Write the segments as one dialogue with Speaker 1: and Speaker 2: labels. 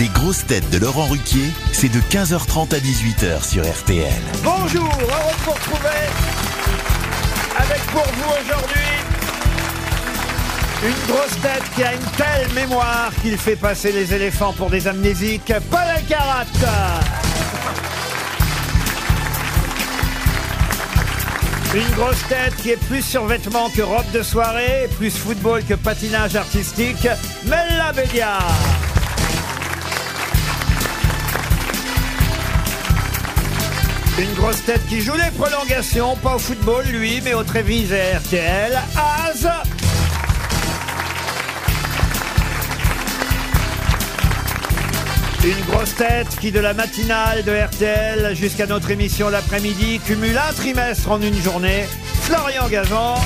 Speaker 1: Les grosses têtes de Laurent Ruquier, c'est de 15h30 à 18h sur RTL.
Speaker 2: Bonjour, heureux de vous retrouver avec pour vous aujourd'hui une grosse tête qui a une telle mémoire qu'il fait passer les éléphants pour des amnésiques, Paul Alcarat. Une grosse tête qui est plus survêtement que robe de soirée, plus football que patinage artistique, Mella Béliard. Une grosse tête qui joue les prolongations, pas au football lui, mais au Trévise et RTL, Az. Une grosse tête qui de la matinale de RTL jusqu'à notre émission l'après-midi cumule un trimestre en une journée, Florian Gazan.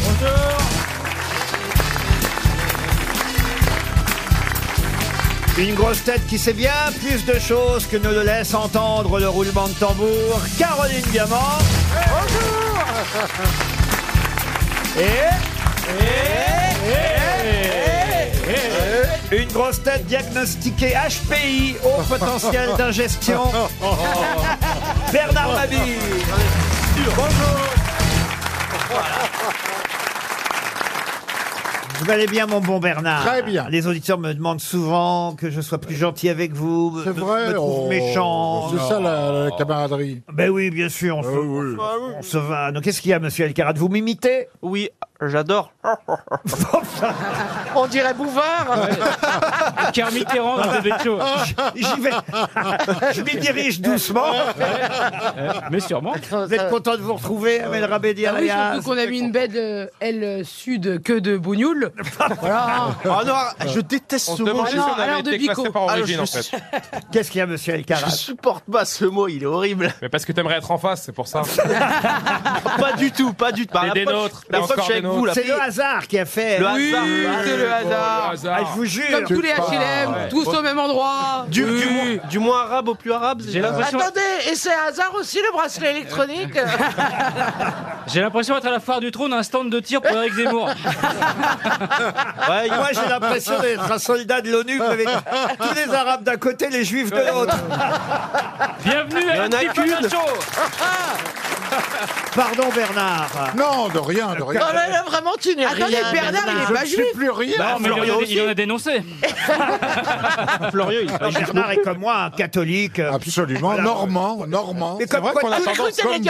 Speaker 2: Une grosse tête qui sait bien plus de choses que ne le laisse entendre le roulement de tambour, Caroline Diamant. Bonjour Et... Une grosse tête diagnostiquée HPI, haut potentiel d'ingestion, Bernard Mabille. Bonjour Vous allez bien, mon bon Bernard
Speaker 3: Très bien.
Speaker 2: Les auditeurs me demandent souvent que je sois plus gentil avec vous.
Speaker 3: C'est
Speaker 2: me-
Speaker 3: vrai,
Speaker 2: Me trouvent
Speaker 3: oh,
Speaker 2: méchant.
Speaker 3: C'est ça la, la camaraderie. Ah
Speaker 2: Ben oui, bien sûr, on, se,
Speaker 4: Ah
Speaker 2: on se va. Donc, qu'est-ce qu'il y a, monsieur Alcarat Vous m'imitez
Speaker 5: Oui, j'adore.
Speaker 6: On dirait Bouvard.
Speaker 5: Car Mitterrand dans des shows.
Speaker 2: J'y vais. je m'y dirige doucement.
Speaker 5: Euh, Mais sûrement.
Speaker 2: Vous êtes content de vous retrouver, Amel Rabedi
Speaker 6: Ah oui,
Speaker 2: Arias
Speaker 6: surtout qu'on a mis une belle euh, aile sud que de bougnoule.
Speaker 4: Ah non, ah, je déteste
Speaker 7: On
Speaker 4: ce
Speaker 7: se
Speaker 4: mot.
Speaker 7: demande si
Speaker 6: non,
Speaker 7: on
Speaker 6: alors
Speaker 7: avait
Speaker 6: de
Speaker 7: été classé
Speaker 6: Bico.
Speaker 7: par
Speaker 4: Ah,
Speaker 7: origine,
Speaker 4: je-
Speaker 7: en fait.
Speaker 2: Qu'est-ce qu'il y a, monsieur
Speaker 4: Je
Speaker 2: Alcarat
Speaker 4: supporte pas ce mot, il est horrible.
Speaker 7: Mais parce que t'aimerais être en face, c'est pour ça.
Speaker 4: pas du tout, pas du tout. Bah,
Speaker 7: Mais
Speaker 4: la
Speaker 7: des
Speaker 4: poche-
Speaker 7: nôtres,
Speaker 4: la
Speaker 7: et
Speaker 4: poche, je
Speaker 7: encore
Speaker 4: suis avec
Speaker 7: des
Speaker 4: vous, la
Speaker 2: C'est le
Speaker 4: paix.
Speaker 2: hasard qui a fait.
Speaker 4: Le
Speaker 6: Oui,
Speaker 4: hasard.
Speaker 6: c'est le hasard.
Speaker 2: Ah, je vous jure.
Speaker 6: Comme tous les
Speaker 3: pas-
Speaker 6: HLM,
Speaker 3: ouais.
Speaker 6: tous au même endroit.
Speaker 4: Du,
Speaker 6: Oui.
Speaker 4: du moins, du moins arabe au plus arabe. c'est
Speaker 5: J'ai
Speaker 4: ça
Speaker 5: l'impression,
Speaker 6: Attendez, et c'est hasard aussi le bracelet électronique
Speaker 5: j'ai l'impression d'être à la foire du trône, un stand de tir pour Eric Zemmour.
Speaker 4: Ouais,
Speaker 2: Moi, j'ai l'impression d'être un soldat de l'ONU avec tous les Arabes d'un côté, les Juifs de l'autre.
Speaker 5: Bienvenue à
Speaker 4: Il y en a
Speaker 5: la
Speaker 4: qu'une.
Speaker 5: show.
Speaker 2: Pardon, Bernard.
Speaker 3: Non, de rien, de rien.
Speaker 6: vraiment, tu n'es Attendez,
Speaker 4: rien,
Speaker 6: Bernard,
Speaker 4: Bernard.
Speaker 6: il
Speaker 3: Je
Speaker 6: est pas
Speaker 3: ne suis
Speaker 6: juif
Speaker 3: plus rien.
Speaker 2: Ah,
Speaker 5: Non, mais il en a-
Speaker 4: Florian
Speaker 5: il en a dénoncé.
Speaker 4: Florian, il-
Speaker 2: Alors, Bernard est comme moi, un catholique. euh,
Speaker 3: Absolument, normand, normand.
Speaker 2: Mais comme quoi, tout-
Speaker 3: Comme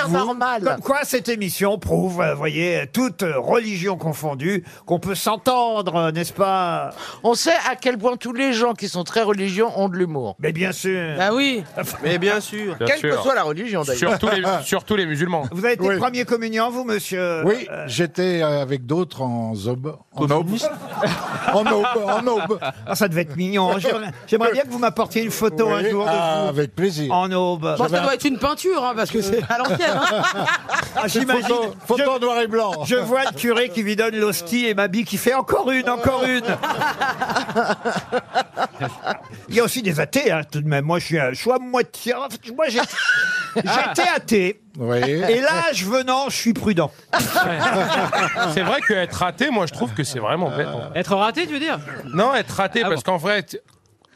Speaker 3: vous.
Speaker 2: Comme quoi, cette émission prouve, euh, voyez, toute religion confondue, qu'on peut s'entendre, euh, n'est-ce pas
Speaker 8: On sait à quel point tous les gens qui sont très religieux ont de l'humour. Bah
Speaker 2: Mais bien sûr.
Speaker 6: Ah oui
Speaker 4: Mais bien sûr.
Speaker 7: Bien
Speaker 8: Quelle
Speaker 7: sûr.
Speaker 8: que soit la religion d'ailleurs.
Speaker 7: Surtout les, surtout les musulmans.
Speaker 2: Vous avez été
Speaker 3: Oui.
Speaker 2: premier communion, vous, monsieur
Speaker 3: Oui,
Speaker 2: Euh,
Speaker 3: j'étais euh, avec d'autres en zob. En aube. en aube, en aube.
Speaker 2: ah, ça devait être mignon. J'aimerais j'aimerais bien que vous m'apportiez une photo un
Speaker 3: Oui,
Speaker 2: jour de
Speaker 3: ah,
Speaker 2: vous.
Speaker 3: avec plaisir.
Speaker 2: En aube.
Speaker 6: Bon, ça doit être une peinture, hein, parce que c'est à l'ancienne. hein.
Speaker 2: Ah, J'imagine.
Speaker 3: Photo, photo en
Speaker 2: Je,
Speaker 3: noir et blanc.
Speaker 2: je vois le curé qui lui donne l'hostie et Mabi qui fait encore une, encore une. Il y a aussi des athées, hein, tout de même. Moi, je suis, un- je suis à moitié. Moi, j'ai- j'étais athée.
Speaker 3: Oui.
Speaker 2: Et l'âge venant, je suis prudent.
Speaker 7: C'est vrai qu'être raté, moi, je trouve que c'est vraiment bête. en fait.
Speaker 5: Être raté, tu veux dire
Speaker 7: Non, être raté,
Speaker 5: Ah
Speaker 7: parce qu'en vrai, t-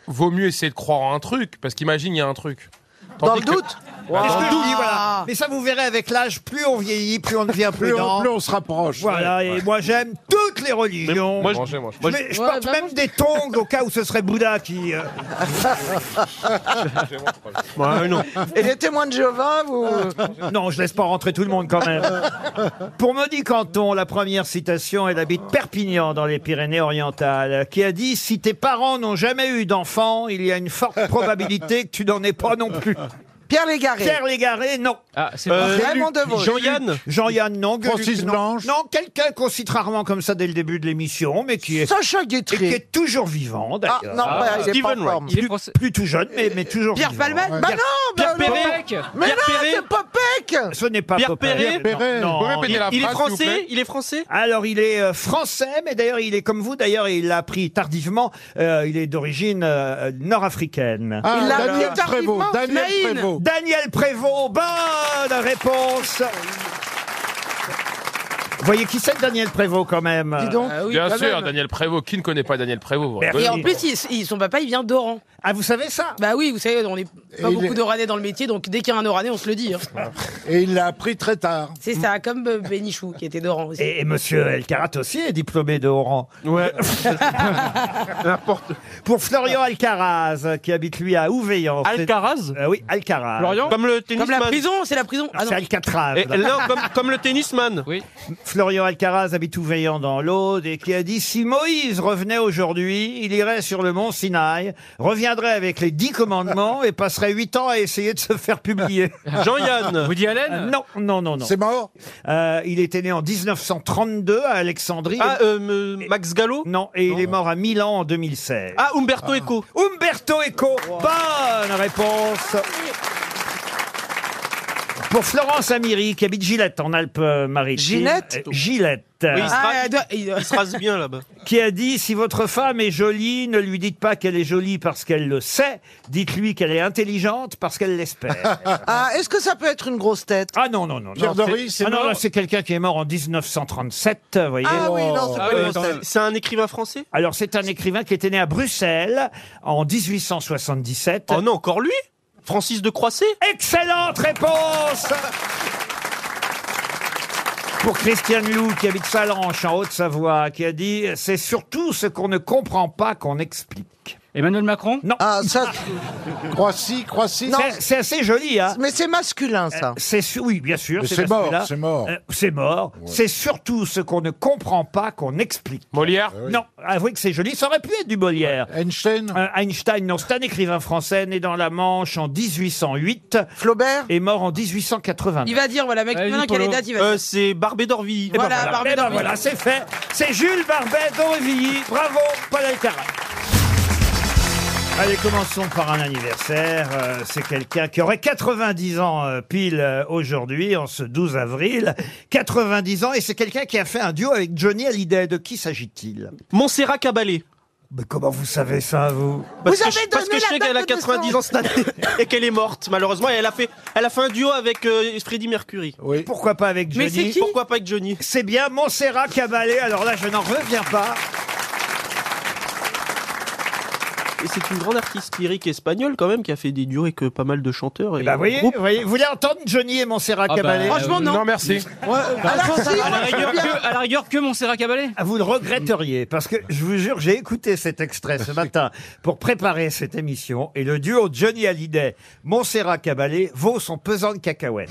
Speaker 7: vaut mieux essayer de croire en un truc, parce qu'imagine, il y a un truc.
Speaker 8: Dans le
Speaker 7: Tandis que-
Speaker 8: doute,
Speaker 2: Qu'est-ce que je dis, voilà. Mais ça, vous verrez avec l'âge, plus on vieillit, plus on devient
Speaker 3: Plus
Speaker 2: prudent.
Speaker 3: on, plus on se rapproche.
Speaker 2: Voilà, et moi j'aime toutes
Speaker 7: Mais
Speaker 2: les religions.
Speaker 7: moi, je, moi, je-
Speaker 2: Mais je
Speaker 6: Ouais,
Speaker 2: porte
Speaker 6: bah,
Speaker 2: même
Speaker 6: moi,
Speaker 2: des tongs au cas où ce serait Bouddha qui. euh,
Speaker 8: et les témoins de Jéhovah, vous.
Speaker 2: Non, je laisse pas rentrer tout le monde quand même. Pour Maudit Canton, la première citation, elle habite Perpignan dans les Pyrénées-Orientales, qui a dit Si tes parents n'ont jamais eu d'enfants, il y a une forte probabilité que tu n'en aies pas non plus.
Speaker 8: Pierre Légaré.
Speaker 2: Pierre Légaré, non.
Speaker 5: Ah, c'est
Speaker 4: Euh,
Speaker 8: Raymond
Speaker 4: Luc-
Speaker 8: Devos.
Speaker 4: Jean-Yann.
Speaker 2: Jean-Yann, non. Gueluc,
Speaker 3: Francis
Speaker 2: non.
Speaker 3: Blanche.
Speaker 2: Non, quelqu'un qu'on cite rarement comme ça dès le début de l'émission, mais qui est,
Speaker 8: Sacha
Speaker 2: et qui
Speaker 8: Guitry.
Speaker 2: est toujours vivant
Speaker 8: Ah
Speaker 2: d'ailleurs.
Speaker 8: non, bah, il est pas
Speaker 4: Stephen
Speaker 8: en forme.
Speaker 5: Il est
Speaker 2: plus,
Speaker 5: français.
Speaker 2: plus tout jeune, mais, mais toujours
Speaker 6: Pierre
Speaker 2: vivant.
Speaker 6: Palmade
Speaker 3: Ouais.
Speaker 8: Bah non, bah
Speaker 5: Pierre
Speaker 8: non.
Speaker 5: Perret.
Speaker 8: Mais
Speaker 5: Pierre
Speaker 8: non,
Speaker 5: Perret.
Speaker 8: c'est pas Pec.
Speaker 2: Ce n'est pas
Speaker 4: Pierre
Speaker 2: Popper.
Speaker 4: Perret.
Speaker 2: Non,
Speaker 3: Perret.
Speaker 2: non,
Speaker 7: Vous pouvez répéter la
Speaker 4: Il est
Speaker 7: phrase, s'il vous
Speaker 4: français
Speaker 7: plaît
Speaker 4: Il est français
Speaker 2: Alors, il est euh, français, mais d'ailleurs, il est comme vous. D'ailleurs, il l'a appris tardivement. Euh, il est d'origine euh, nord-africaine.
Speaker 3: Ah,
Speaker 8: Il l'a
Speaker 3: Daniel
Speaker 8: appris tardivement,
Speaker 3: Prévost. Daniel
Speaker 8: Smaïn.
Speaker 3: Prévost.
Speaker 2: Daniel Prévost, bonne réponse. Vous voyez qui c'est Daniel Prévost quand même
Speaker 8: Dis donc.
Speaker 6: Ah oui,
Speaker 7: Bien
Speaker 6: quand
Speaker 7: sûr,
Speaker 6: même.
Speaker 7: Daniel Prévost. Qui ne connaît pas Daniel Prévost vous
Speaker 2: Merci.
Speaker 7: rigolez.
Speaker 6: Et en plus, il- il- son papa, il vient d'Oran.
Speaker 2: Ah, vous savez ça
Speaker 6: Bah oui, vous savez, on n'est
Speaker 3: Et
Speaker 6: pas
Speaker 3: il
Speaker 6: beaucoup
Speaker 3: est-
Speaker 6: d'Oranais dans le métier, donc dès qu'il y a un Oranais, on se le dit. hein.
Speaker 3: Et il l'a appris très tard.
Speaker 6: C'est ça, comme euh, Bénichou, qui était d'Oran aussi.
Speaker 2: Et, et monsieur Alcarat aussi est diplômé de Oran.
Speaker 4: Ouais.
Speaker 2: Pour Florian Alcaraz, qui habite lui à Ouveillan. c'est-
Speaker 4: Alcaraz
Speaker 2: Euh, oui, Alcaraz.
Speaker 5: Florian
Speaker 4: Comme le
Speaker 6: Comme la
Speaker 4: tennisman.
Speaker 6: prison, c'est la prison. Ah non.
Speaker 2: C'est Alcatraz.
Speaker 4: Et- non, comme, comme le tennisman.
Speaker 5: Oui.
Speaker 2: Florian Alcaraz habite Ouveillan dans l'Aude et qui a dit si Moïse revenait aujourd'hui, il irait sur le mont Sinaï, reviendrait avec les dix commandements et passerait huit ans à essayer de se faire publier. Euh,
Speaker 4: Jean-Yann.
Speaker 5: Woody Allen
Speaker 2: Non, non, non, non.
Speaker 3: C'est mort
Speaker 2: Euh, il était né en 1932 à Alexandrie.
Speaker 4: Ah, euh, me- Max Gallo
Speaker 2: Non, et il est mort à Milan en 2016.
Speaker 4: Ah, Umberto Eco.
Speaker 2: Umberto Eco, bonne réponse pour Florence Amiri, qui habite Gillette, en Alpes-Maritimes.
Speaker 8: Gillette
Speaker 2: Euh, Gillette.
Speaker 4: Oui, il se
Speaker 6: Ah,
Speaker 4: rase-
Speaker 6: elle doit- il-
Speaker 4: il se rase bien là-bas.
Speaker 2: qui a dit si votre femme est jolie, ne lui dites pas qu'elle est jolie parce qu'elle le sait, dites-lui qu'elle est intelligente parce qu'elle l'espère.
Speaker 8: Ah, est-ce que ça peut être une grosse tête
Speaker 2: ah non non non.
Speaker 3: Pierre
Speaker 2: non,
Speaker 3: Doris,
Speaker 2: c'est-
Speaker 3: c'est
Speaker 2: ah non,
Speaker 3: mort
Speaker 2: non, c'est quelqu'un qui est mort en 1937, vous voyez.
Speaker 8: Ah oui, non, c'est
Speaker 4: Ah
Speaker 8: pas
Speaker 4: oui,
Speaker 8: une grosse tête.
Speaker 4: c'est un écrivain français
Speaker 2: Alors c'est un écrivain qui était né à Bruxelles en 1877.
Speaker 4: Oh non, encore lui Francis de Croisset
Speaker 2: Excellente réponse pour Christiane Lou, qui habite Salanches, en Haute-Savoie, qui a dit « C'est surtout ce qu'on ne comprend pas qu'on explique.
Speaker 5: Emmanuel Macron
Speaker 8: Ah, ça,
Speaker 3: Croissy, Croissy. »
Speaker 2: C'est- C'est assez joli, hein Euh,
Speaker 8: mais c'est masculin, ça.
Speaker 2: C'est su- oui, bien sûr.
Speaker 3: Mais c'est mort,
Speaker 2: masculin.
Speaker 3: c'est mort.
Speaker 2: Euh, c'est mort. C'est surtout ce qu'on ne comprend pas qu'on explique.
Speaker 7: Molière
Speaker 3: Ah oui.
Speaker 2: Non, avouez que c'est joli. Ça aurait pu être du Molière.
Speaker 3: Einstein.
Speaker 2: Euh, Einstein, non, c'est un écrivain français né dans la Manche en 1808
Speaker 8: Flaubert
Speaker 2: et mort en 1889.
Speaker 6: Il va dire, voilà, mec,
Speaker 5: Vas-y,
Speaker 6: maintenant qu'il y a les
Speaker 5: Polo.
Speaker 6: dates, il va
Speaker 4: Euh, C'est Barbé d'Orville.
Speaker 2: Eh ben
Speaker 6: Voilà, Barbet
Speaker 2: Eh ben
Speaker 6: d'Orvilly.
Speaker 2: voilà, c'est fait. C'est Jules Barbet d'Orvilly. Bravo, Paul Alcaraz. Allez, commençons par un anniversaire. Euh, c'est quelqu'un qui aurait 90 ans euh, pile euh, aujourd'hui, en ce 12 avril. 90 ans, et c'est quelqu'un qui a fait un duo avec Johnny Hallyday. De qui s'agit-il
Speaker 4: Montserrat Caballé.
Speaker 2: Mais comment vous savez ça, vous
Speaker 4: Parce
Speaker 8: Vous
Speaker 4: que,
Speaker 8: avez
Speaker 4: je- parce
Speaker 8: donné
Speaker 4: que je
Speaker 8: la
Speaker 4: sais
Speaker 8: date
Speaker 4: qu'elle a
Speaker 8: de
Speaker 4: 90 ans cette année et qu'elle est morte, malheureusement. Et elle a fait, elle a fait un duo avec euh, Freddie Mercury.
Speaker 3: Oui.
Speaker 2: Pourquoi pas avec Johnny
Speaker 6: Mais c'est qui
Speaker 4: Pourquoi pas avec Johnny
Speaker 2: C'est bien Montserrat Caballé. Alors là, je n'en reviens pas.
Speaker 4: Et c'est une grande artiste lyrique espagnole quand même qui a fait des duos avec euh, pas mal de chanteurs. Et
Speaker 2: Eh ben, vous voyez,
Speaker 4: groupes.
Speaker 2: vous voyez, vous voulez entendre Johnny et Montserrat
Speaker 5: Ah
Speaker 2: Caballé
Speaker 5: bah,
Speaker 4: euh,
Speaker 6: Franchement, non.
Speaker 7: Non, merci.
Speaker 8: Alors, si,
Speaker 5: À la rigueur que, à la rigueur que Montserrat Caballé
Speaker 2: Ah, Vous le regretteriez, parce que je vous jure, j'ai écouté cet extrait ce matin pour préparer cette émission, et le duo Johnny Hallyday, Montserrat Caballé, vaut son pesant de cacahuètes.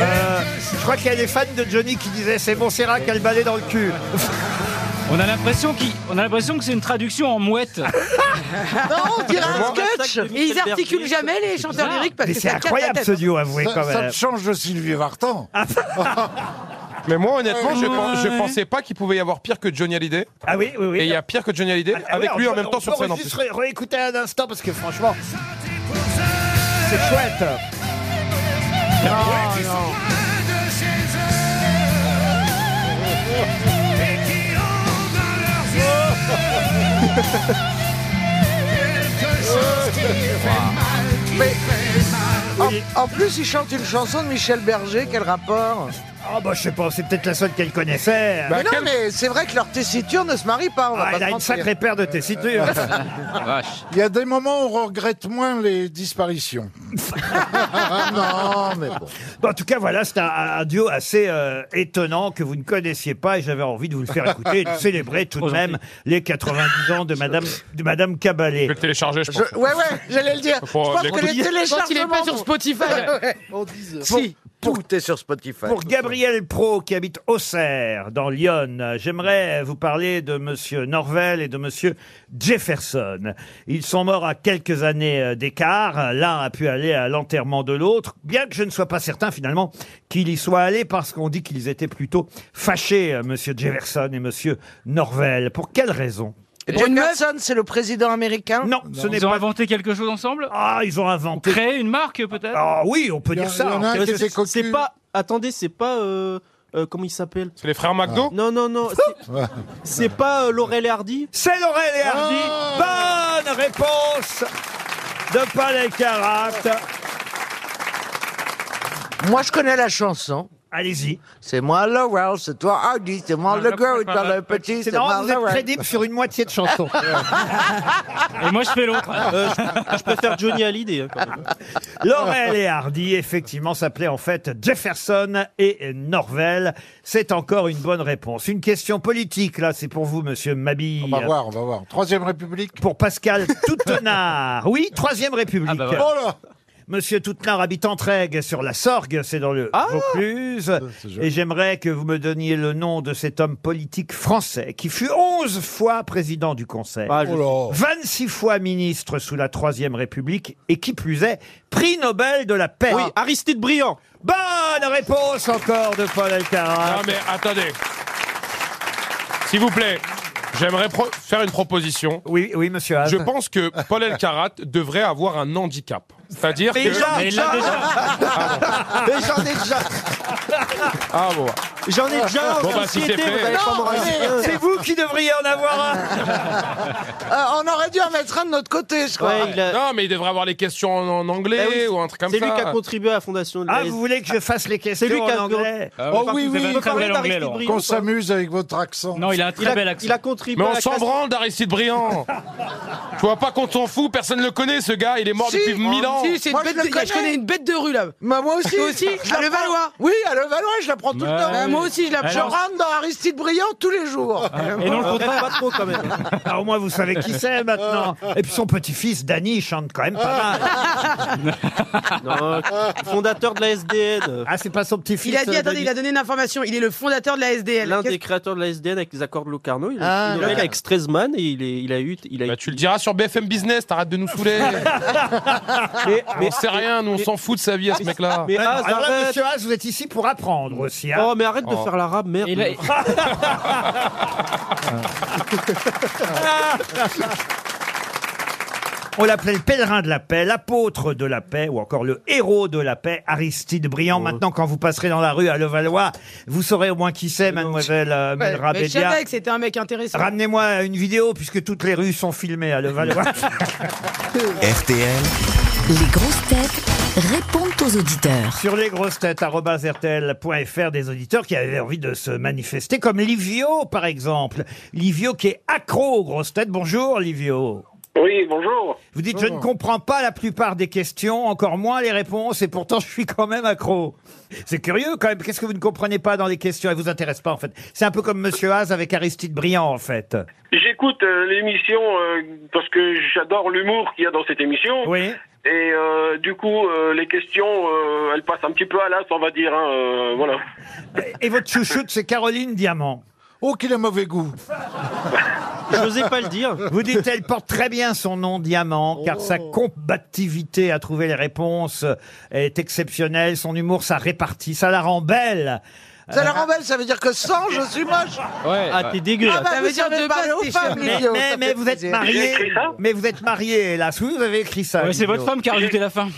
Speaker 2: Euh, je crois qu'il y a des fans de Johnny qui disaient c'est Montserrat Caballé dans le cul.
Speaker 5: On a l'impression qu'il- on a l'impression que c'est une traduction en mouette.
Speaker 6: Ah,
Speaker 8: non, on dirait un sketch.
Speaker 6: Et ils articulent jamais les chanteurs
Speaker 5: bizarre.
Speaker 6: lyriques parce
Speaker 2: Mais
Speaker 6: que
Speaker 2: c'est
Speaker 6: ça casse la
Speaker 2: incroyable
Speaker 6: tête. hein.
Speaker 2: ce duo, avouez
Speaker 3: Ça,
Speaker 2: quand
Speaker 3: ça
Speaker 2: même. Ah.
Speaker 3: te change de Sylvie Vartan.
Speaker 7: Mais moi, honnêtement, je, pen- je pensais pas qu'il pouvait y avoir pire que Johnny Hallyday.
Speaker 2: Ah oui, oui, oui.
Speaker 7: Et il y a pire que Johnny Hallyday
Speaker 2: Ah oui,
Speaker 7: avec
Speaker 2: on
Speaker 7: lui en
Speaker 2: peut-
Speaker 7: même temps sur scène
Speaker 2: On
Speaker 7: en
Speaker 2: peut juste
Speaker 7: plus.
Speaker 2: ré- réécouter un instant parce que franchement, c'est chouette.
Speaker 8: En, en plus, il chante une chanson de Michel Berger, quel rapport
Speaker 2: Ah bah je sais pas, c'est peut-être la seule qu'elle connaissait.
Speaker 7: Bah,
Speaker 8: Mais non,
Speaker 7: quel-
Speaker 8: mais c'est vrai que leur tessiture ne se marie pas, on va
Speaker 2: Ah,
Speaker 8: pas
Speaker 2: elle
Speaker 8: se
Speaker 2: a une
Speaker 8: mentir.
Speaker 2: sacrée paire de tessitures.
Speaker 5: Vache.
Speaker 3: Il y a des moments où on regrette moins les disparitions. non, Ah, mais bon.
Speaker 2: Bon, en tout cas, voilà, c'est un, un duo assez euh, étonnant que vous ne connaissiez pas et j'avais envie de vous le faire écouter et de célébrer tout de même les 90 ans de Madame, de Madame
Speaker 7: Je vais
Speaker 2: Caballé.
Speaker 7: le télécharger, je pense.
Speaker 8: Je- ouais, ouais, j'allais le dire. Je
Speaker 7: Pour, euh,
Speaker 8: pense
Speaker 7: les
Speaker 8: que les
Speaker 7: coulisses.
Speaker 6: Quand il est
Speaker 2: Ah
Speaker 8: téléchargements...
Speaker 6: pas sur Spotify.
Speaker 8: Pour,
Speaker 6: Si.
Speaker 9: Tout est sur Spotify.
Speaker 2: Pour Gabriel Pro qui habite Auxerre dans l'Yonne, j'aimerais vous parler de monsieur Norvel et de monsieur Jefferson. Ils sont morts à quelques années euh, d'écart. L'un a pu aller à l'enterrement de l'autre, bien que je ne sois pas certain finalement qu'il y soit allé parce qu'on dit qu'ils étaient plutôt fâchés euh, monsieur Jefferson et monsieur Norvel. Pour quelle raison
Speaker 8: Jefferson, c'est le président américain
Speaker 2: Non, ce n'est
Speaker 5: Eh Ils ont
Speaker 2: pas
Speaker 5: inventé quelque chose ensemble
Speaker 2: Ah, ils ont inventé.
Speaker 5: Créé une marque peut-être
Speaker 2: Ah oui, on peut
Speaker 3: Il y,
Speaker 2: dire
Speaker 3: a- il y
Speaker 2: ça.
Speaker 3: en a un qui
Speaker 4: C'est
Speaker 3: était cocu.
Speaker 4: c'est pas. Attendez, c'est pas. euh, euh, comment il s'appelle
Speaker 7: C'est les frères McDo
Speaker 4: Non, non, non. c'est- C'est pas euh, Laurel et Hardy
Speaker 2: C'est Laurel et Hardy.
Speaker 8: Ah.
Speaker 2: Bonne réponse de Paul Elkarat.
Speaker 8: Moi, je connais la chanson.
Speaker 2: Allez-y.
Speaker 8: C'est moi Laurel, c'est toi Hardy, c'est moi le gros, c'est toi le petit,
Speaker 2: C'est
Speaker 8: c'est moi
Speaker 2: marrant, vous êtes
Speaker 8: Laurel.
Speaker 2: crédible sur une moitié de chanson.
Speaker 5: Et moi je fais l'autre.
Speaker 4: Euh, je, je préfère Johnny Hallyday. hein, quand même.
Speaker 2: Laurel et Hardy, effectivement, s'appelaient en fait Jefferson et Norvel. C'est encore une bonne réponse. Une question politique, là, c'est pour vous, monsieur Mabille.
Speaker 3: On va voir, on va voir. Troisième République.
Speaker 2: Pour Pascal Toutenard. Oui, Troisième République.
Speaker 5: Ah bah voilà.
Speaker 3: Oh là
Speaker 2: Monsieur Toutenard habite Entraigue sur la Sorgue, c'est dans le
Speaker 4: Ah
Speaker 2: Vaucluse.
Speaker 3: c'est joli.
Speaker 2: Et j'aimerais que vous me donniez le nom de cet homme politique français qui fut 11 fois président du Conseil.
Speaker 4: Ah, je-
Speaker 3: Oh là
Speaker 2: 26 fois ministre sous la Troisième République et qui plus est, prix Nobel de la paix.
Speaker 4: Oui, Aristide Briand.
Speaker 2: Bonne réponse encore de Paul Alcarat.
Speaker 7: Non Ah, mais attendez. S'il vous plaît, j'aimerais pro- faire une proposition.
Speaker 2: Oui, oui, monsieur Haas.
Speaker 7: Je pense que Paul Elkarat devrait avoir un handicap. C'est-à-dire que...
Speaker 5: Mais il l'a déjà.
Speaker 4: Mais j'en ai déjà.
Speaker 7: Ah bon.
Speaker 4: J'en ai déjà. en
Speaker 7: Bon, bah, si
Speaker 4: société,
Speaker 7: c'est fait.
Speaker 4: vous allez pas me
Speaker 8: Ah,
Speaker 4: rassurer.
Speaker 2: C'est vous qui devriez en avoir un.
Speaker 8: Euh, on aurait dû en mettre un de notre côté, je crois.
Speaker 4: Ouais, il a-
Speaker 7: Non, mais il devrait avoir les questions en, en anglais
Speaker 10: Ah
Speaker 4: Eh oui,
Speaker 7: ou un truc comme ça.
Speaker 4: C'est lui qui a contribué à la fondation de la
Speaker 2: Ah, vous voulez que je fasse les questions
Speaker 4: lui qui a-
Speaker 2: en anglais
Speaker 3: Oh oui, oui,
Speaker 5: un
Speaker 4: Vous
Speaker 5: très
Speaker 4: parlez
Speaker 5: bel anglais,
Speaker 4: d'Aristide
Speaker 5: Laurent.
Speaker 4: Briand,
Speaker 3: Qu'on
Speaker 4: quoi.
Speaker 3: s'amuse avec votre accent.
Speaker 5: Non, il a un
Speaker 4: Il
Speaker 5: très bel
Speaker 4: a,
Speaker 5: accent.
Speaker 4: il a contribué
Speaker 7: Mais
Speaker 4: à
Speaker 7: on
Speaker 4: la
Speaker 7: s'en
Speaker 4: classe-
Speaker 7: branle d'Aristide Briand. tu vois pas qu'on s'en fout, personne ne le connaît ce gars, il est mort
Speaker 8: Si,
Speaker 7: depuis
Speaker 8: on
Speaker 7: 1000 ans.
Speaker 6: Si, c'est une
Speaker 8: Moi,
Speaker 6: bête
Speaker 8: je le
Speaker 6: de- je
Speaker 8: connais.
Speaker 6: connais une bête de rue là.
Speaker 8: Bah, moi aussi.
Speaker 6: Toi aussi
Speaker 8: Je la
Speaker 6: À
Speaker 8: prends-
Speaker 6: Levallois
Speaker 8: Oui, à Levallois, je la prends tout
Speaker 5: Ouais.
Speaker 8: le temps.
Speaker 5: Ah,
Speaker 6: Euh, moi aussi, je la
Speaker 8: Je
Speaker 5: Alors-
Speaker 8: rentre dans Aristide Briand tous les jours.
Speaker 5: Et non, le
Speaker 4: On
Speaker 5: contraire.
Speaker 4: rêve pas trop quand même.
Speaker 2: Ah, Au moins, vous savez qui c'est maintenant. Et puis son petit-fils, Danny, chante quand même pas mal.
Speaker 4: Ah. Non, fondateur de la SDN.
Speaker 2: Ah, c'est pas son petit-fils.
Speaker 6: Il a dit,
Speaker 2: euh,
Speaker 6: attendez,
Speaker 2: Denis
Speaker 6: il a donné une information. Il est le fondateur de la SDL.
Speaker 4: L'un
Speaker 6: Qu'est-ce-
Speaker 4: des créateurs de la SDN avec les accords de Locarno. Il a
Speaker 6: Ah,
Speaker 4: il est
Speaker 6: d'accord.
Speaker 4: avec Stresemann et il, est, il a eu. Il a
Speaker 7: Bah, tu le diras sur BFM Business, t'arrêtes de nous saouler.
Speaker 4: Mais,
Speaker 7: on sait rien, nous on s'en fout de sa vie à ce mec-là.
Speaker 4: mais
Speaker 2: Ah,
Speaker 4: Haas,
Speaker 2: alors là,
Speaker 4: arrête.
Speaker 2: monsieur Haas, vous êtes ici pour apprendre aussi. hein.
Speaker 4: Oh, mais arrête de
Speaker 7: Oh.
Speaker 4: faire l'arabe, merde.
Speaker 5: Il a-
Speaker 2: On l'appelait le pèlerin de la paix, l'apôtre de la paix, ou encore le héros de la paix, Aristide
Speaker 6: Oh.
Speaker 2: Briand. Maintenant, quand vous passerez dans la rue à Levallois, vous saurez au moins qui c'est, mademoiselle euh,
Speaker 6: Ouais,
Speaker 2: Melra
Speaker 6: mais je
Speaker 2: Bédia.
Speaker 6: savais que c'était un mec intéressant.
Speaker 2: Ramenez-moi une vidéo, puisque toutes les rues sont filmées à Levallois.
Speaker 1: RTL,
Speaker 11: Les grosses têtes répondent aux auditeurs.
Speaker 2: sur lesgrossetêtes.fr des auditeurs qui avaient envie de se manifester, comme Livio, par exemple. Livio qui est accro aux grosses têtes. Bonjour, Livio.
Speaker 12: Oui, bonjour.
Speaker 2: Vous dites, je ne comprends pas la plupart des questions, encore moins les réponses, et pourtant je suis quand même accro. C'est curieux quand même, qu'est-ce que vous ne comprenez pas dans les questions Elles vous intéressent pas en fait. C'est un peu comme Monsieur Haas avec Aristide Briand en fait.
Speaker 12: J'écoute euh, l'émission euh, parce que j'adore l'humour qu'il y a dans cette émission.
Speaker 2: Oui.
Speaker 12: Et euh, du coup, euh, les questions, euh, elles passent un petit peu à l'as, on va dire. hein, euh, voilà.
Speaker 2: Et votre chouchoute, c'est Caroline Diamant.
Speaker 3: Oh, qu'il a mauvais goût.
Speaker 4: J'osais pas le dire.
Speaker 2: Vous dites, elle porte très bien son nom Diamant, car sa combativité à trouver les réponses est exceptionnelle, son humour, ça répartit, ça la rend belle. Euh,
Speaker 8: Ça la rend belle, ça veut dire que sans, je suis moche.
Speaker 4: Ah, t'es dégueulasse.
Speaker 8: Ah bah,
Speaker 6: Ça veut
Speaker 8: vous
Speaker 6: dire
Speaker 8: savez
Speaker 6: de
Speaker 8: parler
Speaker 6: base,
Speaker 8: aux
Speaker 6: t'es
Speaker 8: femmes, les
Speaker 6: chère.
Speaker 2: Mais,
Speaker 8: vieux,
Speaker 2: mais-
Speaker 8: ça
Speaker 2: mais
Speaker 8: fait
Speaker 2: vous êtes
Speaker 8: plaisir.
Speaker 2: marié,
Speaker 12: J'ai écrit ça
Speaker 2: mais vous êtes marié, hélas. Oui, vous avez écrit ça.
Speaker 5: Ouais, c'est
Speaker 2: Lino.
Speaker 5: votre femme qui a rajouté la fin.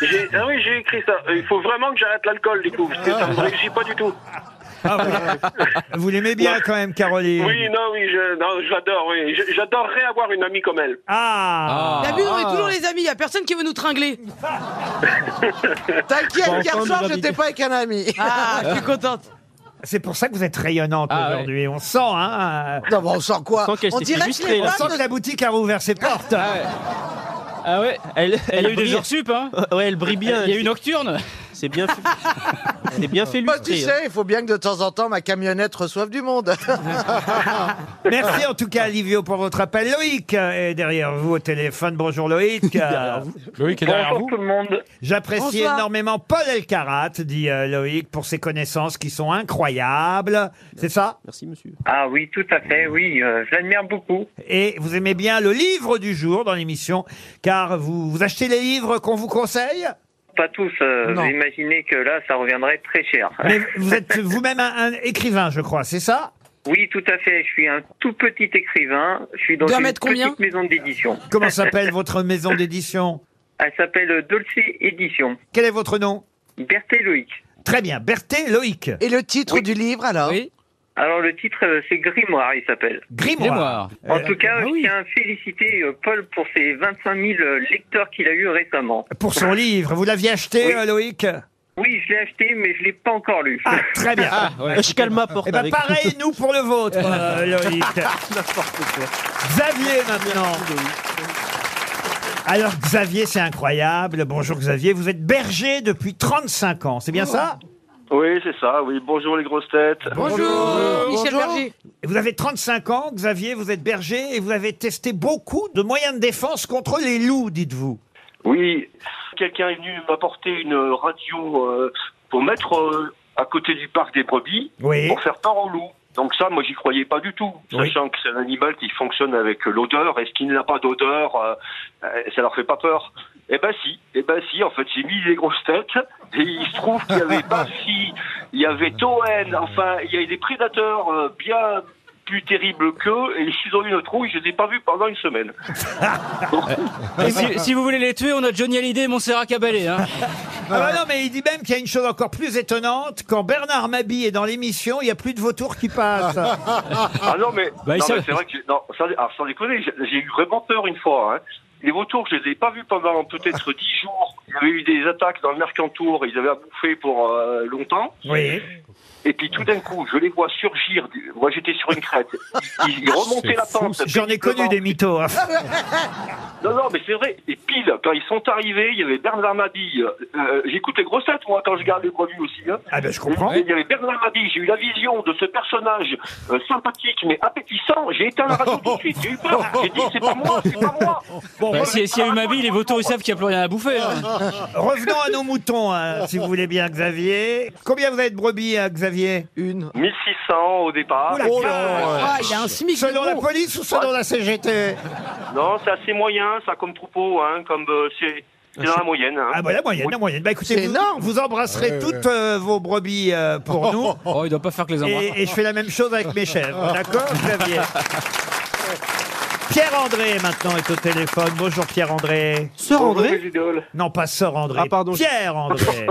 Speaker 12: J'ai- Ah oui, j'ai écrit ça. Euh, Il faut vraiment que j'arrête l'alcool, du coup, parce que ça me réussit pas du tout.
Speaker 2: Ah, vous vous l'aimez bien quand même, Caroline.
Speaker 12: Oui, non, oui, je, non, je l'adore, oui. Je- J'adorerais avoir une amie comme elle.
Speaker 2: Ah,
Speaker 6: T'as vu, on est toujours les amis. Y a personne qui veut nous tringler.
Speaker 8: T'inquiète, hier
Speaker 4: Enfin,
Speaker 8: soir,
Speaker 4: nous
Speaker 8: j'étais
Speaker 4: l'habiter.
Speaker 8: pas avec un ami.
Speaker 6: Ah, je suis contente.
Speaker 2: c'est pour ça que vous êtes rayonnante
Speaker 5: Ah,
Speaker 2: aujourd'hui. On sent, hein. euh,
Speaker 8: Non, mais on sent quoi
Speaker 4: On sent qu'elle s'est fait
Speaker 8: dirait que
Speaker 4: illustrer,
Speaker 8: les
Speaker 4: là.
Speaker 2: On sent
Speaker 8: femmes
Speaker 2: que la boutique a rouvert ses portes.
Speaker 4: Ah ouais, elle,
Speaker 5: Il y
Speaker 4: elle
Speaker 5: a eu des
Speaker 4: brille.
Speaker 5: jours sup, hein.
Speaker 4: Ouais, elle brille bien.
Speaker 5: Il y a eu une nocturne.
Speaker 4: C'est bien fait. C'est bien fait
Speaker 8: Bah, tu
Speaker 4: lustrer. hein.
Speaker 8: sais, il faut bien que de temps en temps ma camionnette reçoive du monde.
Speaker 2: Merci en tout cas, Livio, pour votre appel. Loïc est derrière vous au téléphone. Bonjour Loïc.
Speaker 7: Loïc Bah est derrière
Speaker 12: Bonjour
Speaker 7: vous
Speaker 12: tout le monde.
Speaker 2: J'apprécie
Speaker 6: Bonsoir.
Speaker 2: énormément Paul Elkarat, dit euh, Loïc, pour ses connaissances qui sont incroyables. C'est ça
Speaker 4: Merci, monsieur.
Speaker 12: Ah oui, tout à fait, oui, euh, je l'admire beaucoup.
Speaker 2: Et vous aimez bien le livre du jour dans l'émission, car vous, vous achetez les livres qu'on vous conseille
Speaker 12: Pas tous, euh,
Speaker 8: Non.
Speaker 12: vous imaginez que là, ça reviendrait très cher.
Speaker 2: Mais vous êtes vous-même un, un écrivain, je crois, c'est ça
Speaker 12: Oui, tout à fait, je suis un tout petit écrivain, je suis dans
Speaker 6: D'un
Speaker 12: une
Speaker 6: mètre combien
Speaker 12: petite maison d'édition.
Speaker 2: Comment s'appelle votre maison d'édition
Speaker 12: Elle s'appelle Dolce Édition,
Speaker 2: Quel est votre nom
Speaker 12: Berthé Loïc.
Speaker 2: Très bien, Berthé Loïc.
Speaker 8: Et le titre du livre alors
Speaker 5: Oui,
Speaker 12: Alors le titre, euh, c'est Grimoire, il s'appelle.
Speaker 5: c'est
Speaker 2: Grimoire.
Speaker 5: moi.
Speaker 12: En
Speaker 2: Euh,
Speaker 12: tout cas,
Speaker 5: ah
Speaker 12: je
Speaker 5: oui.
Speaker 12: tiens à féliciter euh, Paul pour ses 25 000 euh, lecteurs qu'il a eu récemment.
Speaker 2: Pour son livre, vous l'aviez acheté,
Speaker 12: Oui.
Speaker 2: euh, Loïc
Speaker 12: Oui, je l'ai acheté, mais je l'ai pas encore lu.
Speaker 2: Ah, très bien.
Speaker 4: Je calme ma porte
Speaker 2: Eh ben
Speaker 4: avec- Ah,
Speaker 2: pareil, nous pour le vôtre, euh, Loïc. Xavier maintenant. Alors Xavier, c'est incroyable. Bonjour Xavier, vous êtes berger depuis 35 ans, c'est bien
Speaker 12: Oh.
Speaker 2: ça
Speaker 12: Oui, c'est ça, oui. Bonjour les grosses têtes.
Speaker 6: Bonjour, Michel Berger.
Speaker 2: Vous avez 35 ans, Xavier, vous êtes berger et vous avez testé beaucoup de moyens de défense contre les loups, dites-vous.
Speaker 12: Oui, quelqu'un est venu m'apporter une radio euh, pour mettre euh, à côté du parc des brebis
Speaker 2: Oui.
Speaker 12: pour faire peur aux loups. Donc ça, moi, j'y croyais pas du tout,
Speaker 2: Oui.
Speaker 12: sachant que c'est un animal qui fonctionne avec l'odeur, et ce qu'il n'a pas d'odeur, euh, euh, ça leur fait pas peur. Eh ben si, eh ben si, en fait, j'ai mis des grosses têtes, et il se trouve qu'il y avait Buffy, il y avait Toen, enfin, il y avait des prédateurs euh, bien plus terribles qu'eux, et ils ont eu une trouille, je les ai pas vus pendant une semaine.
Speaker 5: Et Euh, si, si vous voulez les tuer, on a Johnny Hallyday et Montserrat Caballé. Hein.
Speaker 2: Ah bah non, mais il dit même qu'il y a une chose encore plus étonnante. Quand Bernard Mabie est dans l'émission, il n'y a plus de vautours qui passent.
Speaker 12: Ah non, mais,
Speaker 5: Bah, il
Speaker 12: non,
Speaker 5: s'est-
Speaker 12: mais c'est vrai que j'ai- non, sans, alors, sans déconner, j'ai j'ai eu vraiment peur une fois. Hein. Les vautours, je les ai pas vus pendant peut-être dix jours. Il y avait eu des attaques dans le Mercantour, ils avaient à bouffer pour euh, longtemps.
Speaker 2: Oui.
Speaker 12: Et puis tout d'un coup, je les vois surgir. du- Moi, j'étais sur une crête. Ils, ils remontaient
Speaker 7: C'est
Speaker 12: la
Speaker 7: fou,
Speaker 12: pente.
Speaker 2: J'en ai connu
Speaker 12: péniblement.
Speaker 2: des mythos. hein.
Speaker 12: Non, non, mais c'est vrai. Et pile, quand ils sont arrivés, il y avait Bernard Mabille. Euh, J'écoute les grossettes, moi, quand je garde les produits aussi. Hein.
Speaker 2: Ah ben je comprends.
Speaker 12: Il y avait Bernard Mabille. J'ai eu la vision de ce personnage euh, sympathique mais appétissant. J'ai éteint la radio tout de suite. J'ai eu peur. J'ai dit, c'est pas moi, c'est pas moi.
Speaker 2: Bon,
Speaker 5: Bah,
Speaker 2: re-
Speaker 5: si, si y a eu ma bille, les vautours, ils savent qu'il n'y a plus rien à bouffer. hein.
Speaker 2: revenons à nos moutons, hein, si vous voulez bien, Xavier. Combien vous avez de brebis, hein, Xavier
Speaker 8: Une.
Speaker 12: 1600 au départ.
Speaker 2: Oula,
Speaker 6: Ah, il y a un SMIC.
Speaker 2: Selon la
Speaker 6: de bon.
Speaker 2: police ou selon la CGT
Speaker 12: Non, c'est assez moyen, ça, comme troupeau, hein, comme euh, c'est c'est dans la moyenne. hein.
Speaker 2: Ah bah la moyenne, la moyenne. Bah écoutez,
Speaker 8: C'est
Speaker 2: vous,
Speaker 8: énorme.
Speaker 2: vous embrasserez
Speaker 3: Ouais,
Speaker 2: toutes euh, vos brebis euh, pour nous.
Speaker 5: Oh, il doit pas faire que les Oh. embrasses.
Speaker 2: Et, et je fais la même chose avec mes chèvres. D'accord, Xavier Pierre-André, maintenant, est au téléphone. Bonjour, Pierre-André.
Speaker 4: Sœur
Speaker 12: Bonjour,
Speaker 4: André
Speaker 12: mes idoles.
Speaker 2: Non, pas Sœur André.
Speaker 4: Ah, pardon.
Speaker 2: Pierre-André.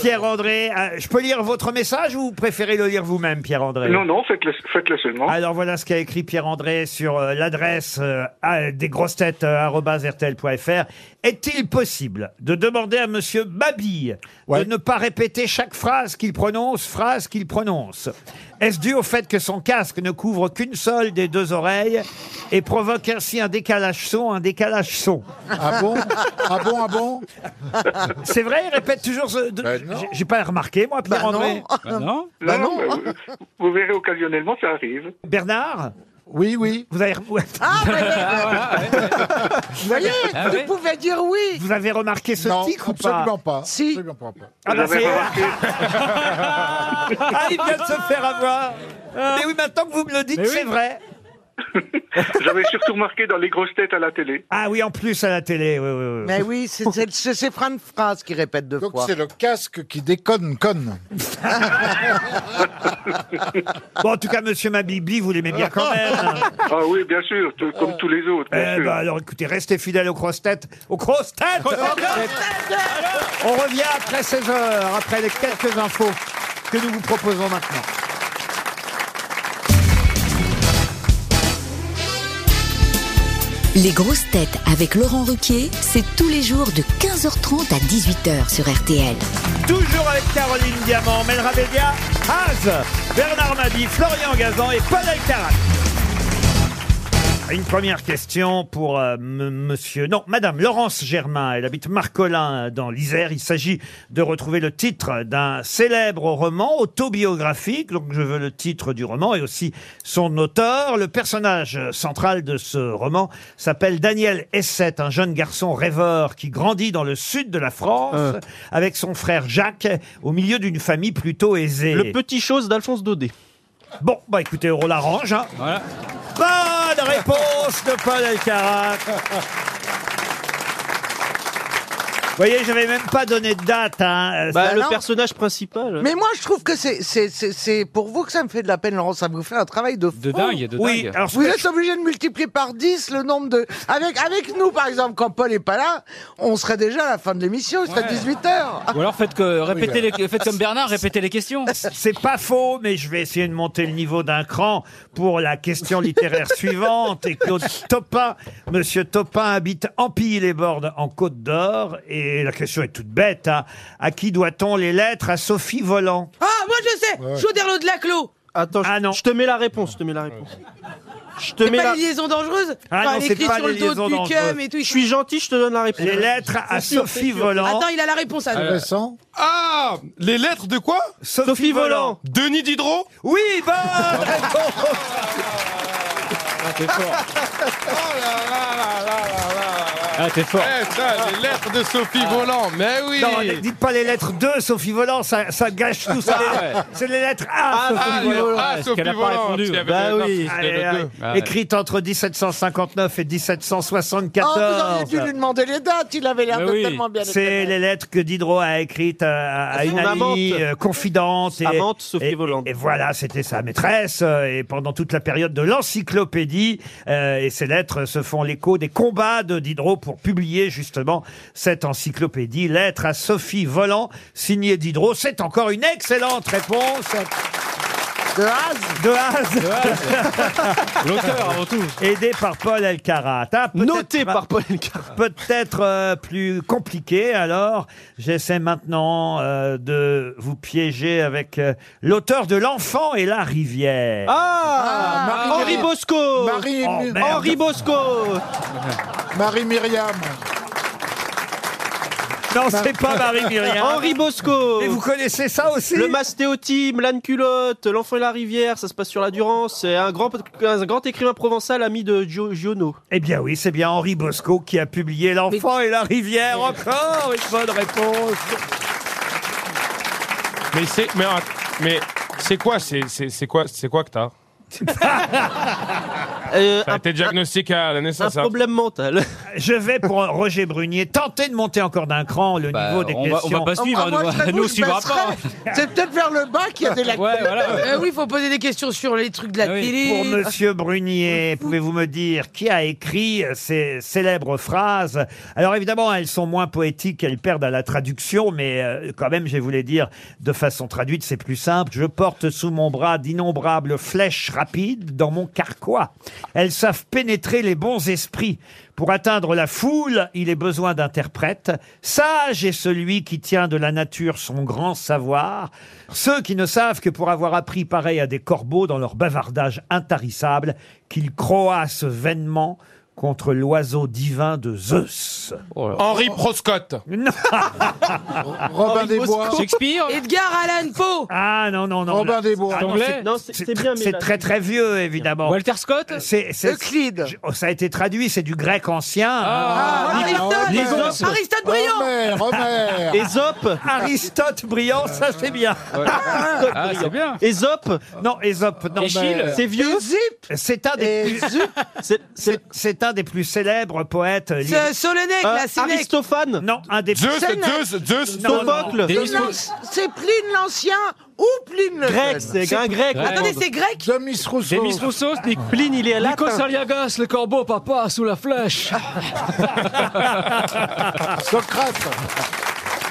Speaker 2: Pierre-André, euh, je peux lire votre message ou vous préférez le lire vous-même, Pierre-André
Speaker 12: Non, non, faites-le faites seulement.
Speaker 2: Alors voilà ce qu'a écrit Pierre-André sur euh, l'adresse euh, à- des grosses têtes euh, Est-il possible de demander à monsieur Babille
Speaker 3: Ouais.
Speaker 2: de ne pas répéter chaque phrase qu'il prononce, phrase qu'il prononce Est-ce dû au fait que son casque ne couvre qu'une seule des deux oreilles et provoque ainsi un décalage son, un décalage son
Speaker 3: Ah bon Ah bon, ah bon
Speaker 2: C'est vrai, il répète toujours ce... de-
Speaker 3: Ben non.
Speaker 2: J'ai- J'ai pas remarqué, moi,
Speaker 8: Bah
Speaker 2: Pierre-André.
Speaker 8: non.
Speaker 5: Bah non.
Speaker 8: Bah non.
Speaker 12: vous, verrez occasionnellement, ça arrive.
Speaker 2: Bernard
Speaker 3: Oui, oui.
Speaker 2: vous avez,
Speaker 8: Ah, bah, vous voyez,
Speaker 5: Ah
Speaker 8: tu
Speaker 5: ouais.
Speaker 8: pouvais dire oui.
Speaker 2: vous avez remarqué ce
Speaker 3: non,
Speaker 2: tic ou pas
Speaker 3: absolument pas.
Speaker 8: Si.
Speaker 3: Absolument pas.
Speaker 2: Ah bah, c'est-
Speaker 12: remarqué.
Speaker 2: Ah, il vient de se faire avoir.
Speaker 8: Ah.
Speaker 2: Mais oui, maintenant que vous me le dites, c'est vrai.
Speaker 12: J'avais surtout remarqué dans les grosses têtes à la télé.
Speaker 2: Ah oui, en plus à la télé, oui, oui, oui.
Speaker 8: Mais oui, c'est- c'est c'est ces fins de phrases qui répètent deux
Speaker 3: Donc
Speaker 8: fois.
Speaker 3: c'est le casque qui déconne, conne.
Speaker 2: Bon, en tout cas, monsieur Mabibi, vous l'aimez bien quand même.
Speaker 12: Ah oui, bien sûr, t- comme tous les autres. bien
Speaker 2: eh
Speaker 12: sûr.
Speaker 2: ben, alors écoutez, restez fidèles aux grosses têtes. Aux grosses têtes On revient après 16 heures, après les quelques infos que nous vous proposons maintenant.
Speaker 11: Les grosses têtes avec Laurent Ruquier, c'est tous les jours de 15h30 à 18h sur RTL.
Speaker 2: Toujours avec Caroline Diamant, Mel Rabedia, Az, Bernard Mabi, Florian Gazan et Paul Alcarat. Une première question pour euh, m- monsieur, non, madame Laurence Germain. Elle habite Marcolin euh, dans l'Isère. Il s'agit de retrouver le titre d'un célèbre roman autobiographique. Donc, je veux le titre du roman et aussi son auteur. Le personnage euh, central de ce roman s'appelle Daniel Essette, un jeune garçon rêveur qui grandit dans le sud de la France
Speaker 4: Euh.
Speaker 2: avec son frère Jacques au milieu d'une famille plutôt aisée.
Speaker 4: Le petit chose d'Alphonse Daudet.
Speaker 2: Bon, bah écoutez, on l'arrange. Hein. Bonne réponse de Paul Alcarat. Vous voyez, j'avais même pas donné de date. Hein.
Speaker 4: Bah,
Speaker 2: Ça-
Speaker 4: le
Speaker 8: non.
Speaker 4: personnage principal.
Speaker 8: Mais moi, je trouve que c'est- c'est c'est- c'est pour vous que ça me fait de la peine, Laurent. Ça vous fait un travail de fou.
Speaker 5: De dingue, de
Speaker 2: oui,
Speaker 5: dingue.
Speaker 2: alors ce
Speaker 8: Vous
Speaker 2: que
Speaker 8: êtes obligé de multiplier par 10 le nombre de... Avec, avec nous, par exemple, quand Paul n'est pas là, on serait déjà à la fin de l'émission, il serait
Speaker 5: Ouais.
Speaker 8: 18h.
Speaker 5: Ou alors faites, que, répétez les, faites comme Bernard, répétez les questions.
Speaker 2: je- c'est pas faux, mais je vais essayer de monter le niveau d'un cran pour la question littéraire suivante. Et Claude Topin, Monsieur Topin habite Ampille-les-Bordes en Côte d'Or. Et la question est toute bête. hein. À qui doit-on les lettres à Sophie Volant
Speaker 6: Ah, moi je sais Chauderlot de la Clos
Speaker 4: Attends, je-
Speaker 2: Ah non.
Speaker 4: je te mets la réponse, je te mets la réponse. Je te
Speaker 6: C'est
Speaker 4: mets
Speaker 6: pas
Speaker 4: la...
Speaker 6: les liaisons dangereuses
Speaker 2: Ah
Speaker 6: Enfin,
Speaker 2: non,
Speaker 6: elle
Speaker 2: c'est
Speaker 6: écrit
Speaker 2: pas
Speaker 6: sur
Speaker 2: les
Speaker 6: le dos
Speaker 2: liaisons
Speaker 6: du cum
Speaker 2: dangereuses.
Speaker 6: et tout.
Speaker 4: Je suis gentil, je te donne la réponse.
Speaker 2: Les lettres à Sophie Volant.
Speaker 6: Attends, il a la réponse à
Speaker 5: Euh,
Speaker 6: nous.
Speaker 3: Récent
Speaker 7: Ah Les lettres de quoi
Speaker 2: Sophie, Volant.
Speaker 7: Denis Diderot
Speaker 2: Oui, bonne
Speaker 5: Ah, t'es fort.
Speaker 7: Oh là là là là là là là
Speaker 5: Ah, t'es fort.
Speaker 7: Eh, ça, les lettres de Sophie Volant, mais oui
Speaker 2: Non, ne dites pas les lettres de Sophie Volant, ça, ça gâche tout ça.
Speaker 5: Ah ouais.
Speaker 2: C'est les lettres A. Sophie
Speaker 7: Ah,
Speaker 2: Volant.
Speaker 7: le- ah,
Speaker 5: Est-ce
Speaker 7: Sophie
Speaker 5: qu'elle a pas
Speaker 7: Volant
Speaker 5: répondu
Speaker 7: parce qu'il y avait
Speaker 4: Bah
Speaker 7: le- non,
Speaker 4: oui.
Speaker 7: parce qu'il y
Speaker 2: Allez,
Speaker 7: avait
Speaker 2: allez.
Speaker 7: deux.
Speaker 5: Ah ouais.
Speaker 2: Écrite entre 1759 et
Speaker 8: Oh, vous auriez
Speaker 2: 1774.
Speaker 8: dû lui demander les dates, il avait l'air
Speaker 5: Mais
Speaker 8: de
Speaker 5: oui.
Speaker 8: tellement bien les
Speaker 2: C'est
Speaker 8: connaître.
Speaker 2: les lettres que Diderot a écrites euh, à, à
Speaker 4: À son
Speaker 2: une amie
Speaker 4: Ah, amante.
Speaker 2: euh, confidente. Et,
Speaker 4: Amante Sophie
Speaker 2: et-
Speaker 4: Volant.
Speaker 2: Et, voilà, c'était sa maîtresse. euh, Et pendant toute la période de l'encyclopédie, euh, et ces lettres se font l'écho des combats de Diderot pour publier justement cette encyclopédie. Lettres à Sophie Volant, signée Diderot. C'est encore une excellente réponse
Speaker 8: De Haas,
Speaker 2: de Haas,
Speaker 5: L'auteur avant tout.
Speaker 2: aidée par Paul Elkarat. Ah, peut-être
Speaker 4: Noté
Speaker 2: pas-
Speaker 4: par Paul Elkarat.
Speaker 2: peut-être euh, plus compliqué. Alors, j'essaie maintenant euh, de vous piéger avec euh, l'auteur de L'Enfant et la Rivière.
Speaker 4: Ah,
Speaker 3: Marie-
Speaker 4: Henri Bosco
Speaker 3: Marie,
Speaker 2: Oh,
Speaker 3: Mi-
Speaker 2: merde.
Speaker 4: Henri Bosco
Speaker 3: Marie Myriam.
Speaker 2: non, c'est
Speaker 10: Bah,
Speaker 2: pas Marie Myriam.
Speaker 4: Henri Bosco
Speaker 2: Mais vous connaissez ça aussi
Speaker 4: Le mastéotime, l'âne culotte, l'enfant et la rivière, ça se passe sur la Durance. C'est un grand, un grand écrivain provençal ami de Gio- Giono.
Speaker 2: Eh bien oui, c'est bien Henri Bosco qui a publié L'Enfant et la Rivière. Encore une bonne réponse.
Speaker 7: Mais c'est mais, att- mais c'est quoi c'est c'est c'est quoi c'est quoi que t'as
Speaker 4: Euh,
Speaker 7: T'as
Speaker 4: un,
Speaker 7: été diagnostiqué à la
Speaker 4: un
Speaker 7: naissance. hein.
Speaker 4: problème mental.
Speaker 2: Je vais pour Roger Brunier tenter de monter encore d'un cran le
Speaker 5: Bah,
Speaker 2: niveau des
Speaker 5: on, va,
Speaker 2: questions.
Speaker 5: on va pas suivre,
Speaker 8: Ah,
Speaker 5: hein,
Speaker 8: moi, je
Speaker 5: nous,
Speaker 8: t'avoue,
Speaker 5: nous, on
Speaker 8: je
Speaker 5: suivra
Speaker 8: passerai.
Speaker 5: pas. hein.
Speaker 8: c'est peut-être vers le bas qu'il y a des lacunes.
Speaker 5: Ouais, voilà. ouais.
Speaker 6: Euh, oui, faut poser des questions sur les trucs de la
Speaker 5: Ah oui.
Speaker 6: télé.
Speaker 2: Pour Monsieur Brunier, pouvez-vous me dire qui a écrit ces célèbres phrases Alors évidemment, elles sont moins poétiques, elles perdent à la traduction, mais euh, quand même, je vais vous les dire de façon traduite, c'est plus simple. Je porte sous mon bras d'innombrables flèches rapides dans mon carquois. Elles savent pénétrer les bons esprits. Pour atteindre la foule, il est besoin d'interprètes. Sage est celui qui tient de la nature son grand savoir. Ceux qui ne savent que pour avoir appris pareil à des corbeaux dans leur bavardage intarissable, qu'ils croassent vainement contre l'oiseau divin de Zeus.
Speaker 4: Oh
Speaker 7: Henri Proscott.
Speaker 2: Non.
Speaker 6: Oh,
Speaker 3: Robin
Speaker 4: Henri
Speaker 3: des Bois.
Speaker 4: Bosco.
Speaker 5: Shakespeare
Speaker 6: Edgar Allan Poe
Speaker 2: Ah non, non, non.
Speaker 3: Robin
Speaker 2: là.
Speaker 3: des Bois.
Speaker 2: Ah non,
Speaker 5: Anglais
Speaker 4: Non, c'est
Speaker 2: c'est-
Speaker 4: c'est bien, mais
Speaker 2: C'est
Speaker 4: là-
Speaker 2: très très vieux, évidemment.
Speaker 5: Walter Scott
Speaker 2: C'est, c'est-
Speaker 8: Euclide.
Speaker 2: je- oh, ça a été traduit, c'est du grec ancien.
Speaker 5: Ah,
Speaker 6: Aristote
Speaker 5: Les
Speaker 6: Aristote,
Speaker 5: os.
Speaker 6: Aristote Briand
Speaker 3: Homer, Homer.
Speaker 4: Ésope
Speaker 2: Aristote, brillant, ça c'est bien.
Speaker 5: Ah, c'est bien.
Speaker 4: Ésope
Speaker 2: Non, Ésope, non. euh,
Speaker 5: Échille
Speaker 4: C'est vieux
Speaker 8: Zip
Speaker 2: C'est un des
Speaker 8: et
Speaker 2: plus-
Speaker 8: Zip.
Speaker 4: C'est c'est-
Speaker 2: c'est- c'est un des plus célèbres poètes. lyriques.
Speaker 6: C'est Solenec,
Speaker 4: euh,
Speaker 6: là, Sénèque
Speaker 4: Aristophane
Speaker 2: Non, un des
Speaker 7: Zeus,
Speaker 8: Scène.
Speaker 7: Zeus, Zeus.
Speaker 2: Non, non, non.
Speaker 4: Sophocle
Speaker 5: Des-
Speaker 8: Pline l'Anc- C'est Pline l'Ancien ou Pline le
Speaker 4: Grec,
Speaker 8: Jeune.
Speaker 4: c'est un grec.
Speaker 5: Grec.
Speaker 6: Attendez, c'est grec
Speaker 3: Demis Rousseau.
Speaker 5: Demis Roussos, Nick
Speaker 4: Pline, il est latin.
Speaker 10: hein.
Speaker 5: Aliagas, le corbeau, papa, sous la flèche.
Speaker 4: Ah.
Speaker 3: Socrate.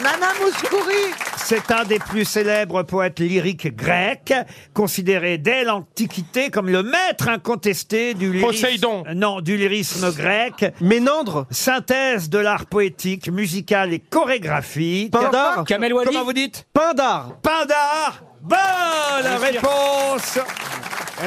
Speaker 8: Nana Mouskouri.
Speaker 2: C'est un des plus célèbres poètes lyriques grecs, considéré dès l'Antiquité comme le maître incontesté du lyrisme.
Speaker 7: Poséidon.
Speaker 2: Non, du lyrisme grec.
Speaker 4: Ménandre
Speaker 2: Synthèse de l'art poétique, musical et chorégraphique.
Speaker 4: Pindar
Speaker 5: Kamel Wally.
Speaker 2: Comment vous dites
Speaker 4: Pindar
Speaker 2: Pindar Bonne réponse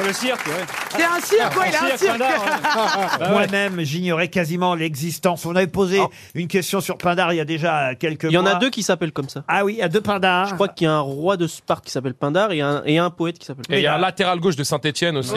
Speaker 5: le cirque, ouais.
Speaker 8: C'est un cirque, ouais, il a un
Speaker 2: hein.
Speaker 5: Pindar, ouais. Bah ouais.
Speaker 2: Ah, Moi-même, j'ignorais quasiment l'existence. On avait posé
Speaker 4: Oh.
Speaker 2: une question sur Pindar il y a déjà quelques mois.
Speaker 4: Il y en a deux qui s'appellent comme ça.
Speaker 2: Ah oui, il y a deux Pindar.
Speaker 4: Je crois qu'il y a un roi de Sparte qui s'appelle Pindar et un, et un poète qui s'appelle
Speaker 7: Et il y a un
Speaker 4: Pindar.
Speaker 7: latéral gauche de Saint-Etienne aussi.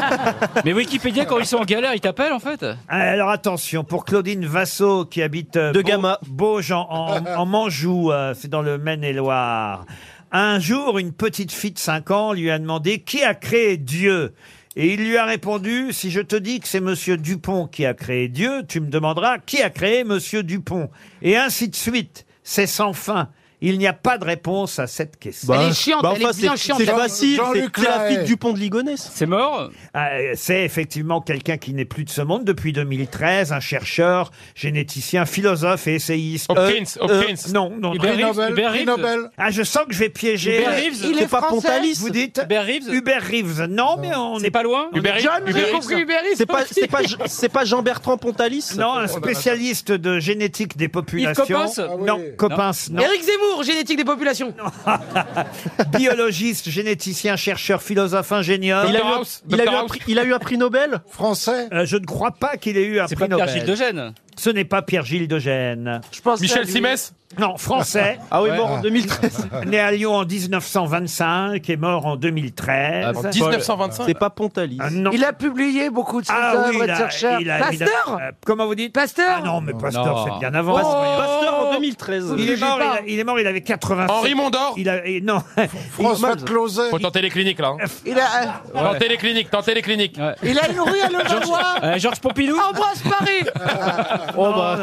Speaker 5: Mais Wikipédia, quand ils sont en galère, ils t'appellent en fait.
Speaker 2: Ah, Alors attention, pour Claudine Vassot qui habite euh,
Speaker 4: De
Speaker 2: Beau-
Speaker 4: Gama.
Speaker 2: Beauge en, en- en Manjou, euh, c'est dans le Maine-et-Loire. Un jour, une petite fille de 5 ans lui a demandé qui a créé Dieu. Et il lui a répondu si je te dis que c'est monsieur Dupont qui a créé Dieu, tu me demanderas qui a créé monsieur Dupont. Et ainsi de suite, c'est sans fin. Il n'y a pas de réponse à cette question.
Speaker 3: Bah,
Speaker 6: Elle est chiante,
Speaker 4: Bah
Speaker 6: elle
Speaker 4: enfin,
Speaker 6: est bien
Speaker 4: c'est
Speaker 6: chiante.
Speaker 4: c'est
Speaker 6: elle-
Speaker 4: facile,
Speaker 3: Jean-Luc
Speaker 4: c'est c'est la
Speaker 3: Lahaye.
Speaker 4: fille du pont de Ligonnès.
Speaker 5: C'est mort
Speaker 2: Euh, C'est effectivement quelqu'un qui n'est plus de ce monde depuis 2013, un chercheur, généticien, philosophe et essayiste. Euh,
Speaker 7: Hopkins, Hopkins.
Speaker 2: Non, non, non.
Speaker 5: Hubert
Speaker 3: Prix
Speaker 5: Reeves,
Speaker 3: Nobel,
Speaker 5: Hubert
Speaker 3: prix
Speaker 5: Reeves.
Speaker 3: Nobel.
Speaker 2: Ah, je sens que je vais piéger.
Speaker 5: Hubert Reeves
Speaker 8: Il est
Speaker 4: C'est pas
Speaker 8: français
Speaker 4: Pontalis.
Speaker 2: Vous dites
Speaker 5: Hubert Reeves
Speaker 2: Hubert Reeves. Non, mais on n'est
Speaker 5: C'est pas loin
Speaker 7: Hubert Reeves,
Speaker 6: John,
Speaker 7: Hubert
Speaker 6: j'ai
Speaker 7: Reeves.
Speaker 6: compris Uber Eats,
Speaker 4: C'est pas,
Speaker 6: ok.
Speaker 4: c'est pas, c'est pas Jean-Bertrand Pontalis
Speaker 2: Non, un spécialiste de génétique des populations.
Speaker 5: Coppens
Speaker 3: Ah oui.
Speaker 2: Non, Coppens, non.
Speaker 6: Éric Zemmour, génétique des populations.
Speaker 2: Biologiste, généticien, chercheur, philosophe, ingénieur.
Speaker 4: Il a, eu,
Speaker 7: Dr.
Speaker 4: un-
Speaker 7: House,
Speaker 4: il a eu
Speaker 7: Dr.
Speaker 4: un
Speaker 7: House.
Speaker 4: prix, il a eu un prix Nobel
Speaker 3: Français.
Speaker 2: Euh, je ne crois pas qu'il ait eu un
Speaker 5: C'est
Speaker 2: prix
Speaker 5: pas Pierre
Speaker 2: Nobel.
Speaker 5: Gilles de Gênes.
Speaker 2: Ce n'est pas Pierre-Gilles de Gênes.
Speaker 7: Michel Simès
Speaker 2: Non, français,
Speaker 4: Ah oui,
Speaker 5: Ouais.
Speaker 4: mort en 2013.
Speaker 2: né à Lyon en 1925 et mort en 2013.
Speaker 5: Ah,
Speaker 7: 1925.
Speaker 4: C'est pas Pontalis.
Speaker 2: Ah, non.
Speaker 8: Il a publié beaucoup de ses
Speaker 2: Ah oui,
Speaker 8: œuvres
Speaker 2: il
Speaker 8: de
Speaker 2: a-
Speaker 8: chercheurs.
Speaker 2: il a-
Speaker 8: Pasteur Oh,
Speaker 2: il a- euh, Comment vous dites
Speaker 6: Pasteur
Speaker 2: Ah non, mais Pasteur,
Speaker 5: Non.
Speaker 2: c'est bien avant.
Speaker 4: Oh.
Speaker 2: oh.
Speaker 4: Pasteur en 2013.
Speaker 2: il, est
Speaker 6: je
Speaker 2: mort,
Speaker 6: sais
Speaker 2: il,
Speaker 6: pas.
Speaker 2: a- il est mort, il avait 86
Speaker 7: Henri Mondor
Speaker 2: Il a, et- non,
Speaker 3: François
Speaker 4: Miles.
Speaker 3: Closet.
Speaker 7: Faut tenter les cliniques là. hein.
Speaker 8: il a, euh,
Speaker 7: Tentez les cliniques, tentez les cliniques.
Speaker 8: il a nourri à l'Auvergne.
Speaker 5: Euh, Georges Pompidou
Speaker 6: Embrasse Paris
Speaker 2: non, non,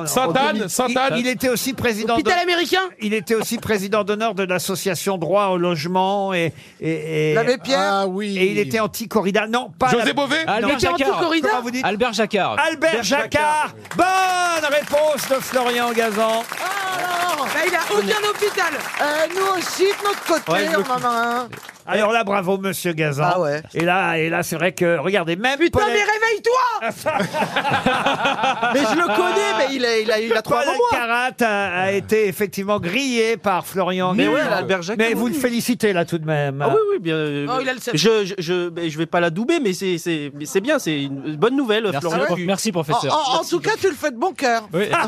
Speaker 2: non.
Speaker 7: Sainte-Anne, Sainte-Anne.
Speaker 2: Il, il était aussi président de,
Speaker 6: Hôpital américain
Speaker 2: il était aussi président d'honneur de l'association Droit au logement et et, et-
Speaker 8: L'abbé Pierre.
Speaker 3: Ah oui.
Speaker 2: et il était anti corrida. Non, pas la-
Speaker 7: José Bové
Speaker 6: Il
Speaker 5: Albert
Speaker 6: était
Speaker 5: Jacquard
Speaker 6: anti-corrida
Speaker 2: Comment vous dites
Speaker 5: Albert Jacquard
Speaker 2: Albert Jacquard. Bonne réponse de Florian Gazan.
Speaker 8: Ah,
Speaker 6: Bah, Il a aucun hôpital
Speaker 8: Euh, nous aussi, de notre côté,
Speaker 4: Ouais, je
Speaker 8: on
Speaker 4: le
Speaker 8: en a un.
Speaker 2: Alors là, bravo Monsieur Gazan.
Speaker 8: Ah ouais.
Speaker 2: Et là, et là, c'est vrai que regardez même.
Speaker 6: Putain,
Speaker 2: Paul-
Speaker 6: mais réveille-toi
Speaker 4: Mais je le connais, mais il a, il a, il a trois
Speaker 2: Paul
Speaker 4: avant moi.
Speaker 2: Alcarat a, a été effectivement grillé par Florian
Speaker 4: Mais
Speaker 2: Gazan.
Speaker 4: ouais, Albert Jacquard.
Speaker 2: Mais vous le félicitez là tout de même.
Speaker 4: Ah oui, oui, bien. euh,
Speaker 6: Oh, il a le seum.
Speaker 4: je, je, je, ben, je vais pas l'adouber, mais c'est, c'est, mais c'est bien, c'est une bonne nouvelle,
Speaker 5: Merci,
Speaker 4: Florian.
Speaker 5: prof- merci,
Speaker 8: En,
Speaker 5: professeur.
Speaker 8: en- en tout cas, tu le fais de bon cœur.
Speaker 5: Oui.
Speaker 2: Ah,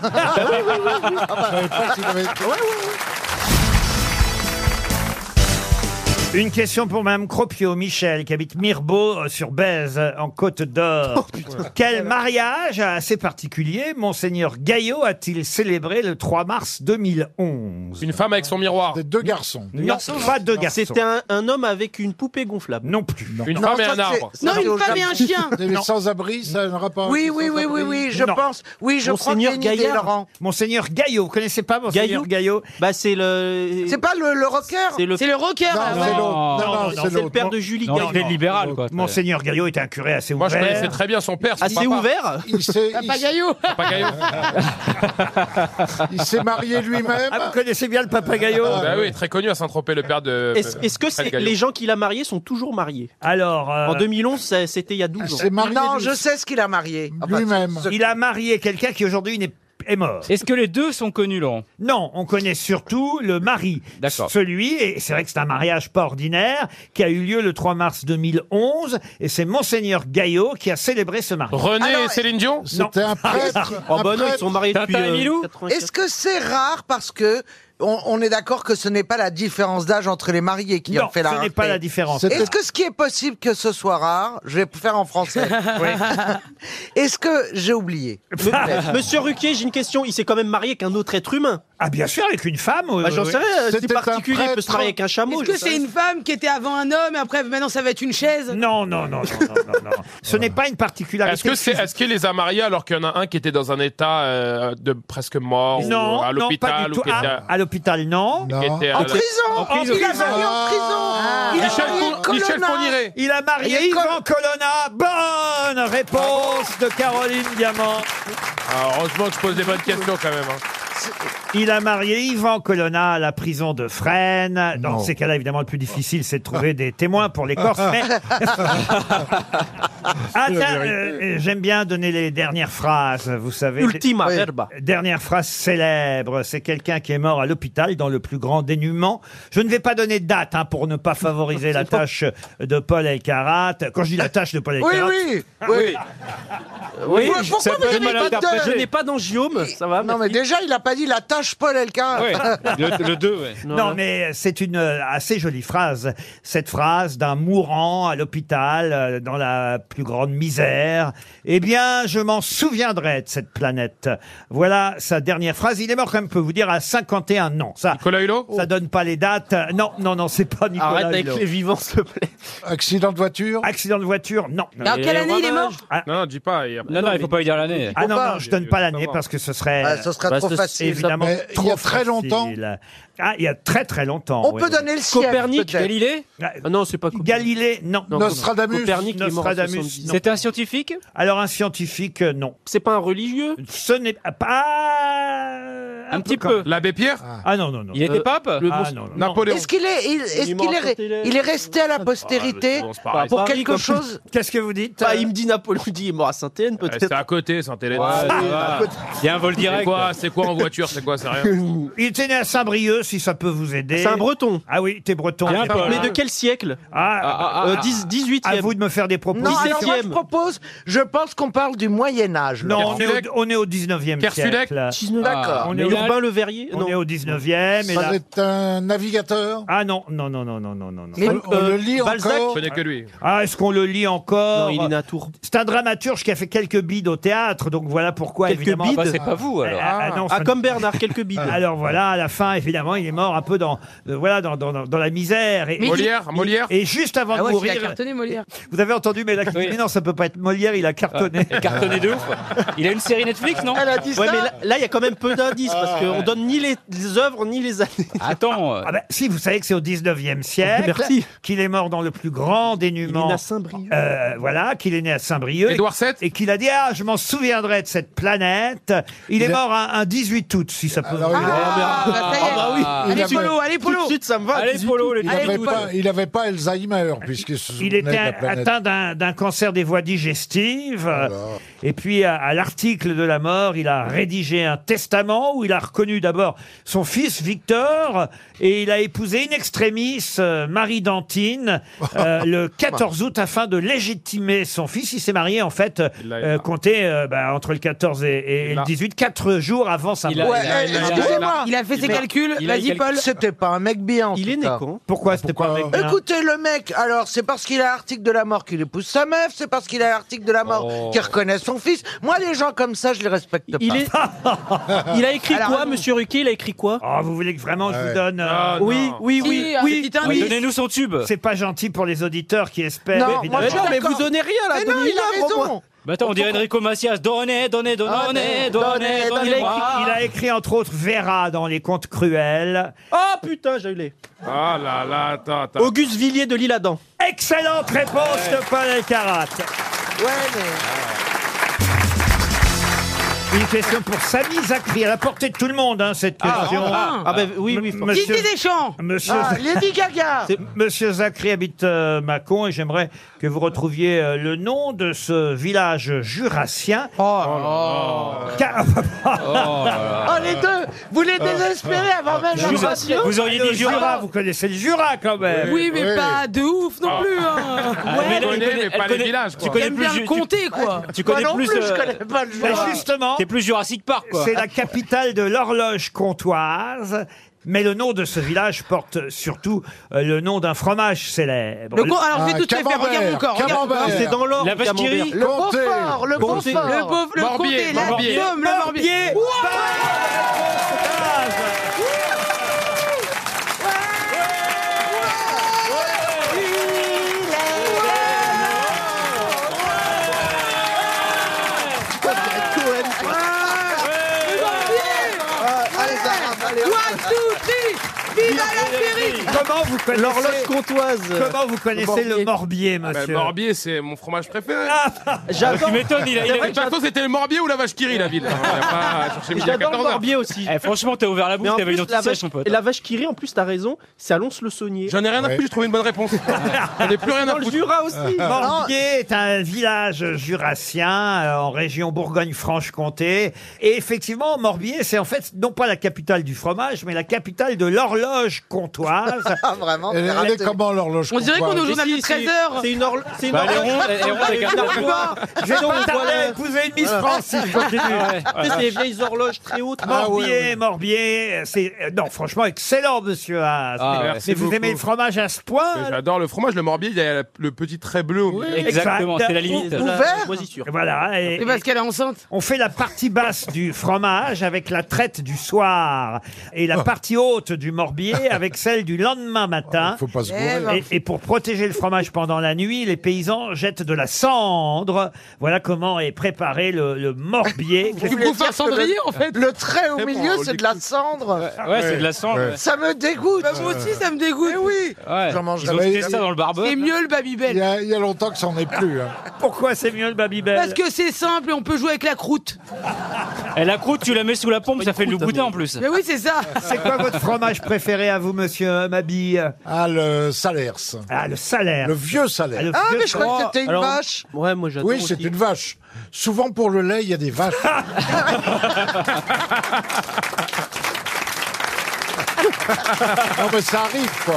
Speaker 2: Une question pour Mme Cropio Michel, qui habite Mirbeau euh, sur Bèze, euh, en Côte d'Or.
Speaker 4: Oh,
Speaker 2: Quel mariage assez particulier Monseigneur Gaillot a-t-il célébré le 3 mars 2011
Speaker 7: Une femme avec son miroir.
Speaker 3: Des deux garçons.
Speaker 2: Non, pas de garçons.
Speaker 4: C'était un, un homme avec une poupée gonflable.
Speaker 2: Non plus.
Speaker 7: Une
Speaker 8: Non,
Speaker 7: femme et
Speaker 8: ça,
Speaker 7: un
Speaker 8: c'est-
Speaker 7: arbre.
Speaker 8: ça,
Speaker 6: Non,
Speaker 8: c'est au
Speaker 6: une femme et
Speaker 8: Japon.
Speaker 6: un chien
Speaker 3: Des sans-abri, ça a un rapport
Speaker 8: Oui,
Speaker 3: avec
Speaker 8: oui,
Speaker 3: les
Speaker 8: oui, oui,
Speaker 3: sans-abri.
Speaker 8: oui, je
Speaker 2: Non.
Speaker 8: pense. Oui, je crois
Speaker 4: Monseigneur
Speaker 8: qu'il y a une idée,
Speaker 4: Gaillard.
Speaker 8: Laurent.
Speaker 2: Monseigneur Gaillot, vous connaissez pas Monseigneur Gaillot,
Speaker 4: Bah, c'est le.
Speaker 8: C'est pas le, le rocker
Speaker 4: C'est le,
Speaker 6: C'est le rocker
Speaker 3: Non,
Speaker 6: là,
Speaker 3: c'est
Speaker 6: ouais.
Speaker 3: l'autre. Non, non,
Speaker 2: Non, non,
Speaker 3: c'est
Speaker 4: c'est le
Speaker 3: l'autre.
Speaker 4: père de Julie
Speaker 5: Non,
Speaker 4: Gaillard.
Speaker 5: il est libéral, quoi.
Speaker 2: Monseigneur Gaillot était un curé assez
Speaker 7: Moi,
Speaker 2: ouvert.
Speaker 7: je connaissais très bien son père. son
Speaker 4: Assez
Speaker 7: papa.
Speaker 4: ouvert
Speaker 3: Il s'est-
Speaker 2: Ah,
Speaker 3: il
Speaker 6: Pas
Speaker 3: s'est-
Speaker 6: Gaillot
Speaker 7: Papa Gaillot.
Speaker 3: il s'est marié lui-même.
Speaker 2: Ah, vous connaissez bien le papa Gaillot
Speaker 7: Bah oui, très connu à Saint-Tropez, le père de. euh,
Speaker 4: Est-ce est-ce que
Speaker 7: Fred
Speaker 4: c'est-
Speaker 7: Gaillot.
Speaker 4: les gens qu'il a mariés sont toujours mariés
Speaker 2: Alors, euh,
Speaker 4: En 2011, ça- c'était il y a
Speaker 2: Ah,
Speaker 4: 12 ans.
Speaker 3: C'est marié
Speaker 8: Non,
Speaker 3: lui-
Speaker 8: je sais ce qu'il a marié. Enfin,
Speaker 3: lui-même.
Speaker 2: bah, il a marié quelqu'un qui aujourd'hui n'est est mort.
Speaker 5: Est-ce que les deux sont connus, Laurent
Speaker 2: Non, on connaît surtout le mari.
Speaker 5: D'accord.
Speaker 2: Celui, et c'est vrai que c'est un mariage pas ordinaire, qui a eu lieu le 3 mars 2011, et c'est Monseigneur Gaillot qui a célébré ce mariage.
Speaker 4: Ah
Speaker 7: René
Speaker 8: Alors,
Speaker 7: et Céline Dion
Speaker 3: C'était un prêtre.
Speaker 4: Oh
Speaker 3: un
Speaker 4: bah non, ils
Speaker 3: prêtre.
Speaker 4: sont mariés depuis
Speaker 5: Tintin et Milou
Speaker 4: 84.
Speaker 8: Est-ce que c'est rare parce que on, on est d'accord que ce n'est pas la différence d'âge entre les mariés qui
Speaker 2: non,
Speaker 8: en fait la
Speaker 2: ce n'est
Speaker 8: rareté.
Speaker 2: pas la différence.
Speaker 3: C'est-
Speaker 8: Est-ce que ce qui est possible que ce soit rare, je vais faire en français. Est-ce que j'ai oublié
Speaker 4: Me- Monsieur Ruquier, j'ai une question. Il s'est quand même marié avec un autre être humain.
Speaker 2: Ah, bien sûr, avec une femme. oui,
Speaker 4: Bah, J'en
Speaker 2: oui,
Speaker 4: sais
Speaker 2: oui.
Speaker 5: euh,
Speaker 4: rien. C'est
Speaker 3: C'était un
Speaker 4: particulier. Il peut se
Speaker 3: prêtre.
Speaker 4: marier avec un chameau.
Speaker 6: Est-ce
Speaker 4: je
Speaker 6: que
Speaker 4: sais
Speaker 6: c'est une femme qui était avant un homme et après maintenant ça va être une chaise
Speaker 2: Non, non, non, non, non, non, non. Ce n'est pas une particularité.
Speaker 7: Est-ce que c'est, est-ce qu'il les a mariés alors qu'il y en a un qui était dans un état euh, de presque mort ou à
Speaker 2: Non, non, pas
Speaker 7: l'hôpital
Speaker 2: du
Speaker 7: ou
Speaker 2: tout.
Speaker 7: qui était,
Speaker 2: Ah, à l'hôpital, non.
Speaker 7: qui
Speaker 3: Non.
Speaker 7: était à
Speaker 8: En
Speaker 7: la- Oh,
Speaker 8: prison
Speaker 2: prison.
Speaker 8: Il a marié en
Speaker 3: Ah.
Speaker 8: prison Il a
Speaker 7: Michel,
Speaker 8: marié
Speaker 7: Four- Michel
Speaker 8: Colonna.
Speaker 7: Fourniret.
Speaker 2: Il a marié
Speaker 8: Et
Speaker 2: Yvan Colonna. Bonne réponse de Caroline Diamant.
Speaker 7: Ah, heureusement que je pose des bonnes questions quand même. hein.
Speaker 4: pas.
Speaker 2: Il a marié Yvan Colonna à la prison de Fresnes. Dans
Speaker 9: Non.
Speaker 2: ces cas-là, évidemment, le plus difficile, c'est de trouver des témoins pour les Corses. mais- Ah,
Speaker 9: la
Speaker 2: tiens,
Speaker 9: vérité.
Speaker 2: euh, j'aime bien donner les dernières phrases, vous savez.
Speaker 4: Ultima
Speaker 2: Oui.
Speaker 4: verba.
Speaker 2: Dernière phrase célèbre. C'est quelqu'un qui est mort à l'hôpital dans le plus grand dénuement. Je ne vais pas donner de date hein, pour ne pas favoriser la tâche de Paul Elkarat. Quand je dis la tâche de Paul
Speaker 8: Oui,
Speaker 2: Elkarat. Ah,
Speaker 8: oui, oui.
Speaker 4: Oui,
Speaker 8: Pourquoi- pourquoi vous n'avez pas de-
Speaker 4: Je n'ai pas d'angiome, ça va.
Speaker 8: Non, mais déjà, il n'a pas dit la tâche Paul Elkarat.
Speaker 2: Non, mais c'est une euh, assez jolie phrase. Cette phrase d'un mourant à l'hôpital, euh, dans la plus grande misère. Eh bien, je m'en souviendrai de cette planète. Voilà sa dernière phrase. Il est mort, quand même, peut vous dire, à 51 ans. Ça, Nicolas Hulot Ça donne pas les dates. Euh, Non, non, non, c'est pas Nicolas
Speaker 4: Arrête avec
Speaker 2: Hulot.
Speaker 4: les vivants, s'il te plaît.
Speaker 2: Accident de voiture Accident de voiture, non.
Speaker 7: Dans quelle Et année il est mort Romain
Speaker 2: Ah,
Speaker 7: Non, non, dis pas. Non,
Speaker 5: non, il faut pas lui dire l'année.
Speaker 2: Ah non,
Speaker 7: Faut pas.
Speaker 2: non, je donne pas l'année parce que ce serait...
Speaker 8: Ah, ce serait
Speaker 2: Bah,
Speaker 8: trop
Speaker 2: ce-
Speaker 8: facile, ça.
Speaker 2: Évidemment,
Speaker 8: Mais il y a
Speaker 2: trop
Speaker 8: très longtemps
Speaker 2: facile. Ah, il y a très très longtemps.
Speaker 8: On
Speaker 2: oui,
Speaker 8: peut
Speaker 2: oui. Ah,
Speaker 8: donner le siècle,
Speaker 5: Copernic,
Speaker 8: peut-être.
Speaker 5: Galilée
Speaker 4: Ah Non, c'est pas Copernic.
Speaker 2: Galilée, non.
Speaker 4: Non, Nostradamus. Copernic, il est mort en
Speaker 2: Nostradamus,
Speaker 4: 70.
Speaker 2: non.
Speaker 5: C'était un scientifique
Speaker 2: Alors un scientifique, euh, non.
Speaker 4: C'est pas un religieux
Speaker 2: Ce n'est ah, pas...
Speaker 5: Un petit peu.
Speaker 7: L'abbé Pierre
Speaker 2: Ah non, non, non.
Speaker 5: Il était pape
Speaker 2: le- Ah, non, non, non. Napoléon.
Speaker 8: Est-ce qu'il est, il- est-ce
Speaker 4: Il est
Speaker 8: qu'il
Speaker 4: mort
Speaker 8: est,
Speaker 4: quand il est-
Speaker 8: il est resté à la postérité
Speaker 7: bon, Ah, c'est pareil.
Speaker 8: pour
Speaker 4: Paris,
Speaker 8: quelque
Speaker 4: comme-
Speaker 8: chose
Speaker 2: Qu'est-ce que vous dites
Speaker 4: Bah, il me dit Napoléon, il dit il est mort à Sainte-Hélène,
Speaker 7: Eh, C'est
Speaker 4: peut-être.
Speaker 7: à côté, saint hélène
Speaker 4: Ouais, c'est à côté.
Speaker 5: Il y a un vol
Speaker 7: C'est
Speaker 5: direct.
Speaker 7: quoi, c'est quoi en voiture C'est quoi, c'est rien
Speaker 2: Il était né à Saint-Brieuc, si ça peut vous aider.
Speaker 4: Ah, C'est un breton.
Speaker 2: Ah oui, t'es breton. ben,
Speaker 5: Bien, Paul.
Speaker 4: Mais de quel siècle
Speaker 2: Ah,
Speaker 4: Euh, 10 18e.
Speaker 2: à vous de me faire des
Speaker 8: Non,
Speaker 2: propositions.
Speaker 8: alors moi je
Speaker 4: 17e.
Speaker 8: propose, je pense qu'on parle du Moyen-Âge.
Speaker 2: Non, on, est
Speaker 7: Kersulek.
Speaker 2: au, on est au 19e
Speaker 7: Kersulek.
Speaker 2: siècle. Ah,
Speaker 4: 19e.
Speaker 8: D'accord.
Speaker 2: On
Speaker 4: Mais
Speaker 2: est, au-
Speaker 4: Urbain le Verrier
Speaker 2: on est au 19e. Et
Speaker 3: Ça
Speaker 2: là...
Speaker 3: c'est un navigateur.
Speaker 2: Ah non, non, non, non, non, non, non. non.
Speaker 3: On, on
Speaker 8: euh,
Speaker 3: le lit
Speaker 4: Balzac
Speaker 7: Je
Speaker 3: encore.
Speaker 7: connais que lui.
Speaker 2: Ah, est-ce qu'on le lit encore
Speaker 4: Non, il est né à Tours.
Speaker 2: C'est un dramaturge qui a fait quelques bides au théâtre, donc voilà pourquoi,
Speaker 4: Quelques
Speaker 2: évidemment.
Speaker 4: bides
Speaker 5: Bah, c'est pas vous alors.
Speaker 2: Ah, ah, non,
Speaker 4: Ah,
Speaker 2: ça-
Speaker 4: comme Bernard, quelques billes.
Speaker 2: Alors voilà, à la fin, évidemment, il est mort un peu dans, euh, voilà, dans, dans, dans- dans la misère. Et,
Speaker 7: Molière, Molière.
Speaker 2: et juste avant
Speaker 6: Ah ouais,
Speaker 2: de
Speaker 6: il a
Speaker 2: mourir,
Speaker 6: cartonné Molière.
Speaker 2: vous avez entendu, mais là, qui dit,
Speaker 5: Oui.
Speaker 2: mais non, ça peut pas être Molière, il a cartonné.
Speaker 5: Cartonné de ouf. Il a
Speaker 2: ah,
Speaker 5: une série Netflix, non
Speaker 8: Elle a dit
Speaker 4: Ouais,
Speaker 8: ça
Speaker 4: mais là- là, il y a quand même peu d'indices parce qu'on donne ni les, les œuvres ni les années.
Speaker 5: Attends. euh,
Speaker 2: Ah ben, si, vous savez que c'est au 19e siècle
Speaker 4: Merci.
Speaker 2: qu'il est mort dans le plus
Speaker 4: Il
Speaker 2: grand
Speaker 4: est
Speaker 2: dénuement.
Speaker 4: né à Saint-Brieuc.
Speaker 2: Euh, voilà, qu'il est né à Saint-Brieuc.
Speaker 7: Édouard VII
Speaker 2: Et qu'il a dit, ah, je m'en souviendrai de cette planète. Il, est
Speaker 3: Il a-
Speaker 2: mort un, un 18 août, si ça peut
Speaker 3: Alors,
Speaker 2: vous-
Speaker 3: il, a-
Speaker 8: Ah, bah, ça y est.
Speaker 5: Ah,
Speaker 8: Allez,
Speaker 3: Il a-
Speaker 8: Polo, allez,
Speaker 4: Tout de
Speaker 8: Polo
Speaker 4: suite, ça me va.
Speaker 5: Allez, Polo, les
Speaker 3: il
Speaker 5: gars.
Speaker 8: Allez,
Speaker 3: avait
Speaker 8: Paul.
Speaker 3: pas, il avait pas Alzheimer puisqu'il se
Speaker 2: Il
Speaker 3: souvenait de
Speaker 2: était
Speaker 3: la planète.
Speaker 2: atteint d'un d'un cancer des voies digestives. euh, Et puis, à, à l'article de la mort, il a rédigé un testament où il a reconnu d'abord son fils Victor et il a épousé in extremis euh, Marie Dantine euh, le 14 août afin de légitimer son fils. Il s'est marié, en fait,
Speaker 7: Il l'a-
Speaker 2: euh, compté euh, bah, entre le 14 et, et
Speaker 7: Il
Speaker 2: le
Speaker 7: l'a-
Speaker 2: 18, quatre jours avant sa
Speaker 5: Il a-
Speaker 2: mort.
Speaker 8: Ouais,
Speaker 5: il a-
Speaker 8: eh,
Speaker 5: il a-
Speaker 8: Excusez-moi
Speaker 6: Il a fait ses calculs.
Speaker 5: il a
Speaker 6: Vas-y,
Speaker 5: quelques-
Speaker 6: Paul.
Speaker 8: C'était pas un mec bien. en
Speaker 4: Il
Speaker 8: tout
Speaker 4: est né
Speaker 8: cas.
Speaker 4: con.
Speaker 2: Pourquoi c'était pas
Speaker 3: Pourquoi-
Speaker 2: avec un-
Speaker 8: Écoutez, le mec, alors c'est parce qu'il a l'article de la mort qu'il épouse sa meuf, c'est parce qu'il a l'article de la mort
Speaker 5: Oh.
Speaker 8: qu'il reconnaît son fils. Moi, les gens comme ça, je les respecte pas.
Speaker 4: Il, est... il a écrit
Speaker 8: Alors,
Speaker 4: quoi,
Speaker 8: non.
Speaker 4: monsieur Ruquier Il a écrit quoi
Speaker 2: Oh, vous voulez que vraiment je
Speaker 3: Ouais.
Speaker 2: vous donne... euh,
Speaker 7: Ah, non.
Speaker 4: Oui, oui,
Speaker 6: Si,
Speaker 4: oui,
Speaker 6: un
Speaker 4: oui.
Speaker 6: petit
Speaker 5: Mais
Speaker 6: indice.
Speaker 5: Donnez-nous son tube.
Speaker 2: C'est pas gentil pour les auditeurs qui espèrent.
Speaker 8: Non, moi,
Speaker 2: évidemment.
Speaker 4: Mais non, mais
Speaker 8: D'accord.
Speaker 4: vous donnez rien là,
Speaker 8: Mais non,
Speaker 4: donnez
Speaker 8: il
Speaker 4: une
Speaker 8: a
Speaker 4: œuvre, au moins.
Speaker 8: raison
Speaker 5: Bah attends, on dirait Enrico Macias. Donnez, donnez, donnez, Ah, donnez, donnez,
Speaker 8: donnez,
Speaker 5: donnez.
Speaker 2: Il a écrit entre autres Vera dans Les Contes Cruels.
Speaker 4: Ah putain, j'ai eu les.
Speaker 7: Ah là là, attends, attends.
Speaker 4: Auguste Villiers de l'Île-Adam.
Speaker 2: Excellente réponse de Paul Elkarat.
Speaker 8: Ouais, mais...
Speaker 2: Une question pour Samy Zakri, à la portée de tout le monde, hein, cette question.
Speaker 4: Ah ben oui, oui.
Speaker 2: M-
Speaker 4: faut-
Speaker 2: monsieur,
Speaker 6: Didier Deschamps.
Speaker 2: monsieur,
Speaker 8: Ah, Lady Gaga
Speaker 2: C'est- monsieur Zakri habite euh, Mâcon et j'aimerais que vous retrouviez euh, le nom de ce village jurassien.
Speaker 6: Oh,
Speaker 2: Car- ah, bah,
Speaker 8: Oh, les deux Vous les désespérez
Speaker 2: Ah.
Speaker 8: avant même la
Speaker 5: Vous,
Speaker 8: passion
Speaker 5: vous auriez
Speaker 2: le
Speaker 5: dit
Speaker 2: Jura,
Speaker 5: Jura.
Speaker 2: vous connaissez le Jura quand même.
Speaker 6: Oui, mais
Speaker 3: oui.
Speaker 6: pas de ouf non plus. hein.
Speaker 7: mais
Speaker 6: Ouais,
Speaker 7: là,
Speaker 6: mais
Speaker 7: il connaît, mais pas les villages,
Speaker 5: Tu
Speaker 7: quoi.
Speaker 5: connais
Speaker 6: j'aime bien
Speaker 5: plus.
Speaker 6: le
Speaker 5: tu-
Speaker 6: compter, quoi.
Speaker 5: Tu
Speaker 8: Moi
Speaker 5: connais
Speaker 8: non
Speaker 5: plus.
Speaker 8: plus, je
Speaker 5: euh,
Speaker 8: connais pas le
Speaker 2: Mais
Speaker 8: joueur.
Speaker 2: justement,
Speaker 5: T'es plus Jurassic Park, quoi. Ah,
Speaker 2: C'est la capitale de l'horloge comtoise. Mais le nom de ce village porte surtout euh, le nom d'un fromage célèbre.
Speaker 6: Le con- alors, je
Speaker 3: Ah,
Speaker 6: vais tout te faire. Regarde mon
Speaker 3: Camembert,
Speaker 6: corps. regarde mon corps.
Speaker 3: Camembert.
Speaker 4: C'est dans l'ordre.
Speaker 5: La vache qui
Speaker 4: Camembert.
Speaker 5: rit.
Speaker 8: Le
Speaker 3: Comté.
Speaker 8: confort, le
Speaker 4: Comté.
Speaker 8: confort
Speaker 6: Le pauvre, le
Speaker 7: Morbier,
Speaker 6: comté, la
Speaker 7: Morbier.
Speaker 6: somme, le morbier.
Speaker 2: Bonne réponse de Dave.
Speaker 8: Ah, allez, ça va, allez, euh,
Speaker 6: One, two, three.
Speaker 8: Vive Alain Périsse
Speaker 2: Comment vous connaissez
Speaker 4: L'horloge comtoise.
Speaker 2: Comment vous connaissez le Morbier, monsieur
Speaker 7: Ah, Eh, Morbier, c'est mon fromage préféré.
Speaker 4: J'adore.
Speaker 5: Ah, Tu m'étonnes, il a- il a-
Speaker 4: C'est
Speaker 7: De
Speaker 4: vrai que
Speaker 7: toute façon, c'était le Morbier ou la vache qui rit, la ville. hein. Il Ah, a pas à chercher midi à
Speaker 4: J'adore le
Speaker 7: 14 heures.
Speaker 4: Morbier aussi.
Speaker 5: Eh, franchement, t'as ouvert la
Speaker 4: Mais
Speaker 5: bouche,
Speaker 4: en
Speaker 5: t'avais une
Speaker 4: plus, la
Speaker 5: dentiste sèche,
Speaker 4: vache,
Speaker 5: mon pote.
Speaker 4: la vache qui rit, en plus, t'as raison, c'est Alonce-le-Saunier.
Speaker 7: J'en ai rien à foutre, j'ai trouvé une bonne réponse. Ah. J'en ai plus rien
Speaker 4: Dans
Speaker 7: à
Speaker 4: le
Speaker 7: foutre.
Speaker 4: Jura aussi.
Speaker 2: Morbier est un village jurassien euh, en région Bourgogne-Franche-Comté. Et effectivement, Morbier, c'est en fait non pas la capitale du fromage, mais la capitale de l'horloge comtoise.
Speaker 8: Ah, vraiment
Speaker 3: Elle est
Speaker 8: t'as raté.
Speaker 3: allée comment l'horloge
Speaker 6: On dirait qu'on est au
Speaker 4: Mais
Speaker 6: journal
Speaker 4: si,
Speaker 6: de
Speaker 4: c'est-
Speaker 6: 13h.
Speaker 4: C'est une horloge. C'est une
Speaker 5: Bah, les
Speaker 4: horloge.
Speaker 5: ronds, les ronds avec un
Speaker 4: N'arrive pas.
Speaker 2: Je vais
Speaker 4: Donc,
Speaker 2: pas tarder
Speaker 4: voilà.
Speaker 2: à épouser une Miss France si je continue.
Speaker 4: Tu sais, C'est les vieilles horloges très hautes.
Speaker 2: Morbier, Morbier, c'est euh, non franchement excellent monsieur Haas.
Speaker 5: Ah,
Speaker 2: Mais-
Speaker 5: ouais.
Speaker 7: Merci
Speaker 2: mais vous aimez le
Speaker 7: beaucoup.
Speaker 2: fromage à ce point
Speaker 7: Mais
Speaker 2: alors
Speaker 7: J'adore le fromage, le Morbier, il y a la- le petit trait bleu au milieu.
Speaker 5: Exactement,
Speaker 2: Exact.
Speaker 5: c'est la limite.
Speaker 4: De la
Speaker 8: Ouvert
Speaker 4: moisissure.
Speaker 2: Voilà. et-
Speaker 6: C'est parce qu'elle est enceinte.
Speaker 2: On fait la partie basse du fromage avec la traite du soir et
Speaker 8: Ah.
Speaker 2: la partie haute du Morbier avec celle du lendemain matin.
Speaker 3: Faut pas
Speaker 8: Eh
Speaker 3: se gourer.
Speaker 8: ben,
Speaker 2: Et, et pour protéger le fromage pendant la nuit, les paysans jettent de la cendre. Voilà comment est préparé le, le morbier.
Speaker 8: Vous voulez
Speaker 6: bouffes un
Speaker 8: dire que
Speaker 6: cendrier,
Speaker 8: le-
Speaker 6: en fait
Speaker 8: Le trait au
Speaker 7: C'est bon,
Speaker 8: milieu,
Speaker 7: on
Speaker 8: c'est de
Speaker 7: l'écoute.
Speaker 8: la cendre.
Speaker 5: Ouais, c'est de la sang.
Speaker 3: Ouais.
Speaker 5: ouais.
Speaker 8: Ça me dégoûte.
Speaker 6: moi aussi, ça me dégoûte.
Speaker 8: Eh oui
Speaker 5: Ouais.
Speaker 3: J'en mangerai
Speaker 5: Ils ont
Speaker 3: pas.
Speaker 5: jeté ça dans le barbeur.
Speaker 6: C'est mieux le
Speaker 3: Il y,
Speaker 6: Babybel.
Speaker 3: a, il y a longtemps que ça n'en est plus. hein.
Speaker 2: Pourquoi c'est mieux le Babybel
Speaker 6: Parce que c'est simple et on peut jouer avec la croûte.
Speaker 5: Et la croûte, tu la mets sous la pompe, ça fait le boudin en plus.
Speaker 6: Mais oui, c'est ça.
Speaker 2: C'est quoi votre fromage préféré à vous, monsieur Mabille
Speaker 3: Ah, le Salers.
Speaker 2: Ah, le salaire.
Speaker 3: Le vieux Salers.
Speaker 2: le
Speaker 8: Ah,
Speaker 2: vieux
Speaker 8: mais je croyais que c'était une
Speaker 4: Alors,
Speaker 8: vache
Speaker 4: Ouais, moi j'adore.
Speaker 3: Oui, c'est
Speaker 4: aussi.
Speaker 3: une vache. Souvent pour le lait, il y a des vaches. Ah non, mais ça arrive, quoi.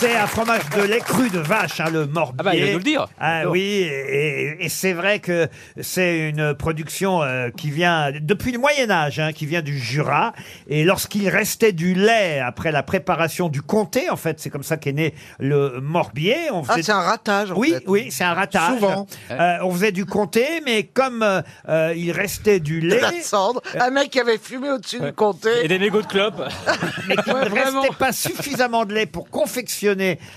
Speaker 2: C'est un fromage de lait cru de vache, hein, le Morbier.
Speaker 5: Ah bah, il vient de nous le dire.
Speaker 2: Ah oui, et, et c'est vrai que c'est une production euh, qui vient depuis le Moyen Âge, hein, qui vient du Jura. Et lorsqu'il restait du lait après la préparation du comté, en fait, c'est comme ça qu'est né le Morbier. On
Speaker 8: Ah,
Speaker 2: faisait-
Speaker 8: c'est un ratage, en
Speaker 2: oui,
Speaker 8: fait.
Speaker 2: oui, c'est un ratage.
Speaker 3: Souvent.
Speaker 2: Euh, on faisait du comté, mais comme euh, euh, il restait du
Speaker 8: De
Speaker 2: lait,
Speaker 8: la cendre. Un mec qui avait fumé au-dessus du
Speaker 5: Et
Speaker 8: comté.
Speaker 5: des mégots de clopes.
Speaker 2: mais qu'il ne restait pas suffisamment de lait pour confectionner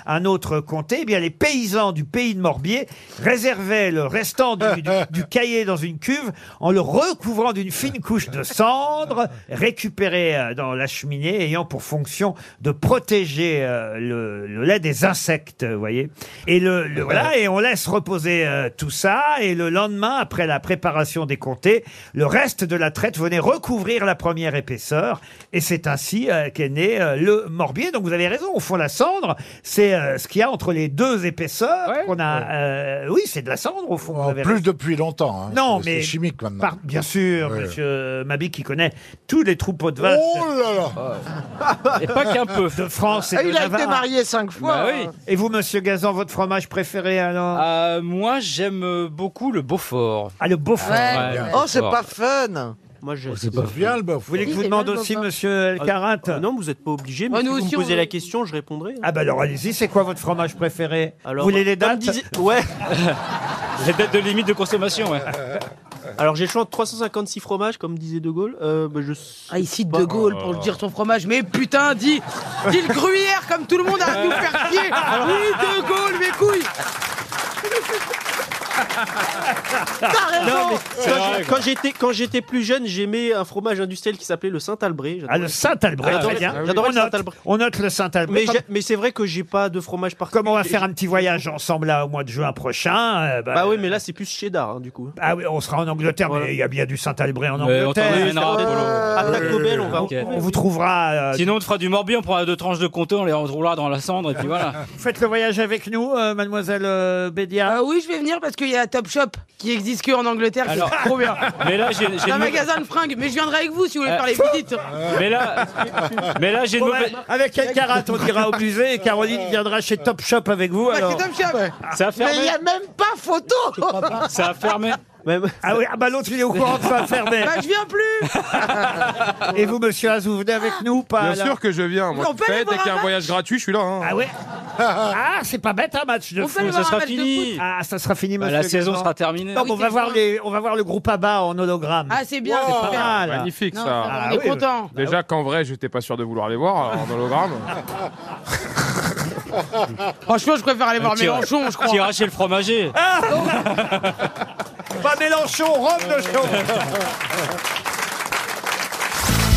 Speaker 2: un autre comté, eh bien les paysans du pays de Morbier réservaient le restant du, du- du cahier dans une cuve en le recouvrant d'une fine couche de cendre récupérée euh, dans la cheminée, ayant pour fonction de protéger euh, le, le lait des insectes, vous voyez. Et le, le- voilà, et on laisse reposer euh, tout ça, et le lendemain, après la préparation des comtés, le reste de la traite venait recouvrir la première épaisseur, et c'est ainsi euh, qu'est né euh, le morbier. Donc vous avez raison, au fond, la cendre, c'est euh, ce qu'il y a entre les deux épaisseurs
Speaker 5: Ouais.
Speaker 2: qu'on a. euh, oui, c'est de la cendre, au fond. vous
Speaker 3: En
Speaker 2: avez
Speaker 3: plus
Speaker 2: raison.
Speaker 3: depuis longtemps. hein.
Speaker 2: Non,
Speaker 3: C'est
Speaker 2: mais-
Speaker 3: chimique maintenant.
Speaker 2: Par- bien sûr,
Speaker 3: Ouais.
Speaker 2: monsieur Mabi qui connaît tous les troupeaux de vaches
Speaker 3: Oh là là
Speaker 5: Et pas qu'un peu.
Speaker 2: de France et
Speaker 8: Ah,
Speaker 2: de
Speaker 8: il a été
Speaker 2: Navarre.
Speaker 8: marié cinq fois.
Speaker 5: Bah oui.
Speaker 2: Et vous, monsieur Gazan, votre fromage préféré alors
Speaker 5: Euh, moi, j'aime beaucoup le Beaufort.
Speaker 2: Ah, le Beaufort.
Speaker 6: Ouais.
Speaker 5: Ouais, le
Speaker 8: Oh, c'est
Speaker 5: Beaufort.
Speaker 8: pas fun
Speaker 4: Moi je.
Speaker 3: Bien le bof.
Speaker 2: Vous voulez que je vous
Speaker 6: Il est
Speaker 2: demande
Speaker 6: là, le
Speaker 2: aussi,
Speaker 6: Beaufort.
Speaker 2: monsieur El Karat
Speaker 4: Euh, non, vous n'êtes pas obligé, mais
Speaker 6: Oh,
Speaker 4: si
Speaker 6: nous
Speaker 4: vous
Speaker 6: aussi,
Speaker 4: me
Speaker 6: on-
Speaker 4: posez la question, je répondrai.
Speaker 2: Ah bah alors allez-y, c'est quoi votre fromage préféré
Speaker 4: Alors,
Speaker 2: Vous voulez les
Speaker 4: comme
Speaker 2: dates
Speaker 4: disait- Ouais.
Speaker 5: Les dates de limite de consommation, ouais.
Speaker 4: Alors j'ai le choix de 356 fromages, comme disait De Gaulle. Euh, bah, je...
Speaker 6: Ah, il cite De Gaulle
Speaker 5: Oh.
Speaker 6: pour le dire ton fromage. Mais putain, dis, dis le gruyère comme tout le monde arrête de nous faire pied. Oui, De Gaulle, mes couilles.
Speaker 8: T'as raison
Speaker 4: Quand j'ai- quand j'étais quand j'étais plus jeune, j'aimais un fromage industriel qui s'appelait le Saint-Albret.
Speaker 2: Ah, le Saint-Albret,
Speaker 4: J'adorais-
Speaker 2: très bien. Ah
Speaker 4: j'adorais
Speaker 2: on,
Speaker 4: le
Speaker 2: note,
Speaker 4: Saint-Albret.
Speaker 2: on note le Saint-Albret.
Speaker 4: Mais,
Speaker 2: Comme,
Speaker 4: j'ai- mais c'est vrai que j'ai pas de fromage par
Speaker 2: comme on va faire un petit voyage ensemble là, au mois de juin prochain, euh, bah,
Speaker 4: Bah oui, mais là c'est plus cheddar hein, du coup.
Speaker 2: ah oui, on sera en Angleterre, mais
Speaker 4: Voilà.
Speaker 2: Ah, il y a bien du Saint-Albret en
Speaker 5: Euh, on t'en
Speaker 2: Angleterre.
Speaker 5: ramènera
Speaker 8: c'est
Speaker 5: des
Speaker 8: vrai.
Speaker 5: bolos.
Speaker 4: À Taco Bell, on va.
Speaker 5: ok.
Speaker 2: On vous trouvera. euh,
Speaker 5: Sinon, on te fera du Morbier, on prendra deux tranches de comté, on les enroulera dans la cendre, et puis voilà.
Speaker 2: vous faites le voyage avec nous, euh, mademoiselle euh, Bédia.
Speaker 6: Ah oui, je vais venir parce qu'il y a Top Shop qui existe que en Angleterre. qui
Speaker 5: Alors,
Speaker 6: est trop bien.
Speaker 5: Mais là, j'ai Euh. j'ai
Speaker 6: C'est un
Speaker 5: une, mau-
Speaker 6: magasin de fringues. Mais je viendrai avec vous si vous voulez faire les visites.
Speaker 5: mais là, mais là, j'ai une
Speaker 2: Bon, bah,
Speaker 5: mauvaise.
Speaker 2: avec El Karat, on ira au musée et Caroline viendra chez Top Shop avec vous.
Speaker 6: Bah, c'est
Speaker 2: Alors.
Speaker 6: Top Shop.
Speaker 5: Ah, Ça a
Speaker 8: Mais il
Speaker 5: fermé.
Speaker 8: n'y a même pas photo
Speaker 5: Ça a fermé.
Speaker 4: Même...
Speaker 2: Ah oui, ah bah l'autre il est au courant de ça, fermé.
Speaker 6: Bah, je viens plus.
Speaker 2: Et vous, monsieur Az, vous venez avec
Speaker 6: Ah.
Speaker 2: nous ou pas
Speaker 7: Bien
Speaker 2: alors
Speaker 7: sûr que je viens. Moi,
Speaker 6: Non,
Speaker 7: je
Speaker 6: pas les
Speaker 7: fais, dès qu'il y a
Speaker 6: Moravaches.
Speaker 7: un voyage gratuit, je suis là. hein.
Speaker 2: Ah ouais Ah, c'est pas bête un match de
Speaker 6: On
Speaker 2: foot.
Speaker 6: peut le
Speaker 5: Ça
Speaker 6: voir un
Speaker 5: sera
Speaker 6: match de
Speaker 5: fini.
Speaker 6: foot.
Speaker 2: Ah, ça sera fini,
Speaker 5: Bah,
Speaker 2: monsieur.
Speaker 5: la saison
Speaker 2: Guégan.
Speaker 5: sera terminée.
Speaker 2: Non, mais on,
Speaker 6: Oui,
Speaker 2: va
Speaker 6: c'est
Speaker 2: voir
Speaker 6: ça.
Speaker 2: les, on va voir le groupe ABBA en hologramme.
Speaker 6: Ah, c'est bien.
Speaker 2: C'est
Speaker 6: super.
Speaker 2: pas mal.
Speaker 7: Oh, Magnifique
Speaker 6: Non,
Speaker 7: ça.
Speaker 6: ça va,
Speaker 2: Ah
Speaker 6: on est
Speaker 2: oui,
Speaker 6: content.
Speaker 7: Déjà qu'en vrai, j'étais pas sûr de vouloir les voir euh, alors, en hologramme.
Speaker 6: Franchement, je préfère aller voir
Speaker 5: Tira-
Speaker 6: Mélenchon, je crois.
Speaker 5: Tira Euh, chez le fromager.
Speaker 2: Ah Pas Mélenchon, Rome de Chaux.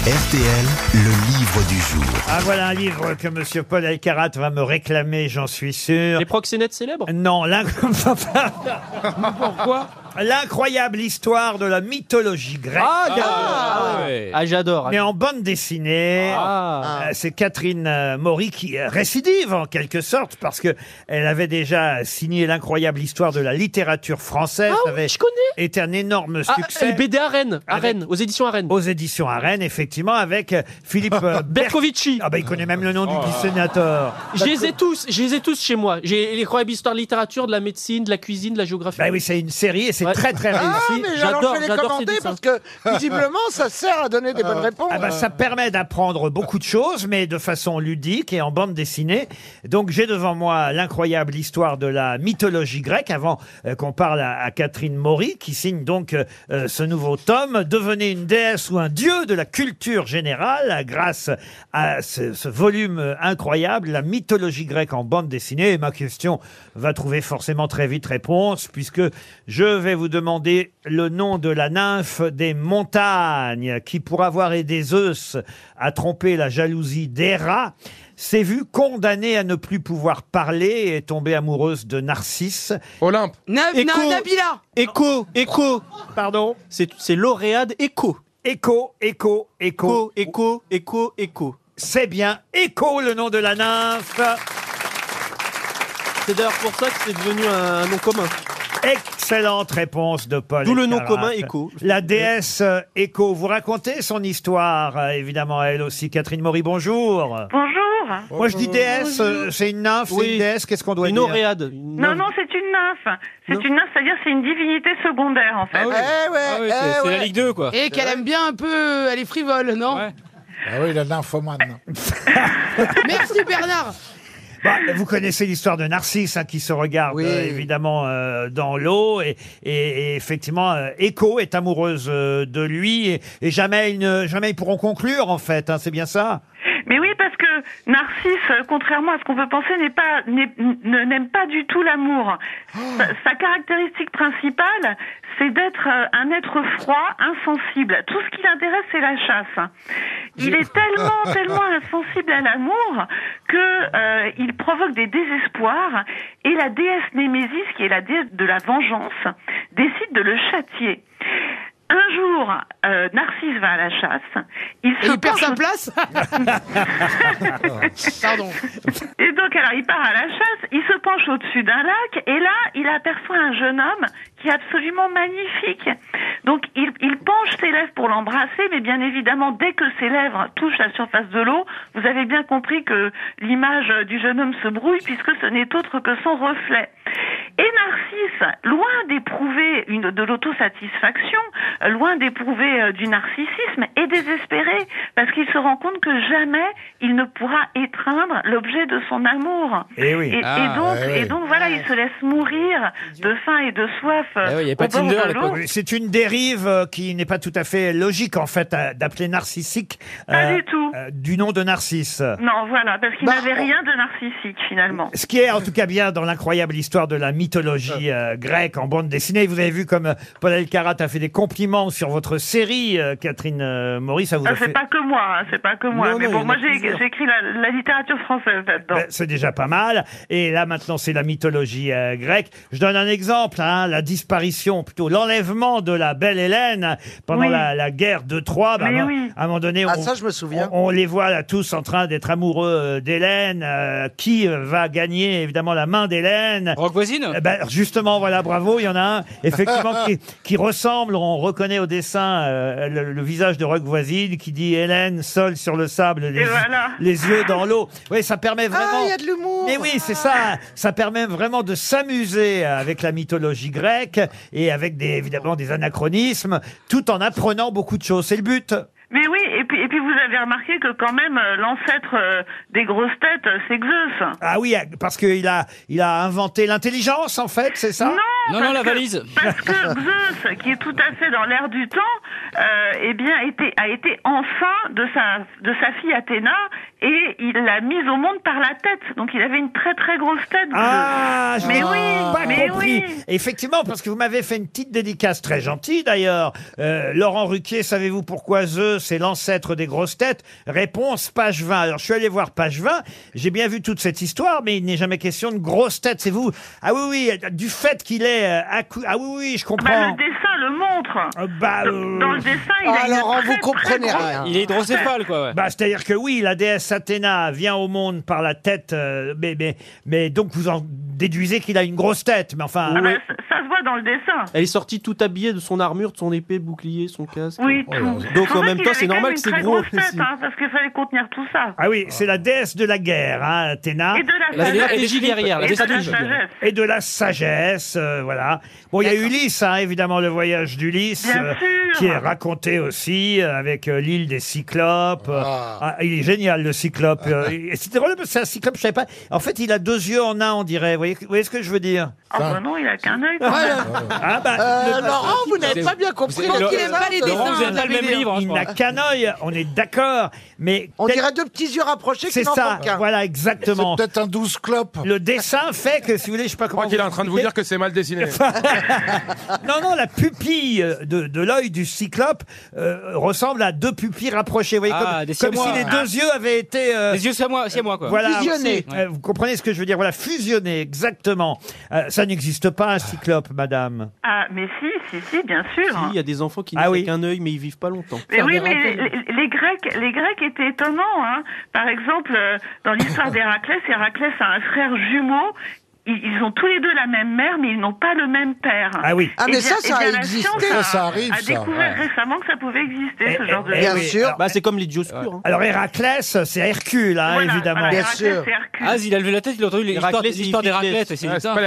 Speaker 1: RTL, le livre du jour.
Speaker 2: Ah, voilà un livre que Monsieur Paul Alcarat va me réclamer, j'en suis sûr. Les
Speaker 4: proxénètes célèbres
Speaker 2: Non, l'in-
Speaker 4: Pourquoi
Speaker 2: L'incroyable histoire de la mythologie grecque.
Speaker 4: Ah, gars. Ah, ouais. Ah, j'adore.
Speaker 2: Mais en bande dessinée, euh, c'est Catherine euh, Maury qui euh, récidive en quelque sorte parce que elle avait déjà signé l'incroyable histoire de la littérature française. Ça avait Été un énorme
Speaker 4: Ah,
Speaker 2: succès.
Speaker 4: les BD à Rennes, à
Speaker 2: Avec-
Speaker 4: Rennes, aux éditions à Rennes.
Speaker 2: Aux éditions à Rennes, effectivement, avec euh, Philippe euh, Ber-
Speaker 4: Bercovici.
Speaker 2: Ah bah il connaît même le nom du sénateur.
Speaker 4: Je les ai tous, je les ai tous chez moi. J'ai les croyables histoires de littérature, de la médecine, de la cuisine, de la géographie.
Speaker 2: Bah oui, c'est une série et c'est très très
Speaker 8: Ah,
Speaker 2: réussi.
Speaker 8: mais alors je vais les commander parce que visiblement ça sert à donner des bonnes réponses.
Speaker 2: Ah bah, ça permet d'apprendre beaucoup de choses, mais de façon ludique et en bande dessinée. Donc j'ai devant moi l'incroyable histoire de la mythologie grecque, avant euh, qu'on parle à, à Catherine Maury, qui signe donc euh, euh, ce nouveau tome, Devenez une déesse ou un dieu de la culture générale, euh, grâce à ce, ce volume euh, incroyable, la mythologie grecque en bande dessinée. Et ma question va trouver forcément très vite réponse, puisque je vais vous demander le nom de la nymphe des montagnes, qui pour avoir aidé Zeus à tromper la jalousie d'Héra, s'est vue condamnée à ne plus pouvoir parler et tombée amoureuse de Narcisse.
Speaker 7: Olympe.
Speaker 6: Na-
Speaker 4: Écho.
Speaker 6: Na- Nabila
Speaker 4: Écho, écho.
Speaker 2: Pardon
Speaker 4: C'est c'est lauréat écho.
Speaker 2: Écho, écho, écho.
Speaker 4: Écho, écho, écho, écho.
Speaker 2: C'est bien Écho le nom de la nymphe.
Speaker 4: C'est d'ailleurs pour ça que c'est devenu un nom commun.
Speaker 2: Excellente réponse de Paul.
Speaker 4: D'où le nom
Speaker 2: Elkarat.
Speaker 4: commun Echo.
Speaker 2: La déesse euh, Echo. Vous racontez son histoire, euh, évidemment, elle aussi. Catherine Maury, bonjour.
Speaker 9: Bonjour.
Speaker 2: Moi, je dis déesse, euh, c'est une nymphe,
Speaker 4: Oui.
Speaker 2: c'est une déesse, qu'est-ce qu'on doit
Speaker 4: Une
Speaker 2: dire
Speaker 4: oréade.
Speaker 9: Non, non, c'est une nymphe. C'est une nymphe, c'est-à-dire c'est une divinité secondaire en fait.
Speaker 5: Ah oui.
Speaker 6: Eh
Speaker 5: Ah oui, c'est c'est la Ligue 2, quoi.
Speaker 6: Et qu'elle aime bien un peu, euh, elle est frivole, non
Speaker 3: Ah oui, la nymphomane.
Speaker 6: Merci Bernard.
Speaker 2: Bah, vous connaissez l'histoire de Narcisse hein, qui se regarde euh, évidemment euh, dans l'eau et, et- et effectivement euh, Echo est amoureuse euh, de lui et, et jamais ils ne- jamais ils pourront conclure en fait hein, c'est bien ça
Speaker 9: Mais oui, parce que Narcisse, euh, contrairement à ce qu'on peut penser, n'est pas, n'est- ne- n'aime pas du tout l'amour. Sa, sa caractéristique principale, c'est d'être euh, un être froid, insensible. Tout ce qui l'intéresse, c'est la chasse. Il est tellement, tellement insensible à l'amour que euh, il provoque des désespoirs et la déesse Némésis, qui est la déesse de la vengeance, décide de le châtier. Un jour, euh, Narcisse va à la chasse. Il
Speaker 6: Et
Speaker 9: se
Speaker 6: il perd
Speaker 9: penche
Speaker 6: sa
Speaker 9: au-
Speaker 6: place Pardon.
Speaker 9: et donc, alors, il part à la chasse, il se penche au-dessus d'un lac, et là, il aperçoit un jeune homme qui est absolument magnifique. Donc, il, il penche ses lèvres pour l'embrasser, mais bien évidemment, dès que ses lèvres touchent la surface de l'eau, vous avez bien compris que l'image euh, du jeune homme se brouille, puisque ce n'est autre que son reflet. Et Narcisse, loin d'éprouver une de l'autosatisfaction, euh, loin d'éprouver euh, du narcissisme, est désespéré parce qu'il se rend compte que jamais il ne pourra étreindre l'objet de son amour.
Speaker 2: Eh oui.
Speaker 9: Et, et
Speaker 2: Ah,
Speaker 9: donc,
Speaker 2: ouais, ouais.
Speaker 9: et donc voilà, il se laisse mourir de faim et de soif. euh,
Speaker 5: Eh oui, il y a pas
Speaker 9: au
Speaker 5: de
Speaker 9: bord
Speaker 5: Tinder,
Speaker 9: d'un
Speaker 5: à l'époque.
Speaker 9: lac.
Speaker 2: Oui, c'est une dérive euh, qui n'est pas tout à fait logique en fait euh, d'appeler narcissique
Speaker 9: Pas du tout.
Speaker 2: euh, du nom de Narcisse
Speaker 9: Non, voilà, parce qu'il
Speaker 8: Bah,
Speaker 9: n'avait
Speaker 8: on-
Speaker 9: rien de narcissique finalement.
Speaker 2: Ce qui est en tout cas bien dans l'incroyable histoire de la mythologie euh, grecque en bande dessinée, vous avez vu comme euh, Paul Elkarat a fait des compliments sur votre série, euh, Catherine euh, Maurice, ça vous
Speaker 9: Ah,
Speaker 2: a
Speaker 9: c'est
Speaker 2: fait...
Speaker 9: pas que moi, hein, c'est pas que moi.
Speaker 4: Non,
Speaker 9: mais
Speaker 4: non, il y
Speaker 9: bon,
Speaker 4: en
Speaker 9: moi
Speaker 4: a
Speaker 9: j'ai
Speaker 4: plusieurs.
Speaker 9: j'ai écrit la, la littérature française là-dedans.
Speaker 2: Ben, c'est déjà pas mal. Et là, maintenant, c'est la mythologie euh, grecque. Je donne un exemple, hein, la disparition, plutôt l'enlèvement de la belle Hélène pendant
Speaker 9: Oui.
Speaker 2: la, la guerre de Troie. Ben,
Speaker 9: Mais
Speaker 2: à un-
Speaker 9: oui.
Speaker 2: À un moment donné,
Speaker 8: Ah,
Speaker 2: on,
Speaker 8: ça, je me souviens.
Speaker 2: on, on les voit là tous en train d'être amoureux euh, d'Hélène. euh, qui euh, va gagner, évidemment, la main d'Hélène
Speaker 5: Rock voisine
Speaker 2: Eh ben, justement, voilà, bravo, il y en a un, effectivement, qui, qui ressemble, on reconnaît au dessin euh, le, le visage de Rock Voisine qui dit Hélène, seule sur le sable, les,
Speaker 9: Et voilà.
Speaker 2: les yeux dans l'eau. Oui, ça permet vraiment...
Speaker 8: Ah, il y a de l'humour.
Speaker 2: Mais oui, c'est ça. Ça permet vraiment de s'amuser avec la mythologie grecque et avec des, évidemment des anachronismes, tout en apprenant beaucoup de choses. C'est le but.
Speaker 9: Mais oui, et puis, et puis vous avez remarqué que quand même euh, l'ancêtre euh, des grosses têtes, euh, c'est Zeus.
Speaker 2: Ah oui, parce qu'il a, il a inventé l'intelligence, en fait, c'est ça
Speaker 9: Non,
Speaker 5: Non, non,
Speaker 9: parce
Speaker 5: la
Speaker 9: que-
Speaker 5: valise.
Speaker 9: Parce que Zeus, qui est tout à fait dans l'air du temps, euh, eh bien, était, a été enfin de sa, de sa fille Athéna et il l'a mise au monde par la tête. Donc il avait une très très grosse tête.
Speaker 2: Ah,
Speaker 9: Zeus.
Speaker 2: je
Speaker 9: mais
Speaker 2: n'ai
Speaker 9: oui,
Speaker 2: pas
Speaker 9: mais
Speaker 2: compris.
Speaker 9: oui.
Speaker 2: Effectivement, parce que vous m'avez fait une petite dédicace très gentille d'ailleurs. Euh, Laurent Ruquier, savez-vous pourquoi Zeus c'est l'ancêtre des grosses têtes Réponse, page 20. Alors je suis allé voir page 20, j'ai bien vu toute cette histoire, mais il n'est jamais question de grosses têtes, c'est vous. Ah oui, oui, du fait qu'il est... euh, à cou- Ah oui, oui, je
Speaker 9: Bah, le
Speaker 2: comprends.
Speaker 9: dessin le montre.
Speaker 2: bah,
Speaker 9: dans, dans le dessin, il a une très, très grosse tête.
Speaker 2: Bah, c'est-à-dire que oui, la déesse Athéna vient au monde par la tête, euh, mais, mais, mais donc vous en déduisez qu'il a une grosse tête, mais enfin...
Speaker 9: Ah bah, ça, ça se voit dans le dessin.
Speaker 4: Elle est sortie tout habillée de son armure, de son épée, bouclier, son casque.
Speaker 9: Oui,
Speaker 4: Oh là
Speaker 9: tout.
Speaker 4: là. Donc
Speaker 9: C'est
Speaker 4: en
Speaker 9: vrai
Speaker 4: même
Speaker 9: qu'il
Speaker 4: temps,
Speaker 9: avait
Speaker 4: c'est
Speaker 9: quand
Speaker 4: normal que
Speaker 9: même une
Speaker 4: c'est
Speaker 9: très
Speaker 4: gros.
Speaker 9: grosse tête, hein, parce qu'il fallait contenir tout ça.
Speaker 2: Ah oui, c'est la déesse de la guerre, hein, Athéna.
Speaker 9: Et de la La sagesse. stratégie derrière, la Et de la stratégie. sagesse.
Speaker 2: Et de la sagesse, euh, voilà. Bon, il y a Ulysse, hein, évidemment, le voyage d'Ulysse, euh,
Speaker 9: Bien sûr.
Speaker 2: qui est raconté aussi euh, avec euh, l'île des Cyclopes. Euh, ah, il est génial, le Cyclope. Euh, et C'était drôle parce que c'est un Cyclope, je savais pas. En fait, il a deux yeux en un, on dirait. Vous voyez, vous voyez ce que je veux dire
Speaker 9: Ah bah non, il a qu'un œil. quand même.
Speaker 2: Ah bah,
Speaker 8: Euh,
Speaker 2: le-
Speaker 8: Laurent, vous n'avez pas bien compris.
Speaker 2: Laurent,
Speaker 8: le-
Speaker 2: il aime pas les
Speaker 8: Laurent,
Speaker 2: dessins,
Speaker 8: vous êtes
Speaker 2: vous
Speaker 8: pas
Speaker 2: avez dit, Il n'a qu'un œil, on est d'accord, mais...
Speaker 8: On dirait deux petits yeux rapprochés qui
Speaker 2: C'est
Speaker 8: n'en
Speaker 2: ça,
Speaker 8: font qu'un.
Speaker 2: voilà, exactement.
Speaker 3: C'est peut-être un douze clope.
Speaker 2: Le dessin fait que, si vous voulez, je sais pas
Speaker 7: Je crois
Speaker 2: comment...
Speaker 7: qu'il est en train de vous dire que c'est mal dessiné.
Speaker 2: non, non, la pupille de, de l'œil du cyclope euh, ressemble à deux pupilles rapprochées. Vous voyez,
Speaker 5: Ah,
Speaker 2: comme-
Speaker 5: des
Speaker 2: comme,
Speaker 5: siamois. Ah.
Speaker 2: si les deux yeux avaient été... euh,
Speaker 5: Les yeux, c'est à moi, c'est à moi, quoi.
Speaker 2: Voilà,
Speaker 5: Fusionnés.
Speaker 2: Euh, vous comprenez ce que je veux dire Voilà, fusionner, exactement. Euh, ça n'existe pas, un cyclope, madame.
Speaker 9: Ah, mais si, si, si, bien sûr.
Speaker 4: Il y a des
Speaker 2: Ah
Speaker 4: enfants qui n'ont qu'un œil, mais ils vivent pas longtemps.
Speaker 9: Mais oui, mais les, les- les Grecs, les Grecs étaient étonnants. Hein. Par exemple, euh, dans l'histoire d'Héraclès, Héraclès a un frère jumeau. Ils, ils ont tous les deux la même mère, mais ils n'ont pas le même père.
Speaker 2: Ah oui.
Speaker 8: Ah,
Speaker 9: Eh
Speaker 8: mais
Speaker 9: bien-
Speaker 8: ça,
Speaker 9: eh
Speaker 8: ça
Speaker 9: bien,
Speaker 8: a
Speaker 9: la
Speaker 8: existé.
Speaker 9: science
Speaker 8: Ça,
Speaker 9: a-
Speaker 8: ça arrive,
Speaker 9: A
Speaker 8: ça,
Speaker 9: découvert
Speaker 8: ouais.
Speaker 9: récemment que ça pouvait exister, ce
Speaker 2: Eh,
Speaker 9: genre de
Speaker 2: eh,
Speaker 9: choses.
Speaker 2: oui, alors-
Speaker 4: Bah, c'est comme les dioscures.
Speaker 2: hein. Alors Héraclès, c'est Hercule, hein,
Speaker 9: Voilà,
Speaker 2: évidemment.
Speaker 9: voilà, Bien Héraclès, sûr. c'est Hercule.
Speaker 5: Ah, il a levé la tête, il a entendu l'histoire
Speaker 4: Héraclès,
Speaker 5: l'histoire
Speaker 4: il fit
Speaker 5: d'Héraclès.
Speaker 4: les-
Speaker 5: C'est
Speaker 4: Ouais, c'est
Speaker 5: putain.
Speaker 4: pas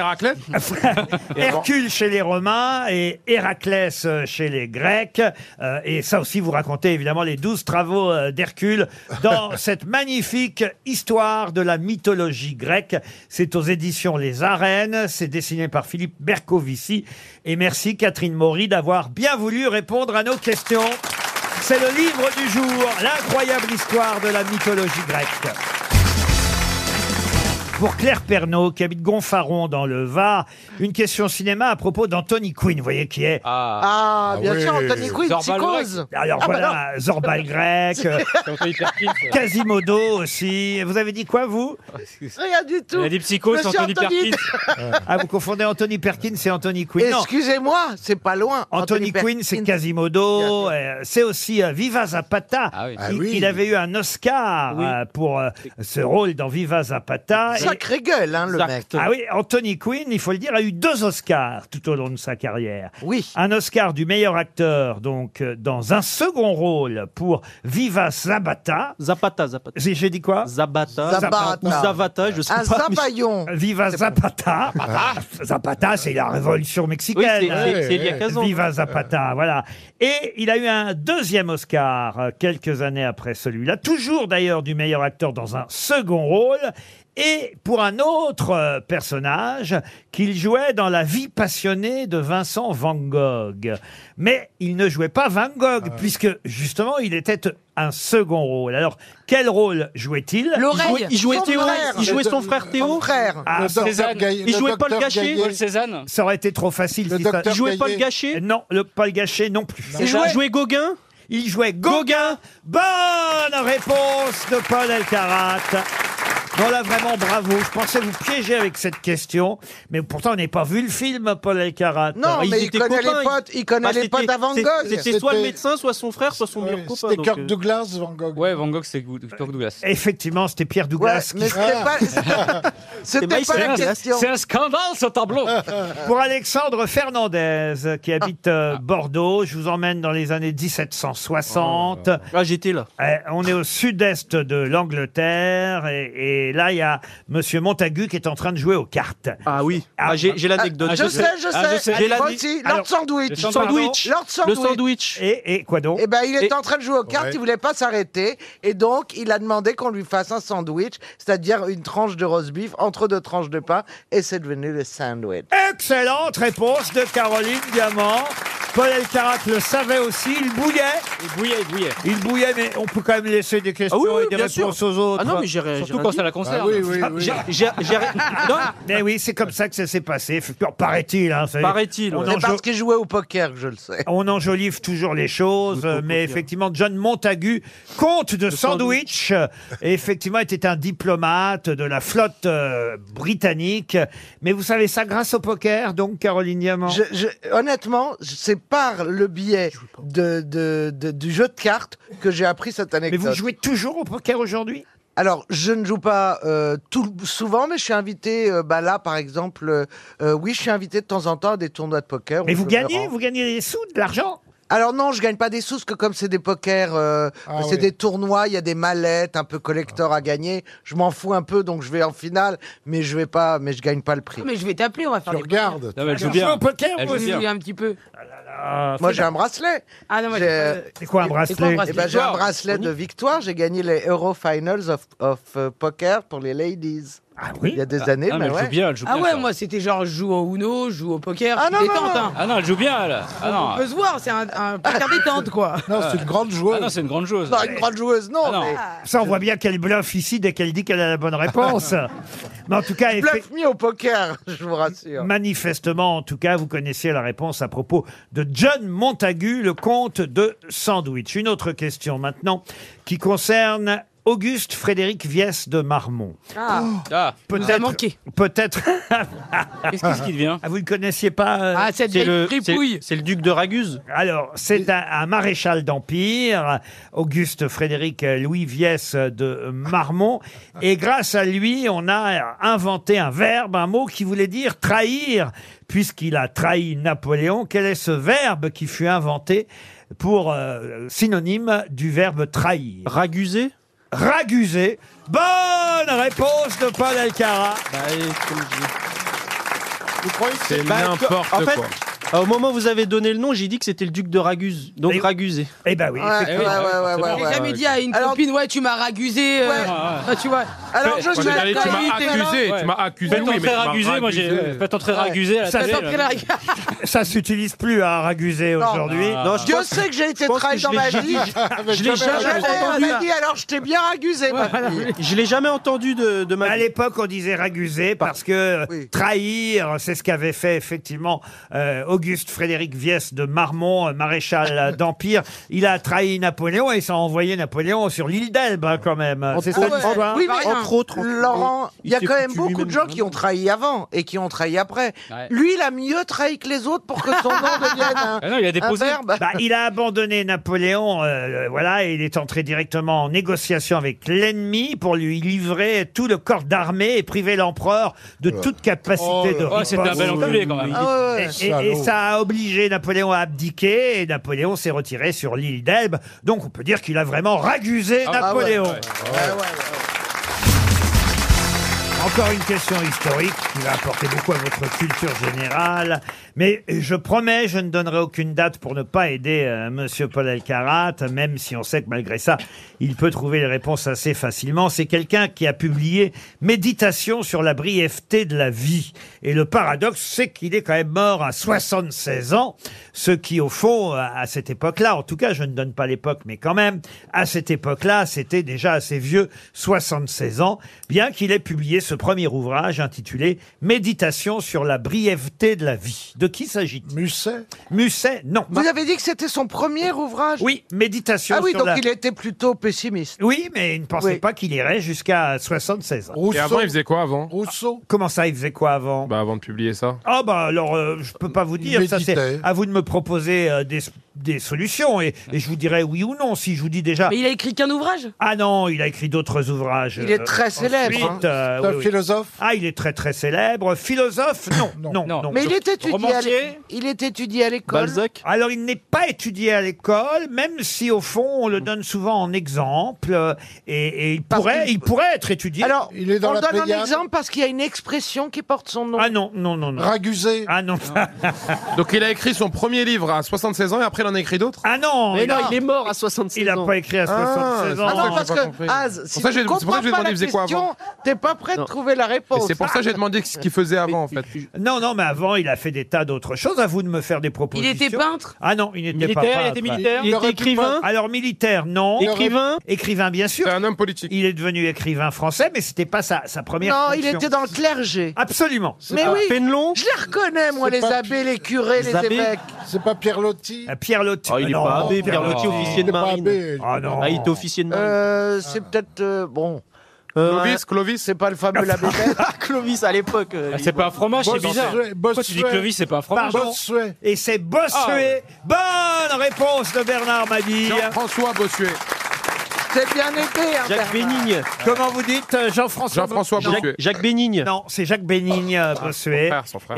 Speaker 7: Héraclès
Speaker 2: Hercule chez les Romains et Héraclès euh, chez les Grecs. Euh, et ça aussi, vous racontez évidemment les douze travaux euh, d'Hercule dans cette magnifique histoire de la mythologie grecque. C'est aux éditions Les Arènes. C'est dessiné par Philippe Bercovici. Et merci Catherine Maury d'avoir bien voulu répondre à nos questions. C'est le livre du jour, l'incroyable histoire de la mythologie grecque. Pour Claire Pernaud, qui habite Gonfaron dans le Var, une question cinéma à propos d'Anthony Quinn, vous voyez qui est
Speaker 8: Ah, bien sûr, Anthony Quinn,
Speaker 2: Zorba le
Speaker 8: psychose.
Speaker 2: Grec. Alors
Speaker 8: Ah, bah
Speaker 2: voilà,
Speaker 8: non.
Speaker 2: Zorba le grec, euh, Quasimodo aussi. Vous avez dit quoi, vous
Speaker 8: Rien du tout.
Speaker 2: Il a dit psychose,
Speaker 8: Monsieur
Speaker 2: Anthony Perkins. Ah, vous confondez Anthony Perkins et Anthony Quinn. Non.
Speaker 8: Excusez-moi, c'est pas loin.
Speaker 2: Anthony, Quinn, c'est Quasimodo, euh, c'est aussi euh, Viva Zapata.
Speaker 8: oui.
Speaker 2: Il,
Speaker 8: Ah oui.
Speaker 2: il avait eu un Oscar
Speaker 8: Oui.
Speaker 2: euh, pour euh, ce rôle dans Viva Zapata. Et-
Speaker 8: Sacré gueule, hein, le mec.
Speaker 2: ah oui, Anthony Quinn, il faut le dire, a eu deux Oscars tout au long de sa carrière. Oui. Un Oscar du meilleur acteur, donc euh, dans un second rôle pour Viva Zapata.
Speaker 4: Zapata, Zapata.
Speaker 2: J'ai dit quoi
Speaker 4: Zapata.
Speaker 2: Zapata. Ah,
Speaker 4: Ou Zavata, je sais
Speaker 2: Un
Speaker 4: pas. mais-
Speaker 2: Zabayon. Viva Zapata. Ah, Zapata, c'est la révolution mexicaine.
Speaker 4: Oui, c'est- c'est- c'est il y a 15 ans.
Speaker 2: Viva Zapata, voilà. Et il a eu un deuxième Oscar euh, quelques années après celui-là, toujours d'ailleurs du meilleur acteur dans un second rôle. Et pour un autre euh, personnage qu'il jouait dans La vie passionnée de Vincent Van Gogh. Mais il ne jouait pas Van Gogh, puisque justement il était un second rôle. Alors quel rôle jouait-il
Speaker 4: L'oreille.
Speaker 2: Il jouait- Il jouait
Speaker 4: Son
Speaker 2: Théo
Speaker 4: frère.
Speaker 2: Il jouait son
Speaker 4: Le-
Speaker 2: frère Théo
Speaker 4: son frère. Le Ah, docteur
Speaker 2: Ah, Cézanne.
Speaker 4: Gaillet- Il le jouait Paul docteur Gachet Gaillet. Paul Cézanne
Speaker 2: Ça aurait été trop facile. si ça-
Speaker 4: docteur Il jouait Paul Gaillet. Gachet
Speaker 2: Non, le Paul Gachet non plus.
Speaker 4: Il jouait- Il jouait
Speaker 2: Gauguin Il jouait Gauguin. Bonne réponse de Paul Elkarat. Non là vraiment bravo, je pensais vous piéger avec cette question, mais pourtant on n'est pas vu le film Paul Elkarat.
Speaker 4: Bah,
Speaker 8: Non, mais il connaît les potes, il
Speaker 2: Bah,
Speaker 8: connaît les potes à Van Gogh.
Speaker 4: C'était soit le médecin, soit son frère, soit son meilleur copain. donc, euh,
Speaker 5: Douglas, Van Gogh. Ouais, Van Gogh, c'est Gou- Kirk Douglas.
Speaker 2: Effectivement, c'était Pierre Douglas.
Speaker 5: Ouais, mais
Speaker 2: qui-
Speaker 5: c'était pas-
Speaker 8: C'était pas la question.
Speaker 5: C'est un scandale, ce tableau.
Speaker 2: Pour Alexandre Fernandez, qui habite euh, Bordeaux, je vous emmène dans les années Eh, 1760. Ah, j'étais là. on est au sud-est de l'Angleterre et, Et là, il y a Monsieur Montagu qui est en train de jouer aux cartes. Ah oui,
Speaker 4: j'ai- j'ai l'anecdote. Ah, je sais, je sais. J'ai la-
Speaker 8: Voici, Lord
Speaker 2: Alors,
Speaker 8: Sandwich.
Speaker 2: le sandwich.
Speaker 8: Lord Sandwich.
Speaker 2: Le sandwich. Et, et quoi donc
Speaker 8: Eh ben, il est en train de jouer aux cartes,
Speaker 2: Ouais.
Speaker 8: il voulait pas s'arrêter, et donc il a demandé qu'on lui fasse un sandwich, c'est-à-dire une tranche de roast beef entre deux tranches de pain, et c'est devenu le sandwich.
Speaker 2: Excellente réponse de Caroline Diamant. Paul Elkarat le savait aussi, il bouillait. Il bouillait, il bouillait. Il bouillait, mais on peut quand même laisser des questions
Speaker 4: Ah oui, oui,
Speaker 2: et des
Speaker 4: bien sûr.
Speaker 2: réponses aux autres.
Speaker 4: Ah non, mais j'ai rien- j'ai rien dit. Ah oui, oui, oui. J'ai-
Speaker 2: Mais oui, c'est comme ça que ça s'est passé. Paraît-il. hein, vous savez.
Speaker 4: Paraît-il, ouais.
Speaker 2: On
Speaker 4: C'est parce
Speaker 2: qu'il jouait au poker que je le sais. On enjolive toujours les choses, euh, mais effectivement, John Montagu, comte de Sandwich, euh, effectivement, était un diplomate de la flotte euh, britannique. Mais vous savez ça grâce au poker, donc, Caroline Diamant
Speaker 8: Je- je- honnêtement, c'est par le biais de, de- de- du jeu de cartes que j'ai appris cette anecdote. Mais vous
Speaker 2: jouez toujours au poker aujourd'hui
Speaker 8: alors, je ne joue pas euh, tout souvent, mais je suis invité, euh, bah là par exemple, euh, euh, oui, je suis invité de temps en temps à des tournois de poker.
Speaker 2: Mais
Speaker 8: où
Speaker 2: vous
Speaker 8: je me
Speaker 2: gagnez,
Speaker 8: rends.
Speaker 2: vous gagnez des sous, de l'argent
Speaker 8: Alors non, je gagne pas des sous, parce que comme c'est des pokers, euh,
Speaker 2: Ah
Speaker 8: c'est
Speaker 2: oui.
Speaker 8: des tournois, il y a des mallettes, un peu collector à gagner. Je m'en fous un peu, donc je vais en finale, mais je vais pas, mais je gagne pas le prix.
Speaker 6: Ah, Mais je vais t'appeler, on va faire
Speaker 8: Tu
Speaker 6: des
Speaker 8: regardes.
Speaker 6: pokers.
Speaker 8: Non, mais elle joue bien.
Speaker 6: Je joue au poker,
Speaker 8: Elle
Speaker 6: moi
Speaker 8: joue
Speaker 6: aussi.
Speaker 8: bien.
Speaker 6: Je joue un petit peu.
Speaker 2: Ah
Speaker 8: moi j'ai un bracelet. euh,
Speaker 6: Ah non, moi j'ai pas de-
Speaker 2: C'est quoi un bracelet
Speaker 6: C'est quoi un bracelet
Speaker 8: Eh ben, J'ai un
Speaker 6: Victoire.
Speaker 8: bracelet de victoire. J'ai gagné les Euro Finals of, of, euh, Poker pour les ladies. Il y a des
Speaker 6: Ah,
Speaker 8: années,
Speaker 6: ah,
Speaker 8: mais
Speaker 6: mais elle joue
Speaker 8: ouais.
Speaker 6: bien, elle joue Ah bien, ouais, ça. moi, c'était genre, je joue au Uno, je joue au poker.
Speaker 8: Ah
Speaker 6: Ah
Speaker 8: non,
Speaker 6: non,
Speaker 8: non, non.
Speaker 5: Ah non, elle joue bien, elle. Ah non.
Speaker 6: On peut se voir, c'est un, un poker détente, quoi.
Speaker 5: grande joueuse. Ah non, c'est une grande joueuse.
Speaker 6: Non, une grande
Speaker 8: joueuse, non.
Speaker 2: Ça, on voit bien qu'elle bluffe ici dès qu'elle dit qu'elle a la bonne réponse. mais en tout cas, effe-
Speaker 8: Bluff me au poker, je vous rassure.
Speaker 2: manifestement, en tout cas, vous connaissiez la réponse à propos de John Montagu, le comte de Sandwich. Une autre question maintenant qui concerne Auguste Frédéric Viès de Marmont.
Speaker 6: Ah.
Speaker 2: Peut-être
Speaker 6: manqué.
Speaker 2: Peut-être.
Speaker 5: Qu'est-ce qu'il devient
Speaker 2: Ah, Vous ne connaissiez pas euh,
Speaker 6: Ah, cette C'est vieille le- fripouille.
Speaker 2: C'est le duc de Raguse. Alors, c'est un, un maréchal d'empire, Auguste Frédéric Louis Viès de Marmont, et grâce à lui, on a inventé un verbe, un mot qui voulait dire trahir, puisqu'il a trahi Napoléon. Quel est ce verbe qui fut inventé pour euh, synonyme du verbe trahir Raguser. Raguser. Bonne réponse de Paul Alcara.
Speaker 4: Ah, Vous croyez que
Speaker 7: C'est
Speaker 4: Bah,
Speaker 7: n'importe
Speaker 4: en fait,
Speaker 7: quoi.
Speaker 4: euh, Au moment où vous avez donné le nom, j'ai dit que c'était le duc de Raguse, donc Ragusé.
Speaker 2: Eh ben oui.
Speaker 8: Ouais, effectivement. ouais, ouais, ouais, ouais,
Speaker 6: J'ai jamais dit à une copine, ouais, tu m'as ragusé. euh, ah, tu vois.
Speaker 8: Alors, je
Speaker 7: Moi,
Speaker 8: suis
Speaker 7: j'ai dit, tu m'as
Speaker 6: Qualité,
Speaker 7: accusé,
Speaker 6: voilà.
Speaker 7: tu m'as accusé.
Speaker 5: Faites
Speaker 7: oui, mais
Speaker 5: entrer
Speaker 7: tu m'as
Speaker 5: Ragusé, moi, j'ai-
Speaker 7: ragusé.
Speaker 5: faites entrer Ragusé à la
Speaker 2: Ça,
Speaker 5: télé, hein.
Speaker 2: c'est-
Speaker 5: là.
Speaker 2: Ça s'utilise plus à raguser
Speaker 8: Non.
Speaker 2: aujourd'hui.
Speaker 8: Non, je Dieu pense- sait que j'ai été je pense trahi que je dans l'ai ma jamais- vie.
Speaker 4: Je l'ai jamais entendu.
Speaker 8: dit, alors je t'ai bien ragusé, ma fille.
Speaker 2: Je l'ai jamais entendu de, ma À l'époque, on disait raguser parce que trahir, c'est ce qu'avait fait effectivement euh, Auguste Frédéric Viès de Marmont, euh, maréchal d'Empire. Il a trahi Napoléon et il s'en a envoyé Napoléon sur l'île d'Elbe hein, quand même. C'est ça l'histoire
Speaker 8: Oui, mais Laurent, il y a quand même beaucoup de gens
Speaker 2: hein.
Speaker 8: qui ont trahi avant et qui ont trahi après.
Speaker 2: Ouais.
Speaker 8: Lui, il a mieux trahi que les autres pour que son nom devienne
Speaker 5: Hein.
Speaker 8: un,
Speaker 2: Ah
Speaker 5: Ah
Speaker 8: un verbe.
Speaker 2: Bah, il a abandonné Napoléon, euh, voilà, et il est entré directement en négociation avec l'ennemi pour lui livrer tout le corps d'armée et priver l'empereur de toute capacité
Speaker 5: Oh là
Speaker 2: de
Speaker 5: là. Oh, c'était un bel
Speaker 2: riposte.
Speaker 5: enculé, quand même. Ah ouais, ouais.
Speaker 2: Et, et- et
Speaker 5: Salaud.
Speaker 2: ça a obligé Napoléon à abdiquer, et Napoléon s'est retiré sur l'île d'Elbe. Donc on peut dire qu'il a vraiment ragusé
Speaker 5: bah
Speaker 8: Ah,
Speaker 2: Napoléon.
Speaker 8: ouais, ouais.
Speaker 2: Encore une question historique qui va apporter beaucoup à votre culture générale. Mais je promets, je ne donnerai aucune date pour ne pas aider euh, Monsieur Paul Elkarat, même si on sait que malgré ça, il peut trouver les réponses assez facilement. C'est quelqu'un qui a publié Méditation sur la brièveté de la vie. Et le paradoxe, c'est qu'il est quand même mort à 76 ans, ce qui, au fond, à à cette époque-là, en tout cas, je ne donne pas l'époque, mais quand même, à cette époque-là, c'était déjà assez vieux, 76 ans, bien qu'il ait publié ce premier ouvrage intitulé Méditation sur la brièveté de la vie. De qui s'agit-il Musset Musset, non.
Speaker 8: Vous avez dit que c'était son premier ouvrage
Speaker 2: Oui, Méditation
Speaker 8: Ah oui,
Speaker 2: sur
Speaker 8: donc
Speaker 2: la-
Speaker 8: il était plutôt pessimiste.
Speaker 2: Oui, mais il ne pensait
Speaker 8: Oui.
Speaker 2: pas qu'il irait jusqu'à 76 ans.
Speaker 7: Et avant, il faisait quoi avant
Speaker 2: Rousseau. Comment ça, il faisait quoi avant
Speaker 7: Bah, avant de publier ça.
Speaker 2: Ah bah alors, euh, je peux pas vous dire. Ça, c'est
Speaker 7: méditait.
Speaker 2: à vous de me proposer euh, des des solutions. Et, et je vous dirais oui ou non si je vous dis déjà.
Speaker 6: Mais il a écrit qu'un ouvrage
Speaker 2: Ah non, il a écrit d'autres ouvrages.
Speaker 6: Il est
Speaker 2: euh,
Speaker 6: très célèbre,
Speaker 2: ensuite,
Speaker 6: hein.
Speaker 2: euh,
Speaker 3: C'est un
Speaker 2: oui, oui.
Speaker 3: philosophe
Speaker 2: Ah, il est très très célèbre. Philosophe Non, non, non.
Speaker 8: Mais il est étudié à l'é-
Speaker 2: Romancier
Speaker 8: il est étudié à l'école.
Speaker 2: Alors, il n'est pas étudié à l'école, même si au fond, on le donne souvent en exemple. euh, Et, et il, pourrait, il pourrait être étudié.
Speaker 8: Alors, on
Speaker 2: la
Speaker 8: donne un
Speaker 2: Pléiade.
Speaker 8: exemple parce qu'il y a une expression qui porte son nom.
Speaker 2: Ah non, non, non, non. Ragusé. Ah non.
Speaker 7: Donc il a écrit son premier livre à 76 ans et après il en a écrit d'autres
Speaker 2: Ah non
Speaker 4: Mais non, il est mort à 76
Speaker 7: Il a
Speaker 4: ans.
Speaker 7: pas écrit à 76 ans.
Speaker 8: Ah non, parce
Speaker 7: j'ai pas
Speaker 8: que,
Speaker 7: compris.
Speaker 8: Az,
Speaker 7: Pour
Speaker 8: si
Speaker 7: ça,
Speaker 8: tu
Speaker 7: j'ai- c'est pour ça que
Speaker 8: comprends
Speaker 7: j'ai
Speaker 8: pas
Speaker 7: demandé
Speaker 8: la
Speaker 7: il faisait quoi avant.
Speaker 8: question, t'es pas prêt de trouver la
Speaker 7: Et
Speaker 8: réponse.
Speaker 7: c'est pour ça que j'ai demandé ce qu'il faisait avant en fait.
Speaker 2: Non, non, mais avant, il a fait des tas d'autres choses. À vous de me faire des propositions.
Speaker 6: Il était peintre
Speaker 2: Ah non, il n'était pas
Speaker 6: Militaire, il
Speaker 2: peintre.
Speaker 6: était militaire Il Il était aurait pu écrivain pas-
Speaker 2: Alors, militaire, non.
Speaker 6: Il aurait- Écrivain
Speaker 2: Écrivain, bien sûr.
Speaker 7: un homme politique.
Speaker 2: Il est devenu écrivain français, mais c'était pas sa, sa première
Speaker 8: Non, il
Speaker 2: fonction.
Speaker 8: était dans le clergé.
Speaker 2: Absolument.
Speaker 8: Mais oui, je les reconnais, moi,
Speaker 3: C'est
Speaker 8: les
Speaker 3: pas-
Speaker 8: abbés, les curés, les, évêques.
Speaker 3: C'est pas Pierre Lotti
Speaker 2: Ah, Pierre Lotti.
Speaker 4: Ah, il est
Speaker 2: Non,
Speaker 4: pas abbé, Pierre Lotti,
Speaker 2: Lotti.
Speaker 4: officier de
Speaker 3: Il est pas
Speaker 4: marine.
Speaker 3: abbé.
Speaker 2: Ah non.
Speaker 4: Ah, il était officier de marine.
Speaker 8: Euh, c'est
Speaker 10: Ah.
Speaker 8: peut-être. euh, bon.
Speaker 7: Clovis, Clovis.
Speaker 8: C'est pas le fameux abbé bête.
Speaker 10: Ah,
Speaker 4: Clovis à l'époque. euh,
Speaker 5: Ah, c'est pas un fromage, c'est
Speaker 4: Bossuet,
Speaker 5: bizarre.
Speaker 4: Bossuet.
Speaker 5: Pourquoi tu dis Clovis, c'est pas Ah un fromage
Speaker 2: Pardon. Et c'est Bossuet. Bonne réponse de Bernard Mabille.
Speaker 7: Jean-François Bossuet.
Speaker 8: C'est bien été, hein, Bernard.
Speaker 4: Jacques Bénigne.
Speaker 2: Comment vous dites euh, Jean-François
Speaker 7: Jean-François
Speaker 2: Non.
Speaker 7: Bossuet.
Speaker 4: Jacques Bénigne.
Speaker 2: Non, c'est Jacques Bénigne
Speaker 4: Ah,
Speaker 2: euh, Bossuet.
Speaker 7: son frère, son frère.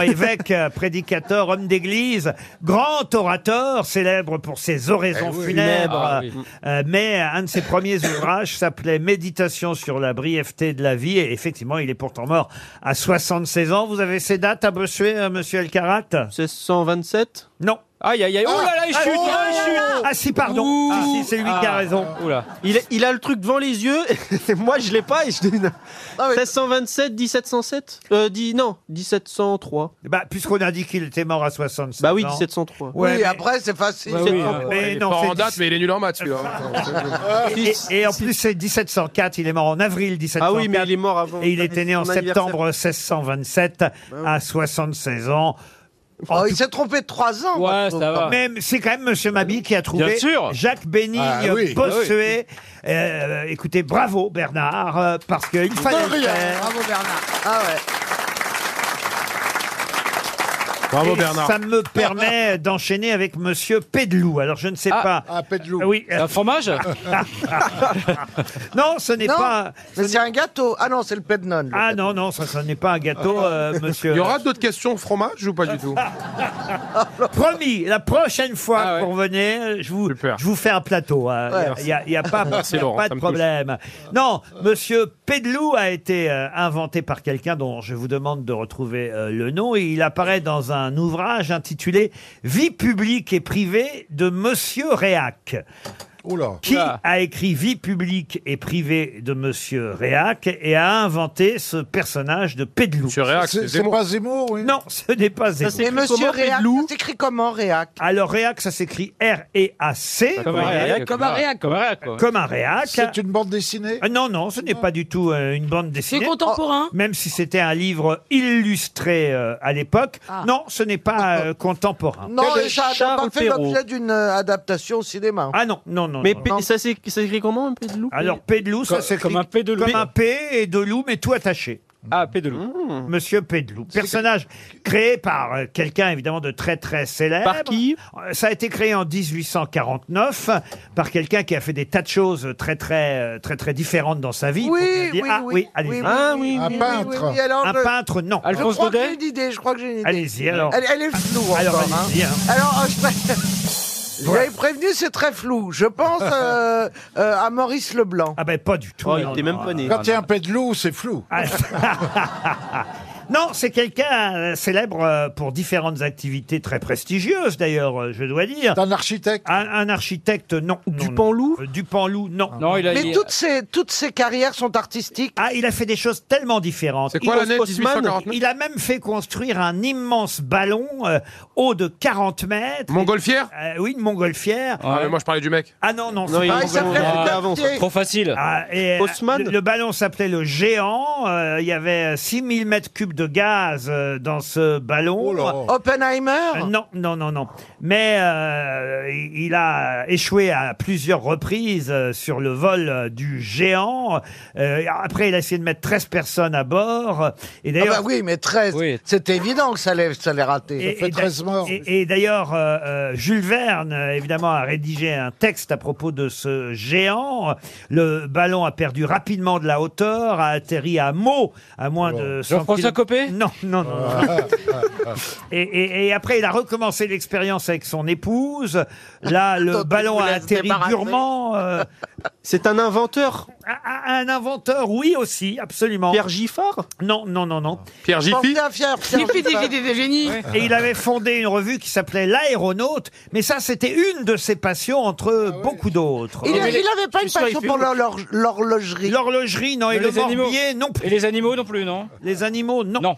Speaker 2: évêque, euh, prédicateur, homme d'église, grand orateur, célèbre pour ses oraisons
Speaker 4: Eh oui.
Speaker 2: funèbres.
Speaker 4: Ah oui.
Speaker 2: Euh, mais euh, un de ses premiers ouvrages s'appelait Méditation sur la brièveté de la vie. Et effectivement, il est pourtant mort à 76 ans. Vous avez ces dates à Bossuet, euh, monsieur Elkarat
Speaker 4: 1627
Speaker 2: Non.
Speaker 4: Aïe, aïe, aïe. Oh là là, il
Speaker 2: Ah,
Speaker 4: chute,
Speaker 2: oh
Speaker 4: il chute.
Speaker 2: Ah si, pardon.
Speaker 4: Ouh.
Speaker 2: Ah, si, c'est lui qui a
Speaker 4: Ah.
Speaker 2: raison.
Speaker 5: Oula.
Speaker 4: Il, il a le truc devant les yeux, et moi je l'ai pas. Et je... donne- 1627, 1707 euh, dis- Non, 1703.
Speaker 2: Bah, Puisqu'on a dit qu'il était mort à 76 ans.
Speaker 4: Bah oui, 1703.
Speaker 2: Ouais,
Speaker 8: oui,
Speaker 2: mais-
Speaker 8: après, c'est facile.
Speaker 4: Ouais, oui,
Speaker 8: Ah,
Speaker 4: euh,
Speaker 2: Mais
Speaker 7: il est
Speaker 2: non,
Speaker 7: fort
Speaker 2: c'est
Speaker 7: en date, mais il est nul en maths
Speaker 8: hein.
Speaker 7: celui-là.
Speaker 2: Et, et en plus, c'est 1704. Il est mort en avril 1704.
Speaker 4: Ah oui, mais il est mort avant.
Speaker 2: Et il était né en
Speaker 4: Son anniversaire. Bah
Speaker 2: septembre 1627 à 76 ans.
Speaker 8: Oh,
Speaker 2: En tout-
Speaker 8: il s'est trompé de 3 ans.
Speaker 5: Ouais,
Speaker 8: Marco.
Speaker 5: ça va.
Speaker 2: Même, c'est quand même Monsieur Mabi qui a trouvé
Speaker 5: Bien sûr.
Speaker 2: Jacques Bénigne
Speaker 3: Ah oui.
Speaker 2: Bossuet. Euh, écoutez, bravo Bernard, euh, parce qu'il fallait
Speaker 3: De
Speaker 2: le
Speaker 3: rien.
Speaker 2: faire.
Speaker 8: Bravo, Bernard. Ah ouais.
Speaker 7: Bravo
Speaker 2: Et
Speaker 7: Bernard.
Speaker 2: Ça me permet d'enchaîner avec Monsieur Pédelou. Alors je ne sais
Speaker 5: Ah.
Speaker 2: pas.
Speaker 3: Ah, Pedlou.
Speaker 2: Ah Oui.
Speaker 5: C'est
Speaker 2: euh,
Speaker 5: un fromage
Speaker 2: non, ce n'est
Speaker 8: non,
Speaker 2: pas.
Speaker 8: mais c'est un gâteau. Ah non, c'est le pednon. le
Speaker 2: Ah
Speaker 8: gâteau.
Speaker 2: non, non, ça, ça n'est pas un gâteau, euh, Monsieur.
Speaker 7: Il y aura d'autres questions fromage ou pas du tout
Speaker 2: Promis, la prochaine fois
Speaker 5: Ah ouais.
Speaker 2: que vous revenez, je vous,
Speaker 7: Super.
Speaker 2: je vous fais un plateau. hein.
Speaker 8: Ouais.
Speaker 2: Il n'y a, il y a pas, il y a
Speaker 7: Laurent,
Speaker 2: pas
Speaker 7: ça
Speaker 2: de
Speaker 7: me
Speaker 2: problème. Non, monsieur Pédelou a été euh, inventé par quelqu'un dont je vous demande de retrouver euh, le nom. Et il apparaît dans un ouvrage intitulé Vie publique et privée de monsieur Réac.
Speaker 3: Oula.
Speaker 2: Qui
Speaker 5: Oula.
Speaker 2: a écrit Vie publique et privée de monsieur Réac et a inventé ce personnage de Pédelou
Speaker 7: Monsieur Réac,
Speaker 3: C'est
Speaker 7: c'est
Speaker 3: c'est
Speaker 7: Zemmour.
Speaker 3: pas Zemmour, oui
Speaker 2: Non, ce n'est pas Zemmour.
Speaker 8: Et monsieur
Speaker 4: comment,
Speaker 8: Réac,
Speaker 4: Pedlou
Speaker 8: ça s'écrit comment Réac
Speaker 2: Alors Réac, ça s'écrit E R-E-A-C,
Speaker 5: Comme un réac.
Speaker 6: Comme un réac.
Speaker 5: Comme un réac, quoi.
Speaker 2: comme un réac.
Speaker 3: C'est une bande dessinée
Speaker 2: Ah Non, non, ce n'est pas du tout euh, une bande
Speaker 6: C'est
Speaker 2: dessinée. Oh,
Speaker 6: contemporain
Speaker 2: Même si c'était un livre illustré euh, à l'époque,
Speaker 6: Ah.
Speaker 2: non, ce n'est pas euh, contemporain.
Speaker 8: Non,
Speaker 4: Quel
Speaker 8: et ça n'a pas
Speaker 4: Charles
Speaker 8: fait
Speaker 4: Perrault.
Speaker 8: l'objet d'une euh, adaptation au cinéma.
Speaker 2: Ah non, non, non.
Speaker 4: Mais
Speaker 2: non.
Speaker 4: Pe- ça s'é- ça s'écrit comment un peu de loup
Speaker 2: Alors P de loup, ça
Speaker 5: Comme-
Speaker 2: s'écrit
Speaker 5: comme un P de loup.
Speaker 2: comme un P et de loup, mais tout attaché. Mmh.
Speaker 5: Ah, P de loup.
Speaker 2: Monsieur Pédelou, personnage créé par euh, quelqu'un évidemment de très très célèbre.
Speaker 4: Par qui
Speaker 2: Euh, Ça a été créé en 1849 par quelqu'un qui a fait des tas de choses très très euh, très très différentes dans sa vie.
Speaker 8: Oui,
Speaker 2: faut
Speaker 8: oui,
Speaker 2: bien dire. Ah,
Speaker 8: oui,
Speaker 2: allez-y.
Speaker 8: oui,
Speaker 4: Ah oui,
Speaker 3: Un
Speaker 8: oui,
Speaker 3: peintre.
Speaker 8: oui, oui, alors
Speaker 2: Un
Speaker 8: je-
Speaker 2: peintre, non.
Speaker 8: je
Speaker 5: Alphonse
Speaker 8: crois que
Speaker 5: Daudet
Speaker 8: j'ai une idée, je crois que j'ai une idée.
Speaker 2: Allez-y alors.
Speaker 8: Elle, elle est floue
Speaker 2: Alors,
Speaker 8: encore. hein.
Speaker 2: allez-y, hein.
Speaker 8: Alors, euh, je pré- J'avais prévenu, c'est très flou. Je pense euh, euh, à Maurice Leblanc.
Speaker 2: Ah ben pas du tout.
Speaker 4: Oh, il
Speaker 2: non,
Speaker 4: était
Speaker 2: non,
Speaker 4: même pas né.
Speaker 3: Quand il y a un Pedlou, c'est flou.
Speaker 2: Ah. Non, c'est quelqu'un euh, célèbre euh, pour différentes activités très prestigieuses d'ailleurs, euh, je dois dire.
Speaker 3: C'est un architecte
Speaker 2: Un, un architecte, non. non, non.
Speaker 4: Dupanloup
Speaker 2: Euh, Dupanloup, non.
Speaker 5: Non, il a.
Speaker 8: Mais
Speaker 5: il-
Speaker 8: toutes ces, toutes ces carrières sont artistiques.
Speaker 2: Ah, il a fait des choses tellement différentes.
Speaker 7: C'est quoi
Speaker 2: Il-
Speaker 7: l'année
Speaker 4: Haussmann,
Speaker 7: 1849
Speaker 2: Il a même fait construire un immense ballon euh, haut de 40 mètres.
Speaker 7: Montgolfière
Speaker 2: Euh, oui, une montgolfière.
Speaker 7: Ah
Speaker 5: Ouais.
Speaker 7: mais moi je parlais du mec.
Speaker 2: Ah non, non,
Speaker 4: Non,
Speaker 2: c'est
Speaker 4: il
Speaker 2: pas-
Speaker 8: Ah, il s'appelait
Speaker 4: Ah,
Speaker 8: Lucas
Speaker 4: avant, ça.
Speaker 8: Pied.
Speaker 5: Trop facile.
Speaker 2: Ah, et, euh,
Speaker 4: Haussmann
Speaker 2: le, le ballon s'appelait le géant. euh, il y avait 6000 euh, mètres cubes de gaz euh, dans ce ballon. Euh,
Speaker 8: Oppenheimer
Speaker 2: Non, non, non, non. Mais euh, il il a échoué à plusieurs reprises euh, sur le vol euh, du géant. Euh, après, il a essayé de mettre 13 personnes à bord. Et d'ailleurs,
Speaker 8: Ah bah oui, mais 13, c'est évident que ça l'est ça l'est raté.
Speaker 2: et- et d'a- et- et d'ailleurs, euh, euh, Jules Verne, euh, évidemment, a rédigé un texte à propos de ce géant. Le ballon a perdu rapidement de la hauteur, a atterri à Meaux, à moins de 100
Speaker 5: Jean-François
Speaker 2: kilo- Non,
Speaker 6: Ah,
Speaker 2: non, non.
Speaker 13: Ah.
Speaker 2: non. et, et- et après, il a recommencé l'expérience avec son épouse. Là, le ballon a
Speaker 4: laisse
Speaker 2: atterri
Speaker 4: débarrasser.
Speaker 2: durement. C'est un inventeur un, un inventeur, oui aussi, absolument. Pierre Giffard Non, non, non, non.
Speaker 7: Pierre
Speaker 8: Pensez à Pierre, Pierre
Speaker 6: Jiffy,
Speaker 8: Giffard.
Speaker 6: Jiffy, Jiffy, génie.
Speaker 2: Ouais. Et il avait fondé une revue qui s'appelait L'Aéronaute, mais ça, c'était une de ses passions entre beaucoup d'autres.
Speaker 8: Ah Il n'avait pas une passion pour l'horlo- l'horlogerie.
Speaker 2: L'horlogerie, non, et le morbier, non plus.
Speaker 5: Et les animaux non plus, non
Speaker 2: Les animaux, non.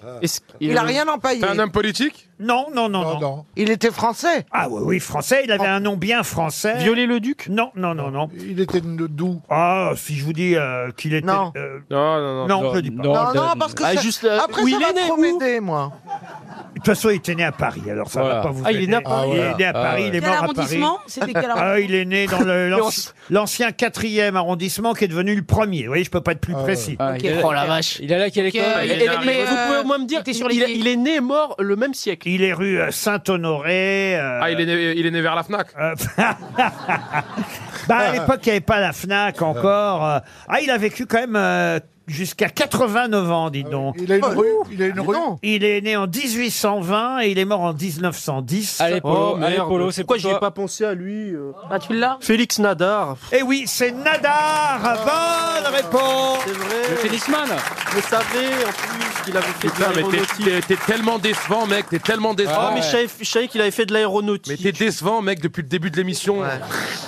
Speaker 8: Il a rien empaillé.
Speaker 7: T'es Ah. un homme politique Ah,
Speaker 2: Non, non, non, non,
Speaker 8: Il était français Ah.
Speaker 2: Ah oui, oui, français, il avait un nom bien français.
Speaker 4: le duc
Speaker 2: Non, non, non, non.
Speaker 3: Il était de doux.
Speaker 2: Ah, si je vous dis euh, qu'il était...
Speaker 8: Non.
Speaker 2: euh,
Speaker 7: Non, non, non.
Speaker 2: non, je le dis pas.
Speaker 8: Non, non, parce que
Speaker 4: Ah,
Speaker 8: ça-
Speaker 4: juste, euh,
Speaker 8: après
Speaker 4: où
Speaker 8: ça
Speaker 4: il
Speaker 8: va
Speaker 4: est né,
Speaker 8: trop m'aider, moi.
Speaker 2: De toute façon, il était né à Paris, alors ça
Speaker 4: Voilà.
Speaker 2: va pas vous
Speaker 4: Ah, il est
Speaker 2: aider.
Speaker 4: né à Paris.
Speaker 2: Il est né à
Speaker 4: Ah,
Speaker 2: Paris,
Speaker 4: ouais.
Speaker 2: il est
Speaker 4: Quel
Speaker 2: mort à Paris.
Speaker 14: arrondissement C'était quel arrondissement
Speaker 2: Ah, il est né dans le-
Speaker 4: Mais on
Speaker 2: l'anci-
Speaker 4: s-
Speaker 2: l'ancien quatrième arrondissement qui est devenu le premier. Vous voyez, je peux pas être
Speaker 4: Ah,
Speaker 2: plus précis.
Speaker 5: Oh la vache. Il a là quelle école
Speaker 4: Euh, Et- et- et vous pouvez au moins me dire, il, il- il est né et mort le même siècle.
Speaker 2: Il est rue euh, Saint-Honoré. euh,
Speaker 7: Ah, il est, né, il est né vers la FNAC
Speaker 2: euh, bah, à l'époque, il n'y avait pas la FNAC encore. euh. Ah, il a vécu quand même euh, jusqu'à 89 ans, dites donc.
Speaker 3: Ah Il a
Speaker 4: Bah,
Speaker 3: une rue. Il a une rue.
Speaker 2: Il est né en 1820 et il est mort en 1910.
Speaker 5: Allez, Polo,
Speaker 3: Oh,
Speaker 5: allez, Polo, c'est
Speaker 4: Pourquoi
Speaker 5: pour
Speaker 4: j'ai
Speaker 5: toi.
Speaker 4: pas pensé à lui euh
Speaker 6: Ah, tu l'as
Speaker 4: Félix Nadar.
Speaker 2: Et Eh oui, c'est Nadar.
Speaker 7: Ah.
Speaker 2: Bonne réponse.
Speaker 4: C'est vrai.
Speaker 5: Le tennisman
Speaker 4: Je savais en plus qu'il avait fait de
Speaker 7: Putain, mais t'es-
Speaker 4: l'aéronautique.
Speaker 7: t'es t'es tellement décevant, mec. T'es tellement décevant.
Speaker 4: Ah, mais je savais- je savais qu'il avait fait de
Speaker 7: Mais
Speaker 4: l'aéronautique.
Speaker 7: t'es décevant, mec, depuis le début de l'émission.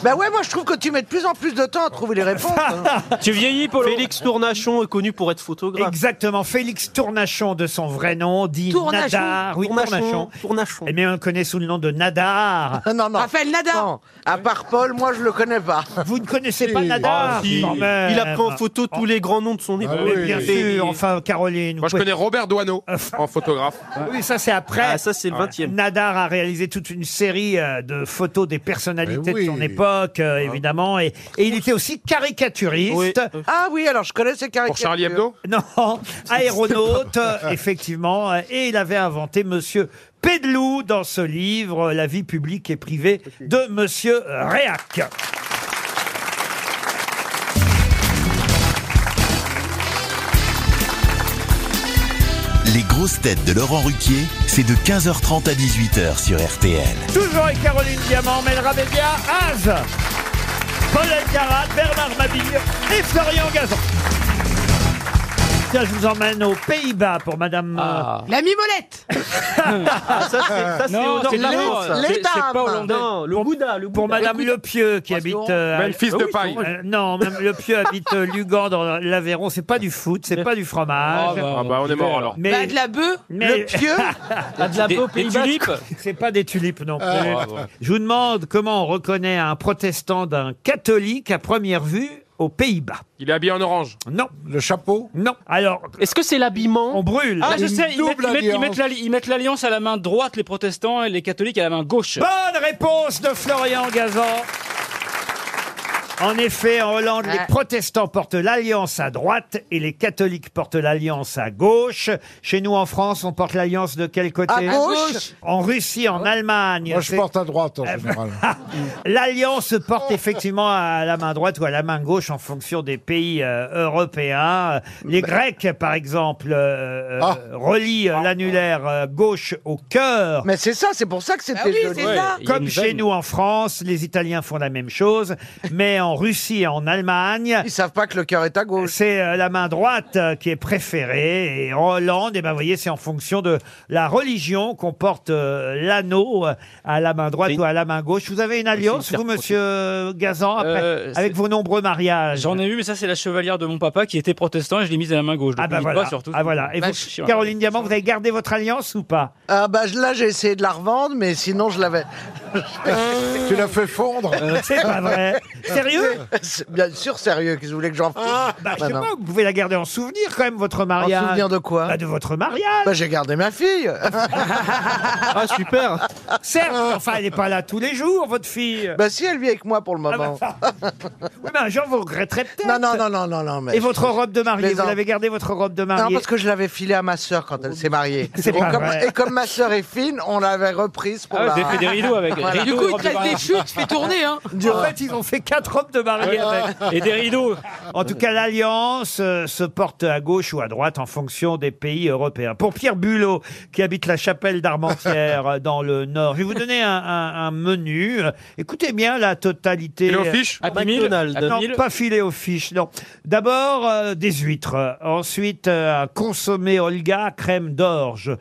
Speaker 8: Bah ouais, moi je trouve que tu mets de plus en plus de temps à trouver les réponses. hein.
Speaker 5: Tu vieillis, Polo
Speaker 4: Ah, Félix Tournachon est connu pour être photographe.
Speaker 2: Exactement, Félix Tournachon de son vrai nom, dit
Speaker 6: Tournachon.
Speaker 2: Nadar. Oui, Tournachon.
Speaker 4: Tournachon.
Speaker 2: Eh, Mais on le connaît sous le nom de Nadar.
Speaker 8: Ah, non, non.
Speaker 6: Raphaël Nadar
Speaker 8: Non, à part Paul, moi je le connais pas.
Speaker 2: Vous ne connaissez pas
Speaker 3: Si.
Speaker 2: Nadar
Speaker 7: Ah, si.
Speaker 2: quand même.
Speaker 4: Il a pris en photo tous les grands noms de son époque.
Speaker 3: Ah
Speaker 2: Mais
Speaker 3: oui.
Speaker 2: bien sûr, enfin, Caroline.
Speaker 7: Moi, je
Speaker 2: vous
Speaker 7: connais Robert Doisneau
Speaker 8: Ah,
Speaker 7: en photographe.
Speaker 2: pouvez- Oui, ça, c'est après.
Speaker 4: Ah, ça, c'est le 20 e
Speaker 2: Nadar a réalisé toute une série euh, de photos des personnalités
Speaker 3: Mais oui.
Speaker 2: de son époque, euh,
Speaker 7: Ah.
Speaker 2: évidemment, et, et il était aussi caricaturiste.
Speaker 4: Oui.
Speaker 8: Ah oui, alors je connais ces
Speaker 7: Pour
Speaker 8: caricatures.
Speaker 7: Charlie Hebdo
Speaker 2: Non, aéronaute, euh, effectivement. euh, Et il avait inventé Monsieur Pédelou dans ce livre, euh, La vie publique et privée de Monsieur euh, Réac.
Speaker 1: Les grosses têtes de Laurent Ruquier, c'est de 15h30 à 18h sur RTL.
Speaker 2: Toujours avec Caroline Diamant, Mel Rabébia, Az, Paul Alcarat, Bernard Mabille et Florian Gazan. Tiens, je vous emmène aux Pays-Bas pour Madame. euh,
Speaker 6: La mimolette
Speaker 4: Ah, ça, c'est ça, c'est
Speaker 5: Non,
Speaker 4: au nord
Speaker 5: c'est
Speaker 4: de la
Speaker 5: là-haut,
Speaker 4: France,
Speaker 5: ça.
Speaker 4: ça.
Speaker 5: C'est- c'est
Speaker 8: dames.
Speaker 5: pas hollandais.
Speaker 4: Non, le Bouddha, le
Speaker 2: pour
Speaker 4: Bouddha.
Speaker 2: Madame Lepieux qui
Speaker 4: Écoute,
Speaker 2: habite. euh, à-
Speaker 7: Memphis de paille.
Speaker 2: Euh, non, même Lepieux habite euh, Lugan dans l'Aveyron. C'est pas du foot, c'est pas du fromage.
Speaker 7: Ah bah, on est mort alors.
Speaker 2: mais ah,
Speaker 6: Bah, de la bœuf
Speaker 2: mais-
Speaker 8: Pieux
Speaker 5: de la peau
Speaker 4: Pays
Speaker 2: C'est pas des tulipes non plus.
Speaker 3: Ah,
Speaker 2: Je vous demande comment on reconnaît un protestant d'un catholique à première vue aux Pays-Bas.
Speaker 7: Il est habillé en orange.
Speaker 2: Non,
Speaker 3: Le chapeau.
Speaker 2: non. Alors,
Speaker 4: Est-ce que c'est
Speaker 2: on
Speaker 4: l'habillement
Speaker 2: brûle.
Speaker 5: Ah, je
Speaker 3: Une
Speaker 5: sais, ils mettent,
Speaker 3: double
Speaker 5: ils mettent- ils
Speaker 3: alliance.
Speaker 5: mettent l'alli- ils mettent l'alliance à la main droite, les protestants, et les catholiques à la main gauche.
Speaker 2: Bonne réponse de Florian Gazan. En effet, en Hollande, les
Speaker 8: Ouais.
Speaker 2: protestants portent l'alliance à droite et les catholiques portent l'alliance à gauche. Chez nous, en France, on porte l'alliance de quel côté
Speaker 8: À gauche
Speaker 2: En Russie, en Allemagne.
Speaker 3: Moi, je
Speaker 2: c'est- Ah,
Speaker 3: porte à droite en général.
Speaker 2: L'alliance se porte effectivement à la main droite ou à la main gauche en fonction des pays euh, européens. Les
Speaker 8: Bah.
Speaker 2: Grecs, par exemple, euh, euh,
Speaker 3: Ah.
Speaker 2: relient euh, l'annulaire euh, gauche au cœur.
Speaker 8: Mais c'est ça, c'est pour ça que
Speaker 5: Bah
Speaker 8: c'était
Speaker 6: Ah oui,
Speaker 8: joli.
Speaker 6: c'est ça
Speaker 5: il y a
Speaker 2: Comme
Speaker 5: une
Speaker 2: chez
Speaker 5: veine.
Speaker 2: nous en France, les Italiens font la même chose, mais en Russie et en Allemagne,
Speaker 8: Ils savent pas que le cœur est à gauche.
Speaker 2: c'est euh, la main droite euh, qui est préférée. Et en Hollande, et ben, vous voyez, c'est en fonction de la religion qu'on porte euh, l'anneau euh, à la main droite
Speaker 4: C'est une-
Speaker 2: ou à la main gauche. Vous avez une alliance,
Speaker 4: une
Speaker 2: vous,
Speaker 4: pierre
Speaker 2: monsieur Gazan, après,
Speaker 5: Euh,
Speaker 2: avec
Speaker 5: c'est-
Speaker 2: vos nombreux mariages
Speaker 5: J'en ai eu, mais ça, c'est la chevalière de mon papa qui était protestant et je l'ai mise à la main gauche. Donc
Speaker 2: Ah bah
Speaker 5: n'hésite
Speaker 2: voilà.
Speaker 5: pas, surtout.
Speaker 2: Ah voilà. Et
Speaker 5: Bah,
Speaker 2: vous,
Speaker 5: je suis-
Speaker 2: Caroline Diamant, vous avez gardé votre alliance ou pas
Speaker 8: Ah bah je- là j'ai essayé de la revendre, mais sinon je l'avais.
Speaker 3: tu l'as fait fondre.
Speaker 2: C'est Euh, pas vrai. sérieux
Speaker 8: C'est Bien sûr, sérieux. Qu'est-ce que vous voulez que j'en fasse
Speaker 2: Bah, je sais pas, vous pouvez la garder en souvenir quand même, votre mariage.
Speaker 8: souvenir de quoi
Speaker 2: Bah, De votre mariage.
Speaker 8: Bah, j'ai gardé ma fille.
Speaker 2: ah, super. Certes, enfin, elle n'est pas là tous les jours, votre fille.
Speaker 8: Bah, si, elle vit avec moi pour le moment.
Speaker 2: Ah, Oui, mais un jour, vous regretterez peut-être.
Speaker 8: Non, non, non, non, non, non. mais-
Speaker 2: Et votre robe de mariée, vous
Speaker 8: Plaisante.
Speaker 2: l'avez gardée, votre robe de mariée
Speaker 8: Non, parce que je l'avais filée à ma sœur quand elle s'est mariée.
Speaker 2: C'est
Speaker 8: et,
Speaker 2: pas
Speaker 8: comme,
Speaker 2: vrai.
Speaker 8: et comme ma sœur est fine, on l'avait reprise pour
Speaker 2: Ah ouais,
Speaker 8: la...
Speaker 2: vous avez fait des rideaux avec. Rideaux Du coup, et il robe de
Speaker 8: traite
Speaker 2: traite des mariée. chutes, fait tourner, hein.
Speaker 7: Ah.
Speaker 2: En fait, ils ont fait quatre robes de mariée avec. En tout cas, l'alliance euh, se porte à gauche ou à droite en fonction des pays européens. Pour Pierre Bulot, qui habite la chapelle d'Armentières euh, dans le Nord, je vais vous donner un, un- un menu. Euh, Écoutez bien la totalité.
Speaker 7: Filet aux fiches
Speaker 2: Euh,
Speaker 7: Happy Meal
Speaker 2: McDonald's.
Speaker 7: Happy
Speaker 2: Non,
Speaker 7: Meal
Speaker 2: pas filet aux fiches, non. D'abord, euh, des huîtres. Euh, Ensuite, euh, un consommé Olga, crème d'orge.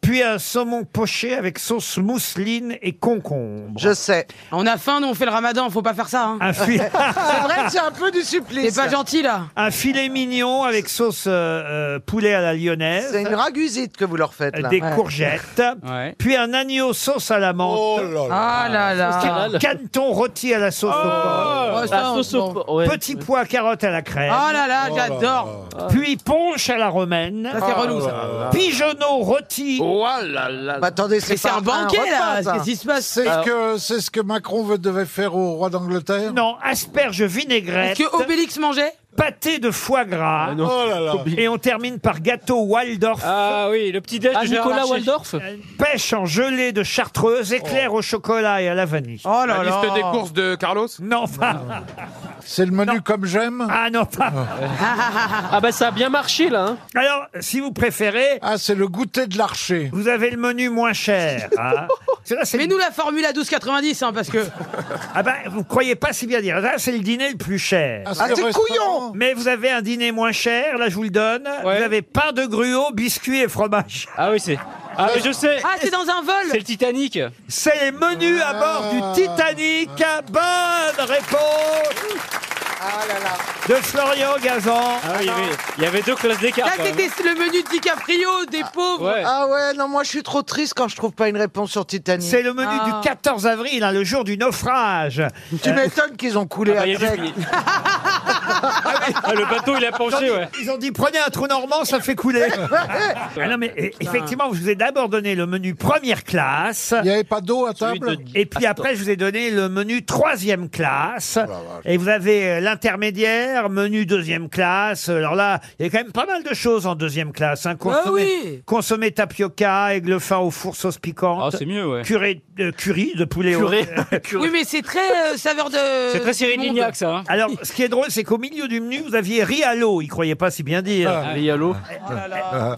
Speaker 2: Puis un saumon poché avec sauce mousseline et concombre.
Speaker 8: Je sais.
Speaker 6: On a faim, nous on fait le ramadan, faut pas faire ça. hein.
Speaker 2: Un fi-
Speaker 8: C'est vrai que c'est un peu du supplice.
Speaker 6: T'es pas gentil là.
Speaker 2: Un filet mignon avec sauce euh, euh, poulet à la lyonnaise.
Speaker 8: C'est une ragusite que vous leur faites, là.
Speaker 2: Des
Speaker 8: Ouais.
Speaker 2: courgettes. Puis un agneau sauce à la menthe.
Speaker 6: Ah là là.
Speaker 2: Canton rôti à la sauce aux pommes.
Speaker 6: Ouais, ça, La on- sauce aux bon. ouais.
Speaker 2: Petit pois carotte à la crème.
Speaker 6: Ah là là, Oh là j'adore.
Speaker 2: Puis ponche à la romaine.
Speaker 6: Ça, c'est Ah relou, ça. là là.
Speaker 2: Pigeonneau rôti.
Speaker 8: Bah, attendez,
Speaker 6: Mais c'est un banquet là. Qu'est-ce qui se passe
Speaker 3: C'est que- c'est ce que Macron veut- devait faire au roi d'Angleterre
Speaker 2: Non, asperges vinaigrette.
Speaker 6: Est-ce que Obélix mangeait
Speaker 2: Pâté de foie gras.
Speaker 3: non. Oh là là.
Speaker 2: Et on termine par gâteau Waldorf.
Speaker 5: Ah oui, le petit déj
Speaker 2: Ah,
Speaker 5: de Gérard
Speaker 2: Nicolas
Speaker 5: Larcher.
Speaker 2: Waldorf
Speaker 5: Euh,
Speaker 2: Pêche en gelée de chartreuse, éclair
Speaker 3: Oh.
Speaker 2: au chocolat et à la vanille. Oh
Speaker 7: La liste des courses de Carlos
Speaker 2: Non, pas.
Speaker 3: C'est le menu comme j'aime
Speaker 2: Ah non, pas.
Speaker 4: Ah bah ça a bien marché là. hein.
Speaker 2: Alors, si vous préférez,
Speaker 3: Ah, c'est le goûter de l'archer.
Speaker 2: vous avez le menu moins cher. hein. C'est là, c'est-
Speaker 6: Mets-nous la formule à 12,90 hein, parce que.
Speaker 2: Ah ben, vous croyez pas si bien dire. Là, c'est le dîner le plus cher.
Speaker 3: Ah, c'est Ah, le c'est restaurant. couillon
Speaker 2: Mais vous avez un dîner moins cher, là, je vous le donne. Vous avez pain de gruau, biscuits et fromage.
Speaker 5: Ah oui, c'est. Ah mais je sais.
Speaker 6: Ah, c'est dans un
Speaker 5: C'est
Speaker 6: vol
Speaker 5: le Titanic.
Speaker 2: C'est les menus à bord
Speaker 3: Ah.
Speaker 2: du Titanic. Bonne réponse
Speaker 3: Ah
Speaker 2: de Florian Gazan.
Speaker 5: Ah oui, il y avait, il y avait deux classes d'écart.
Speaker 6: Là,
Speaker 5: quand même.
Speaker 6: c'était le menu de DiCaprio, des pauvres.
Speaker 5: Ouais.
Speaker 8: Ah ouais, non, moi, je suis trop triste quand je trouve pas une réponse sur Titanic.
Speaker 2: C'est le menu
Speaker 6: Ah.
Speaker 2: du 14 avril, hein, le jour du naufrage. Euh,
Speaker 8: Tu m'étonnes qu'ils ont coulé
Speaker 5: Ah, bah, il y a
Speaker 8: avec.
Speaker 5: du- Ah, le bateau, il a
Speaker 2: Ils ont dit-
Speaker 5: penché, ouais.
Speaker 2: Ils ont dit prenez un trou normand, ça fait couler. Ah non mais eh, effectivement, je vous ai d'abord donné le menu première classe.
Speaker 3: Il n'y avait pas d'eau à table
Speaker 2: Et puis après, je vous ai donné le menu troisième classe. Et vous avez euh, l'intermédiaire, menu deuxième classe. Alors là, il y a quand même pas mal de choses en deuxième classe. Hein.
Speaker 6: Ah
Speaker 2: Consommer,
Speaker 6: oui
Speaker 2: consommer tapioca, aiglefin au four sauce
Speaker 5: Ah,
Speaker 2: piquante,
Speaker 5: c'est mieux, ouais.
Speaker 2: curé, euh, curry de poulet
Speaker 4: Curé.
Speaker 2: au...
Speaker 6: Oui, mais c'est très euh, saveur de.
Speaker 5: C'est très Cyril
Speaker 6: du monde.
Speaker 5: Lignac, ça. hein.
Speaker 2: Alors, ce qui est drôle, c'est qu'au milieu du menu, vous aviez riz à l'eau. Il croyait pas si bien dire.
Speaker 5: Ah,
Speaker 2: Ah,
Speaker 4: Et allô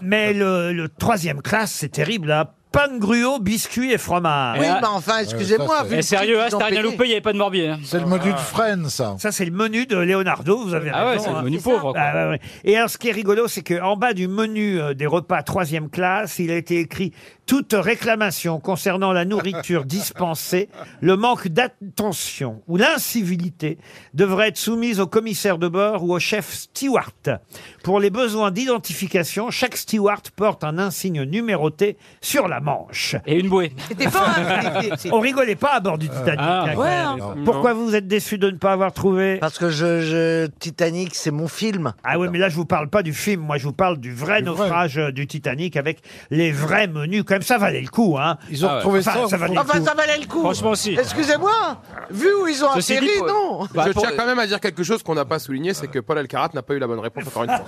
Speaker 2: Mais le, le troisième classe, c'est terrible, hein. Pain de gruau, biscuits et fromage.
Speaker 8: Oui,
Speaker 5: Ah.
Speaker 8: mais enfin, excusez-moi.
Speaker 3: ça,
Speaker 8: vu
Speaker 5: Eh,
Speaker 8: le prix
Speaker 5: sérieux, hein,
Speaker 8: qu'ils
Speaker 5: si
Speaker 8: ont
Speaker 5: t'as rien
Speaker 8: payé.
Speaker 5: loupé, il n'y avait pas de morbier. hein.
Speaker 3: C'est le menu de Fresnes, ça.
Speaker 2: Ah. Ça, c'est le menu de Leonardo, vous avez
Speaker 5: Ah ouais,
Speaker 2: raison.
Speaker 5: c'est
Speaker 2: hein.
Speaker 5: le menu pauvre, quoi.
Speaker 2: Ah, ouais, ouais. Et alors, ce qui est rigolo, c'est qu'en bas du menu euh, des repas troisième classe, il a été écrit toute réclamation concernant la nourriture dispensée, le manque d'attention ou l'incivilité devrait être soumise au commissaire de bord ou au chef steward. Pour les besoins d'identification, chaque steward porte un insigne numéroté sur la manche.
Speaker 5: Et une bouée.
Speaker 6: C'était pas un. c'est-
Speaker 2: On rigolait pas à bord du Titanic.
Speaker 5: Ah,
Speaker 2: hein, quand
Speaker 6: ouais,
Speaker 2: même.
Speaker 6: hein.
Speaker 2: Pourquoi vous vous êtes déçu de ne pas avoir trouvé
Speaker 8: Parce que je, je- Titanic, c'est mon film.
Speaker 2: Ah oui, mais là, je vous parle pas du film. Moi, je vous parle du vrai
Speaker 3: Du vrai.
Speaker 2: naufrage euh, du Titanic avec les vrais menus. Quand même, ça valait le coup, hein.
Speaker 3: Ils ont
Speaker 5: Ah ouais.
Speaker 3: retrouvé
Speaker 2: Enfin,
Speaker 3: ça.
Speaker 2: ça valait le
Speaker 8: Enfin,
Speaker 2: coup.
Speaker 8: ça valait le coup.
Speaker 5: Franchement, si.
Speaker 8: Excusez-moi, vu où ils ont
Speaker 5: Ceci
Speaker 8: atterri,
Speaker 5: dit, pour-
Speaker 8: non
Speaker 5: Bah,
Speaker 7: Je
Speaker 5: pour-
Speaker 7: tiens quand même à dire quelque chose qu'on n'a pas souligné, c'est que Paul Alcarat n'a pas eu la bonne réponse encore une fois.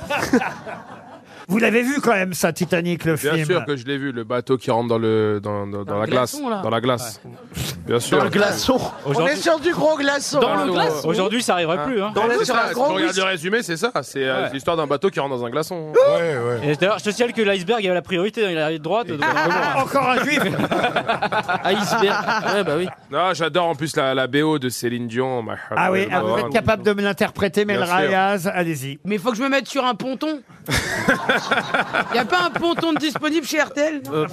Speaker 2: Vous l'avez vu quand même, ça, Titanic, le
Speaker 7: Bien
Speaker 2: film.
Speaker 7: sûr que je l'ai vu, le bateau qui rentre dans le dans, dans- dans la
Speaker 6: glaçon,
Speaker 7: glace,
Speaker 6: là.
Speaker 7: dans la glace. Bien sûr.
Speaker 8: Dans le glaçon. On est
Speaker 5: Aujourd'hui-
Speaker 8: sur du gros glaçon.
Speaker 7: Dans le glaçon. Ah.
Speaker 5: Aujourd'hui, ça arriverait plus. Hein.
Speaker 8: Dans
Speaker 7: C'est
Speaker 8: le- sur
Speaker 7: ça,
Speaker 8: un
Speaker 7: si
Speaker 8: gros
Speaker 7: on regarde
Speaker 8: whisky.
Speaker 7: le résumé, c'est ça. C'est euh,
Speaker 5: Ouais.
Speaker 7: l'histoire d'un bateau qui rentre dans un glaçon.
Speaker 3: Ouais, ouais.
Speaker 5: Et D'ailleurs, je te signale que l'iceberg, il a la priorité. hein, Il arrive droite. donc-
Speaker 2: Ah, encore un juif
Speaker 4: Iceberg. Ouais bah oui.
Speaker 7: Non, j'adore en plus la, la BO de Céline Dion. ma-
Speaker 2: Ah oui,
Speaker 7: ma-
Speaker 2: ah, vous êtes capable de me l'interpréter, mais
Speaker 7: Bien
Speaker 2: le
Speaker 7: sûr.
Speaker 2: Rayaz, allez-y.
Speaker 6: Mais faut que je me mette sur un ponton. y a pas un ponton de disponible chez RTL non
Speaker 4: Euh,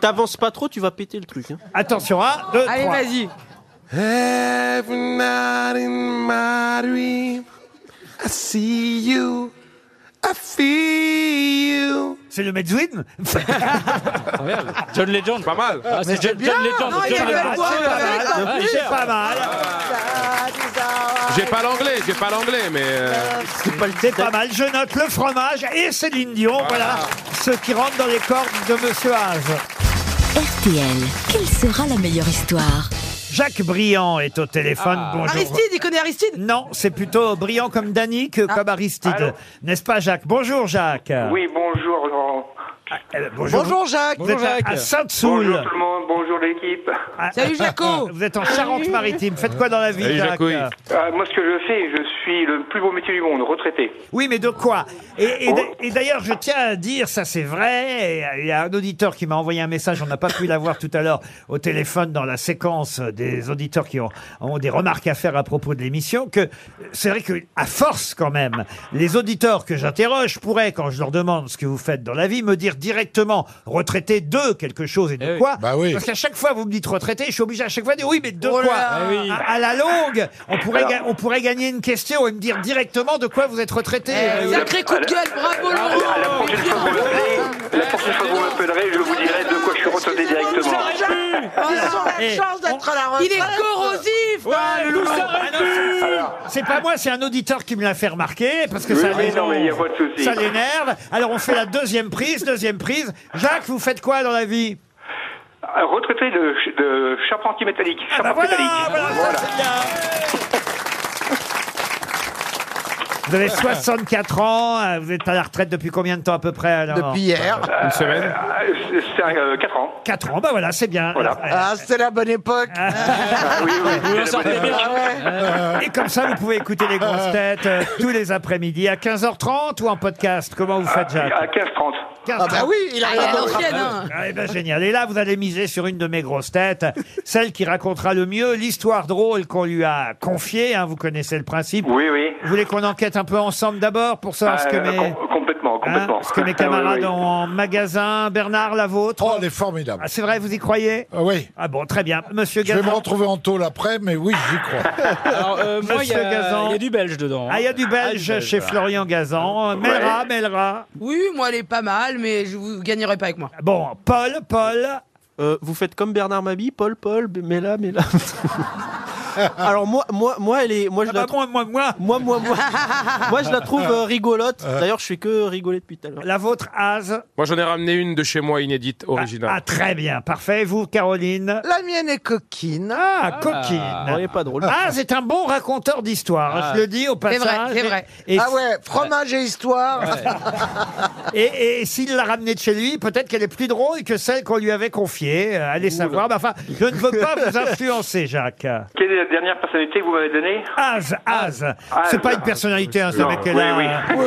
Speaker 4: T'avances pas trop, tu vas péter le truc. hein.
Speaker 2: Attention, un, deux,
Speaker 6: Allez,
Speaker 2: trois.
Speaker 6: vas-y.
Speaker 7: Every night in my dream, I see you, I feel you.
Speaker 2: C'est le Medzwin
Speaker 5: Merde. John Legend.
Speaker 7: Pas mal.
Speaker 5: Ah, c'est John, John Legend.
Speaker 7: Ah,
Speaker 6: Non, il
Speaker 5: John
Speaker 6: a fait
Speaker 5: Legend.
Speaker 6: le bois,
Speaker 5: Ah,
Speaker 6: avec, en
Speaker 5: ouais,
Speaker 6: plus.
Speaker 2: C'est pas mal.
Speaker 7: J'ai pas l'anglais, j'ai pas l'anglais, mais. euh,
Speaker 2: C'est pas mal. Je note le fromage et Céline Dion. Voilà ce qui rentre dans les cordes de Monsieur Haas.
Speaker 11: RTL, quelle sera la meilleure histoire
Speaker 2: Jacques Briand est au téléphone.
Speaker 11: Ah.
Speaker 2: Bonjour.
Speaker 6: Aristide, il connaît Aristide
Speaker 2: Non, c'est plutôt Briand comme Dany que comme Aristide.
Speaker 12: Allô
Speaker 2: N'est-ce pas, Jacques Bonjour, Jacques.
Speaker 12: Oui, bonjour Laurent.
Speaker 2: Ah, eh ben, Bonjour, Jacques. Vous êtes à- à Sainte-Soule.
Speaker 12: Bonjour
Speaker 2: Ah,
Speaker 12: tout le monde, bonjour l'équipe.
Speaker 2: Vous êtes en Charente-Maritime. Faites quoi dans la vie, Jacques
Speaker 12: Ah, moi, ce que je fais, je suis le plus beau métier du monde, retraité.
Speaker 2: Oui, mais de quoi Et,
Speaker 10: Oh.
Speaker 2: et d'a- et d'ailleurs, je tiens à dire, ça c'est vrai, il y a un auditeur qui m'a envoyé un message, on n'a pas pu l'avoir tout à l'heure au téléphone dans la séquence des auditeurs qui ont, ont des remarques à faire à propos de l'émission, que c'est vrai que à force quand même, les auditeurs que j'interroge pourraient, quand je leur demande ce que vous faites dans la vie, me dire directement retraité de quelque chose et
Speaker 6: Eh
Speaker 2: de quoi. Parce qu'à chaque fois, vous me dites retraité, je suis obligé à chaque fois de dire oui, mais de
Speaker 6: Oh là
Speaker 2: quoi
Speaker 6: là. Ah oui.
Speaker 2: à, à la longue, on pourrait,
Speaker 6: Alors-
Speaker 2: ga- on pourrait gagner une question et me dire directement de quoi vous êtes retraité.
Speaker 12: Ah,
Speaker 6: Eh, Sacré coup de gueule, bravo Laurent
Speaker 12: La prochaine fois que vous m'appellerez, je vous dirai de quoi je suis retourné directement.
Speaker 6: Oh, Ils ont la chance d'être à la
Speaker 2: retraite.
Speaker 6: Il est corrosif hein.
Speaker 12: Ah,
Speaker 2: C'est pas moi, c'est un auditeur qui me l'a fait remarquer parce que
Speaker 12: Oui,
Speaker 2: ça,
Speaker 12: oui,
Speaker 2: les-
Speaker 12: non, mais il y a pas de souci.
Speaker 2: ça l'énerve. Alors on fait la deuxième prise, deuxième prise. Jacques, vous faites quoi dans la vie
Speaker 12: Un Ah, Retraité de, ch- de charpentier métallique. Charpentier métallique. Ah, bah Voilà.
Speaker 2: Vous avez 64 ans, euh, vous êtes à la retraite depuis combien de temps à peu près alors
Speaker 12: Depuis hier. Une
Speaker 2: semaine
Speaker 12: Euh, c'est- C'est 4 ans.
Speaker 2: 4 ans, bah voilà, c'est bien.
Speaker 12: Voilà.
Speaker 8: Ah, c'était la bonne époque.
Speaker 12: oui, oui.
Speaker 2: Vous
Speaker 12: en sortez bien.
Speaker 6: Ah,
Speaker 2: Et comme ça, vous pouvez écouter les grosses têtes euh, tous les après-midi à 15h30 ou en podcast. Comment vous faites, Jacques
Speaker 12: À 15h30.
Speaker 2: Ah bah oui, il a
Speaker 6: Ah, il est à l'ancienne, hein.
Speaker 2: Ah, eh ben, génial. Et là, vous allez miser sur une de mes grosses têtes, celle qui racontera le mieux l'histoire drôle qu'on lui a confiée. hein. vous connaissez le principe.
Speaker 12: Oui, oui.
Speaker 2: Vous voulez qu'on enquête un peu ensemble d'abord pour savoir ce que
Speaker 12: Euh,
Speaker 2: mes...
Speaker 12: com- complètement, complètement. Ah,
Speaker 2: Parce que mes camarades
Speaker 12: Oui, oui.
Speaker 2: en magasin, Bernard, la vôtre. Oh, elle
Speaker 3: est formidable.
Speaker 2: c'est vrai, vous y croyez
Speaker 3: Oui.
Speaker 2: Ah bon, très bien. Monsieur
Speaker 3: Je vais me
Speaker 2: Gazan.
Speaker 3: retrouver en tôle après, mais oui, j'y crois.
Speaker 5: Alors, euh, moi, il y,
Speaker 2: Monsieur
Speaker 5: a-
Speaker 2: Gazan.
Speaker 5: il y a du belge dedans.
Speaker 2: Ah, il y a du belge chez Florian Gazan. Melra, Melra.
Speaker 6: Oui, moi elle est pas mal, mais je vous gagnerai pas avec moi.
Speaker 2: Bon, Paul, Paul.
Speaker 4: Euh, vous faites comme Bernard Mabi, Paul, Paul, mais là, mais là. Alors moi, moi, moi, elle est, moi je la
Speaker 2: trouve, Ah bah moi, moi,
Speaker 4: moi, moi, moi, Moi, je la trouve euh, rigolote. D'ailleurs, je fais que rigoler depuis tout à l'heure.
Speaker 2: La vôtre, Az.
Speaker 7: Moi, j'en ai ramené une de chez moi, inédite, originale.
Speaker 2: Ah, très bien. Parfait. Vous, Caroline.
Speaker 8: La mienne est coquine.
Speaker 2: Ah,
Speaker 5: Oh,
Speaker 2: coquine.
Speaker 4: elle est pas drôle.
Speaker 2: Az est un bon raconteur d'histoire. hein,
Speaker 4: Ah.
Speaker 2: Je le dis au
Speaker 8: C'est
Speaker 2: passage.
Speaker 8: vrai, c'est vrai. Ah ouais, fromage et histoire.
Speaker 2: Et, et s'il l'a ramenée de chez lui, peut-être qu'elle est plus drôle que celle qu'on lui avait confiée. Euh, Allez savoir. Mais enfin, je ne veux pas vous influencer, Jacques.
Speaker 12: Quelle est la dernière personnalité que vous m'avez donnée
Speaker 2: Az, Az.
Speaker 5: Ah,
Speaker 2: C'est pas une personnalité, hein, ce
Speaker 12: Non,
Speaker 2: mec-là.
Speaker 12: oui,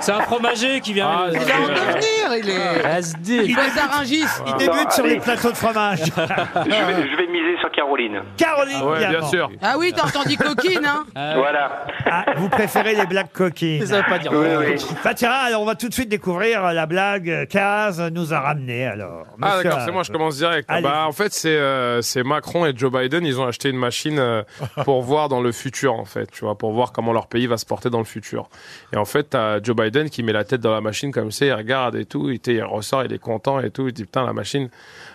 Speaker 5: C'est un fromager qui vient.
Speaker 2: Ah, il est en
Speaker 8: devenir, il est.
Speaker 6: Ah.
Speaker 2: Il débute-
Speaker 6: Bazarangis.
Speaker 10: Ah
Speaker 2: Il débute sur les
Speaker 12: Allez.
Speaker 2: plateaux de fromage.
Speaker 12: je, vais, je vais miser sur Caroline.
Speaker 2: Caroline
Speaker 12: Ah ouais, bien
Speaker 2: Diamant.
Speaker 12: sûr.
Speaker 6: Ah oui, t'as entendu coquine, hein
Speaker 5: Euh,
Speaker 12: Voilà.
Speaker 2: Ah, vous préférez les blagues coquines.
Speaker 4: Ça veut pas dire.
Speaker 12: Oui, oui.
Speaker 2: Bah tiens, alors on va tout de suite découvrir euh, la blague qu'Az nous a ramenée alors.
Speaker 7: Ah
Speaker 2: Monsieur
Speaker 7: d'accord, c'est
Speaker 2: Az.
Speaker 7: moi, je commence direct.
Speaker 2: Allez.
Speaker 7: Bah, en fait, c'est euh, c'est Macron et Joe Biden, ils ont acheté une machine euh, pour voir dans le futur, en fait, tu vois, pour voir comment leur pays va se porter dans le futur. Et en fait, t'as Joe Biden qui met la tête dans la machine comme ça, il regarde et tout, il, t- il ressort, il est content et tout, il dit, putain, la machine,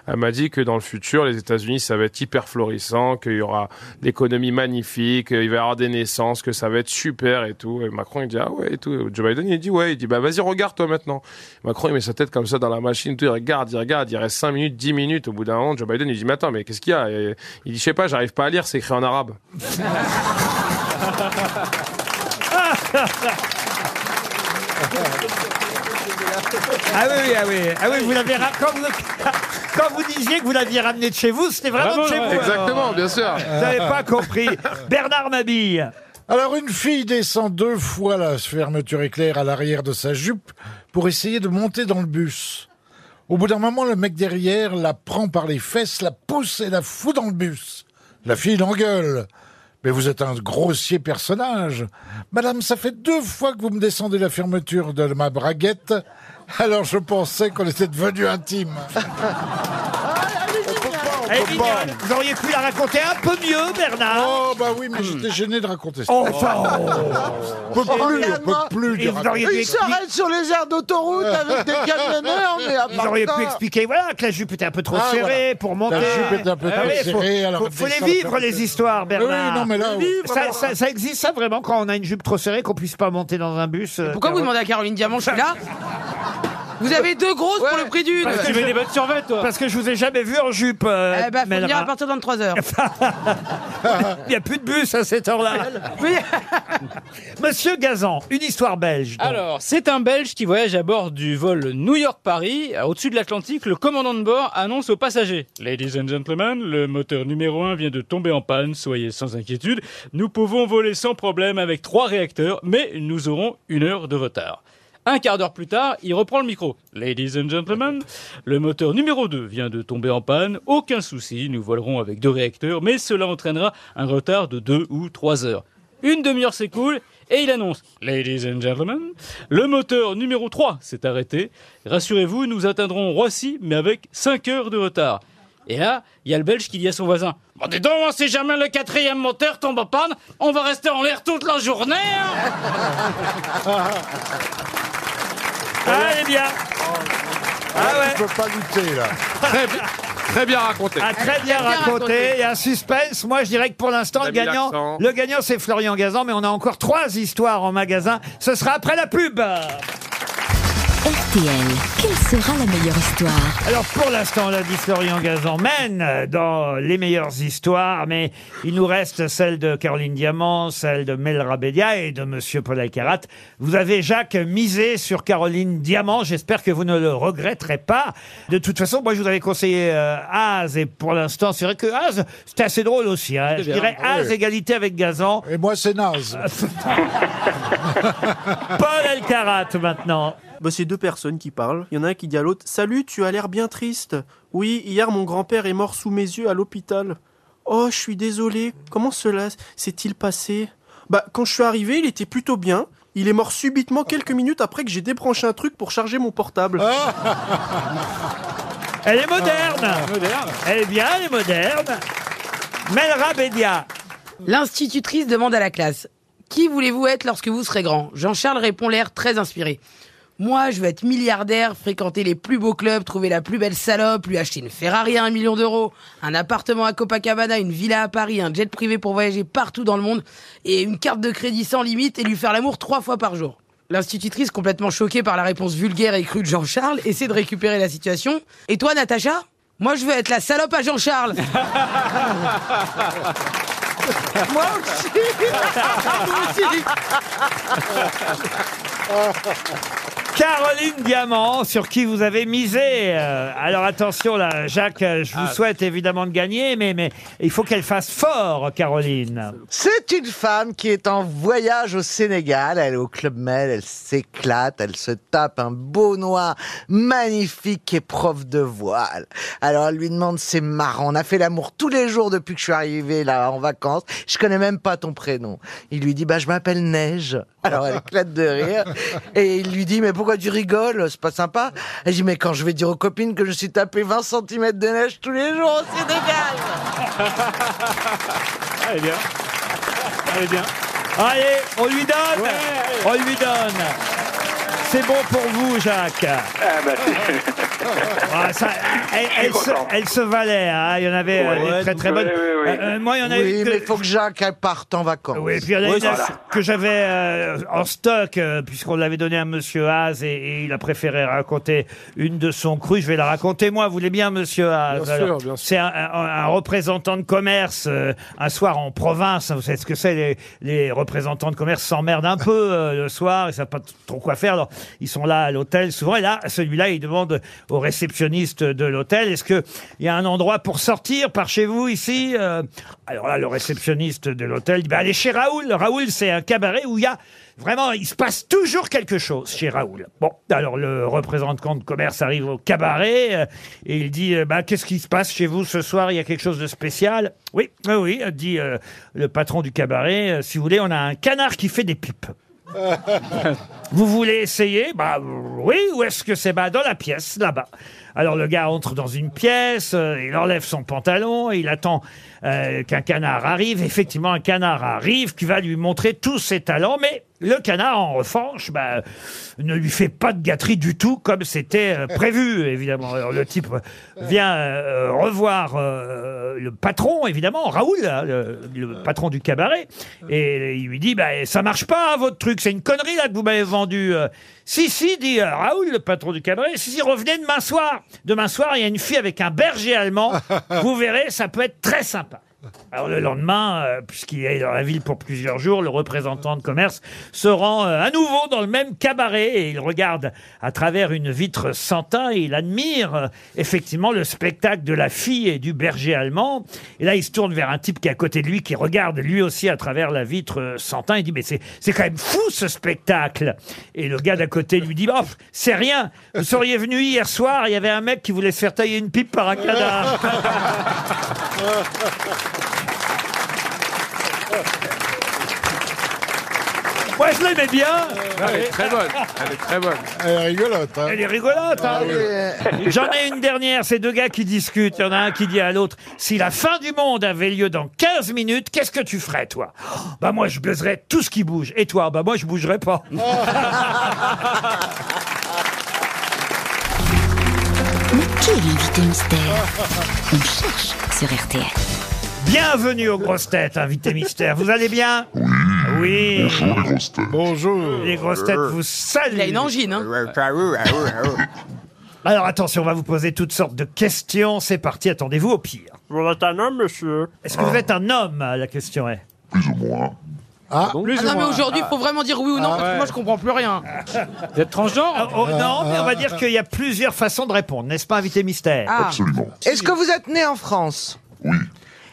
Speaker 7: elle m'a dit que dans le futur, les États-Unis, ça va être hyper florissant, qu'il y aura l'économie magnifique, qu'il va y avoir des naissances, que ça va être super et tout. Et Macron, il dit, ah ouais, et tout. Joe Biden, il dit, ouais, il dit, bah vas-y, regarde-toi maintenant. Macron, il met sa tête comme ça dans la machine, tout, il regarde, il regarde, il reste 5 minutes, 10 minutes. Au bout d'un moment, Joe Biden, il dit, mais attends, mais qu'est-ce qu'il y a Et Il dit, je sais pas, j'arrive pas à lire, c'est écrit en arabe.
Speaker 2: Ah oui, oui, ah oui, ah oui, vous l'avez ra- quand, vous... quand vous disiez que vous l'aviez ramenée de chez vous, c'était vraiment de chez vous. alors.
Speaker 7: bien sûr.
Speaker 2: Vous n'avez pas compris. Bernard Mabille.
Speaker 3: Alors, une fille descend deux fois la fermeture éclair à l'arrière de sa jupe pour essayer de monter dans le bus. Au bout d'un moment, le mec derrière la prend par les fesses, la pousse et la fout dans le bus. La fille l'engueule. Mais vous êtes un grossier personnage. Madame, ça fait deux fois que vous me descendez la fermeture de ma braguette. Alors je pensais qu'on était devenus intimes. montre
Speaker 2: Elle est
Speaker 3: pas.
Speaker 2: mignonne. Eh, Vous auriez pu la raconter un peu mieux, Bernard.
Speaker 3: Oh, bah oui, mais j'étais gêné de raconter ça.
Speaker 2: Oh, enfin, oh.
Speaker 3: On peut plus, on peut plus. de
Speaker 2: Et vous
Speaker 3: raconter.
Speaker 2: auriez dû
Speaker 8: Ils s'arrêtent sur les aires d'autoroute avec des camionneurs, mais à
Speaker 2: Vous
Speaker 8: part
Speaker 2: auriez pu
Speaker 8: ça-
Speaker 2: expliquer, voilà, que la jupe était un peu trop
Speaker 3: Ah,
Speaker 2: serrée
Speaker 3: voilà.
Speaker 2: pour monter.
Speaker 3: La jupe est un peu
Speaker 2: Ah
Speaker 3: trop
Speaker 2: oui, faut-
Speaker 3: serrée, alors
Speaker 2: Faut, faut les
Speaker 3: descendre.
Speaker 2: vivre, les histoires, Bernard.
Speaker 3: Oui, non, mais là,
Speaker 2: Les
Speaker 3: oui.
Speaker 2: ça, ça- ça existe, ça, vraiment, quand on a une jupe trop serrée, qu'on puisse pas monter dans un bus. euh,
Speaker 6: Pourquoi vous
Speaker 2: Caro-
Speaker 6: demandez à Caroline Diamant, je suis là Vous avez deux grosses pour le prix d'une
Speaker 2: Parce que, je,
Speaker 5: des bonnes survettes, toi.
Speaker 2: parce que je vous ai jamais vu en jupe. euh,
Speaker 6: Eh ben, faut venir
Speaker 2: Melra.
Speaker 6: à partir de 23h.
Speaker 2: Il n'y a plus de bus hein, à cette heure-là. Monsieur Gazan, une histoire belge. donc.
Speaker 5: Alors, c'est un Belge qui voyage à bord du vol New York-Paris. Euh, Au-dessus de l'Atlantique, le commandant de bord annonce aux passagers Ladies and gentlemen, le moteur numéro 1 vient de tomber en panne, soyez sans inquiétude. Nous pouvons voler sans problème avec trois réacteurs, mais nous aurons une heure de retard. Un quart d'heure plus tard, il reprend le micro. Ladies and gentlemen, le moteur numéro 2 vient de tomber en panne. Aucun souci, nous volerons avec deux réacteurs, mais cela entraînera un retard de deux ou trois heures. Une demi-heure s'écoule et il annonce Ladies and gentlemen, le moteur numéro 3 s'est arrêté. Rassurez-vous, nous atteindrons Roissy, mais avec cinq heures de retard. Et là, il y a le Belge qui dit à son voisin Bon, dis donc, hein, si jamais le quatrième moteur tombe en panne, on va rester en l'air toute la journée hein.
Speaker 2: Ah, elle est bien. Ah ouais.
Speaker 3: Je peux pas lutter, là.
Speaker 7: Très, bi- très bien raconté.
Speaker 2: Ah, très bien raconté. Il y a un suspense. Moi, je dirais que pour l'instant,
Speaker 7: On a
Speaker 2: le
Speaker 7: mis
Speaker 2: gagnant,
Speaker 7: l'accent.
Speaker 2: le gagnant, c'est Florian Gazan, mais on a encore trois histoires en magasin. Ce sera après la pub.
Speaker 11: RTL, quelle sera la meilleure histoire
Speaker 2: Alors, pour l'instant, l'a dit Florian Gazan mène dans les meilleures histoires, mais il nous reste celle de Caroline Diamant, celle de Mel Rabellia et de Monsieur Paul Alcarat. Vous avez, Jacques, misé sur Caroline Diamant. J'espère que vous ne le regretterez pas. De toute façon, moi, je vous avais conseillé euh, Az, et pour l'instant, c'est vrai que Az, c'était assez drôle aussi. hein. Je
Speaker 5: bien,
Speaker 2: dirais Az, égalité avec Gazan.
Speaker 3: Et moi, c'est naze.
Speaker 2: Paul Alcarat, maintenant.
Speaker 4: Bah, c'est deux personnes qui parlent. Il y en a un qui dit à l'autre Salut, tu as l'air bien triste. Oui, hier mon grand-père est mort sous mes yeux à l'hôpital. Oh, je suis désolé. Comment cela s'est-il passé Bah, quand je suis arrivé, il était plutôt bien. Il est mort subitement quelques minutes après que j'ai débranché un truc pour charger mon portable.
Speaker 2: Elle est moderne. Elle est bien, elle est moderne. Mel Rabellia.
Speaker 6: L'institutrice demande à la classe Qui voulez-vous être lorsque vous serez grand Jean-Charles répond l'air très inspiré. Moi, je veux être milliardaire, fréquenter les plus beaux clubs, trouver la plus belle salope, lui acheter une Ferrari à un million d'euros, un appartement à Copacabana, une villa à Paris, un jet privé pour voyager partout dans le monde, et une carte de crédit sans limite, et lui faire l'amour trois fois par jour. L'institutrice, complètement choquée par la réponse vulgaire et crue de Jean-Charles, essaie de récupérer la situation. Et toi, Natacha Moi, je veux être la salope à Jean-Charles Moi aussi Moi aussi
Speaker 2: Caroline Diamant, sur qui vous avez misé. Euh, alors attention là, Jacques, euh, je vous
Speaker 12: Ah.
Speaker 2: souhaite évidemment de gagner, mais, mais il faut qu'elle fasse fort, Caroline.
Speaker 8: C'est une femme qui est en voyage au Sénégal. Elle est au Club Med, elle s'éclate, elle se tape un beau noir magnifique qui est prof de voile. Alors elle lui demande, c'est marrant, on a fait l'amour tous les jours depuis que je suis arrivé là en vacances. Je connais même pas ton prénom. Il lui dit, bah je m'appelle Neige. Alors elle éclate de rire. Et il lui dit, mais pourquoi tu rigoles C'est pas sympa. Elle dit, mais quand je vais dire aux copines que je suis tapé 20 cm de neige tous les jours au Sénégal.
Speaker 5: Allez bien. Allez bien.
Speaker 2: Allez, on lui donne On lui donne C'est bon pour vous, Jacques.
Speaker 12: Ah bah c'est...
Speaker 2: Ah, ça, elle,
Speaker 12: suis
Speaker 2: elle se,
Speaker 12: content.
Speaker 2: elle se valait, hein. il y en avait euh,
Speaker 12: Ouais,
Speaker 2: des très très
Speaker 12: ouais,
Speaker 2: bonnes.
Speaker 12: ouais, ouais.
Speaker 2: Euh, euh, moi, il y en a
Speaker 8: Oui,
Speaker 2: eu que-
Speaker 8: mais il faut que Jacques elle parte en vacances.
Speaker 2: Oui, et puis il y en a
Speaker 12: Oui,
Speaker 2: une
Speaker 12: voilà.
Speaker 2: que j'avais euh, en stock, euh, puisqu'on l'avait donné à Monsieur Haas, et, et il a préféré raconter une de son cru. Je vais la raconter moi, vous voulez bien, Monsieur Haas
Speaker 7: Bien sûr, bien sûr.
Speaker 2: C'est un, un- un représentant de commerce, euh, un soir en province, hein, vous savez ce que c'est, les, les représentants de commerce s'emmerdent un peu euh, le soir, ils savent pas t- trop quoi faire, alors ils sont là à l'hôtel souvent, et là, celui-là, il demande au réceptionniste de l'hôtel, est-ce que il y a un endroit pour sortir par chez vous ici euh Alors là, le réceptionniste de l'hôtel dit, bah, allez chez Raoul, Raoul, c'est un cabaret où il y a vraiment, il se passe toujours quelque chose chez Raoul. Bon, alors le représentant de commerce arrive au cabaret euh, et il dit, euh, bah, qu'est-ce qui se passe chez vous ce soir Il y a quelque chose de spécial Oui, oui, oui, dit euh, le patron du cabaret, euh, si vous voulez, on a un canard qui fait des pipes. Vous voulez essayer Bah oui, où est-ce que c'est Bah dans la pièce, là-bas. Alors le gars entre dans une pièce, euh, il enlève son pantalon, et il attend euh, qu'un canard arrive. Effectivement, un canard arrive qui va lui montrer tous ses talents, mais le canard, en revanche, bah, ne lui fait pas de gâterie du tout, comme c'était euh, prévu, évidemment. Alors, le type vient euh, revoir euh, le patron, évidemment, Raoul, hein, le, le patron du cabaret, et il lui dit, bah, ça marche pas, hein, votre truc, c'est une connerie là que vous m'avez vendu. Euh, Si, si, dit euh, Raoul, le patron du cabaret, si, si, revenez demain soir. Demain soir, il y a une fille avec un berger allemand, vous verrez, ça peut être très sympa. Alors le lendemain, euh, puisqu'il est dans la ville pour plusieurs jours, le représentant de commerce se rend euh, à nouveau dans le même cabaret et il regarde à travers une vitre sans teint et il admire euh, effectivement le spectacle de la fille et du berger allemand. Et là, il se tourne vers un type qui est à côté de lui, qui regarde lui aussi à travers la vitre euh, sans teint. Il dit, mais c'est c'est quand même fou ce spectacle. Et le gars d'à côté lui dit, bah, pff, c'est rien. Vous seriez venu hier soir, il y avait un mec qui voulait se faire tailler une pipe par un canard. Moi, je l'aimais bien.
Speaker 7: Elle est très bonne. Elle est très bonne.
Speaker 3: Elle est rigolote. hein.
Speaker 2: Elle est rigolote. hein.
Speaker 3: Ah oui.
Speaker 2: J'en ai une dernière. Ces deux gars qui discutent. Il y en a un qui dit à l'autre Si la fin du monde avait lieu dans 15 minutes, qu'est-ce que tu ferais, toi Oh, Bah, moi, je baiserais tout ce qui bouge. Et toi Bah, moi, je bougerais pas.
Speaker 11: Mais qui est l'invité mystère On cherche sur RTL.
Speaker 2: Bienvenue aux grosses têtes, invité mystère. Vous allez bien Oui.
Speaker 14: Bonjour les grosses têtes.
Speaker 3: Bonjour.
Speaker 2: Les grosses têtes vous saluent.
Speaker 6: Il a une angine, hein.
Speaker 2: Alors, attention, on va vous poser toutes sortes de questions. C'est parti. Attendez-vous au pire.
Speaker 4: Vous êtes un homme, monsieur
Speaker 2: Est-ce que vous êtes un homme La question est.
Speaker 14: Plus ou moins.
Speaker 3: Ah,
Speaker 5: Plus
Speaker 6: Ah
Speaker 5: ou
Speaker 6: non, mais
Speaker 5: moins.
Speaker 6: aujourd'hui, il faut vraiment dire oui ou
Speaker 5: Ah,
Speaker 6: non, parce que
Speaker 5: ouais.
Speaker 6: moi, je comprends plus rien.
Speaker 5: Vous êtes transgenre
Speaker 2: Oh, non, mais on va dire qu'il y a plusieurs façons de répondre, n'est-ce pas, invité mystère
Speaker 6: Ah,
Speaker 14: Absolument.
Speaker 8: Est-ce que vous êtes né en France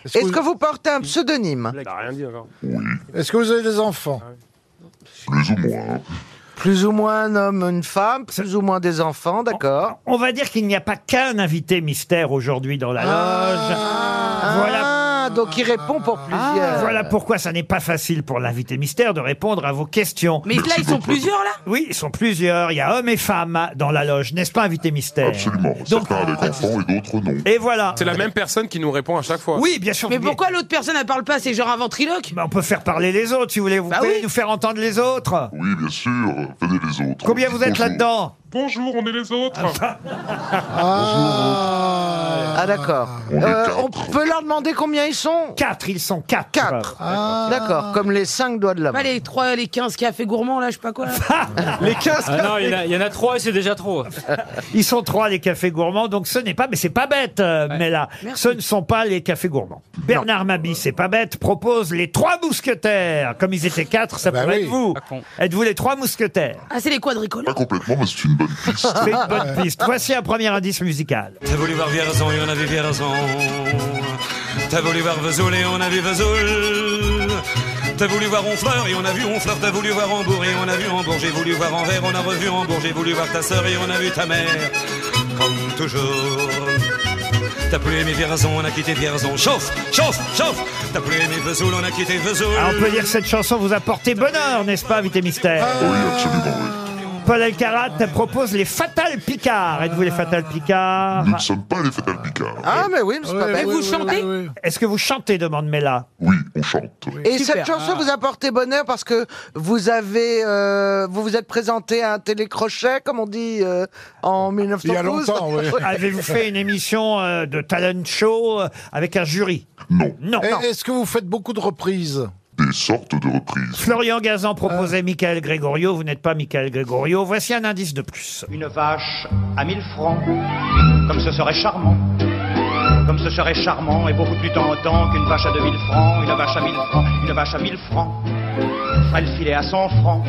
Speaker 3: est-ce
Speaker 8: Est-ce
Speaker 3: que,
Speaker 8: que vous portez un pseudonyme
Speaker 7: T'as rien dit encore.
Speaker 3: vous- est-ce que vous avez des enfants
Speaker 14: Plus ou moins.
Speaker 8: Plus ou moins un homme, une femme, plus ou moins des enfants, d'accord
Speaker 2: On va dire qu'il n'y a pas qu'un invité mystère aujourd'hui dans la
Speaker 5: Ah.
Speaker 2: loge. Voilà.
Speaker 8: Ah, donc il répond pour plusieurs.
Speaker 2: Ah, Voilà pourquoi ça n'est pas facile pour l'invité mystère de répondre à vos questions.
Speaker 6: mais là, ils sont plusieurs, là
Speaker 2: Oui, ils sont plusieurs. Il y a hommes et femmes dans la loge, n'est-ce pas, invité mystère
Speaker 14: Absolument.
Speaker 2: Donc,
Speaker 14: Certains avec enfants et d'autres non.
Speaker 2: et voilà.
Speaker 7: C'est la même personne qui nous répond à chaque fois.
Speaker 2: Oui, bien sûr.
Speaker 6: Mais
Speaker 2: vous-
Speaker 6: pourquoi l'autre personne, elle parle pas C'est genre un ventriloque
Speaker 2: Bah, On peut faire parler les autres, si vous voulez. Vous
Speaker 6: Bah
Speaker 2: pouvez
Speaker 6: oui.
Speaker 2: nous faire entendre les autres.
Speaker 14: Oui, bien sûr. Venez les autres.
Speaker 2: Combien vous êtes
Speaker 14: Bonjour.
Speaker 2: là-dedans
Speaker 7: Bonjour, on est les autres.
Speaker 3: Ah,
Speaker 8: Ah, d'accord.
Speaker 14: On est
Speaker 8: Euh, on
Speaker 14: quatre.
Speaker 8: peut leur demander combien ils sont
Speaker 2: Quatre, ils sont quatre.
Speaker 8: Quatre.
Speaker 3: Ah.
Speaker 8: D'accord, comme les cinq doigts de la
Speaker 6: Pas
Speaker 8: main.
Speaker 6: les 3, les 15 cafés gourmands, là, je sais pas quoi. là.
Speaker 8: Les 15
Speaker 5: Ah non, il y, en a- il y en a trois et c'est déjà trop.
Speaker 2: Ils sont trois les cafés gourmands, donc ce n'est pas, mais c'est pas bête, euh, mais là,
Speaker 6: Merci.
Speaker 2: ce ne sont pas les cafés gourmands. Bernard Mabi, c'est pas bête, propose les trois mousquetaires. Comme ils étaient quatre,
Speaker 14: Ah
Speaker 2: ça
Speaker 3: Bah
Speaker 2: pourrait
Speaker 3: oui.
Speaker 2: être vous.
Speaker 5: Pas con.
Speaker 2: Êtes-vous les trois mousquetaires
Speaker 6: Ah, c'est les quadricoles.
Speaker 14: Pas complètement, mais c'est une bonne piste.
Speaker 2: C'est une bonne piste. Voici un premier indice musical.
Speaker 15: T'as voulu voir Vierzon et on a vu Vierzon. T'as voulu voir Vesoul et on a vu Vesoul. T'as voulu voir Honfleur et on a vu Honfleur. T'as voulu voir Hambourg et on a vu Hambourg. J'ai voulu voir Anvers, on a revu Hambourg. J'ai voulu voir ta sœur et on a vu ta mère. Comme toujours. T'as plus aimé Vierzon, on a quitté Vierzon. Chauffe, chauffe, chauffe. T'as plus aimé Vesoul, on a quitté Vesoul.
Speaker 2: Alors, Ah, on peut dire que cette chanson vous a porté bonheur, n'est-ce pas, Vité Mystère
Speaker 14: Oui, absolument, oui.
Speaker 2: Paul Elkarat propose les Fatal Picards. Êtes-vous les Fatal Picards
Speaker 14: Nous ne sommes pas les Fatal Picards.
Speaker 8: Ah, mais oui, mais c'est pas bête.
Speaker 6: oui, vous chantez
Speaker 2: Est-ce que vous chantez demande Mela.
Speaker 14: Oui, on chante.
Speaker 8: Et
Speaker 6: Super.
Speaker 8: cette chanson vous a porté bonheur parce que vous avez, euh, vous vous êtes présenté à un télécrochet, comme on dit euh, en 1912.
Speaker 3: Il y a longtemps, oui.
Speaker 2: Avez-vous fait une émission euh, de talent show euh, avec un jury
Speaker 14: Non.
Speaker 2: Non.
Speaker 3: Et Est-ce que vous faites beaucoup de reprises Euh.
Speaker 14: Des sortes de reprises.
Speaker 2: Florian Gazan proposait Michael Gregorio, vous n'êtes pas Michael Gregorio. Voici un indice de plus.
Speaker 15: Une vache à mille francs, comme ce serait charmant. Comme ce serait charmant et beaucoup plus tentant qu'une vache à deux mille francs, une vache à mille francs, une vache à mille francs. On fera le filet à 100 francs,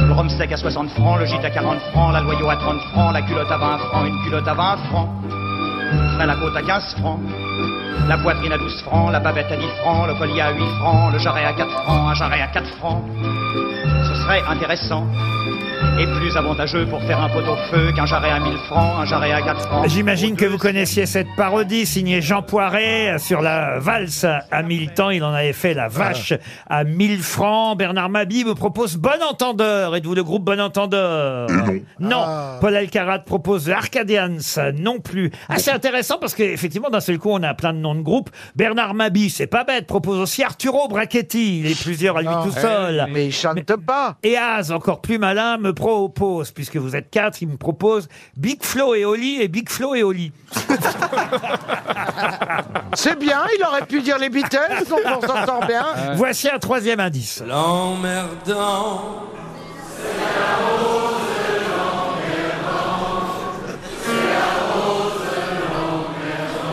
Speaker 15: le rhum sec à 60 francs, le gîte à 40 francs, la loyau à 30 francs, la culotte à 20 francs, une culotte à 20 francs. On fera la côte à 15 francs, la poitrine à 12 francs, la bavette à 10 francs, le collier à 8 francs, le jarret à 4 francs, un jarret à 4 francs. Ce serait intéressant. est plus avantageux pour faire un pot au feu qu'un jarret à 1000 francs, un jarret à 4 francs.
Speaker 2: J'imagine que vous connaissiez cette parodie signée Jean Poiret sur la valse à 1000 temps. Il en avait fait la vache à 1000 francs. Bernard Mabi me propose Bon Entendeur. Êtes-vous le groupe Bon Entendeur Non.
Speaker 8: Ah.
Speaker 2: Paul Alcarat propose Arcadians non plus. Ah, c'est intéressant parce qu'effectivement, d'un seul coup, on a plein de noms de groupes. Bernard Mabi, c'est pas bête, propose aussi Arturo Brachetti. Il est plusieurs à lui tout seul.
Speaker 8: Ah. Eh Mais il chante pas.
Speaker 2: Et Az, encore plus malin, me propose, puisque vous êtes quatre, il me propose Big Flo et Oli et Big Flo et Oli.
Speaker 8: C'est bien, il aurait pu dire les Beatles, donc on s'entend bien.
Speaker 2: Voici un troisième indice.
Speaker 13: L'emmerdant.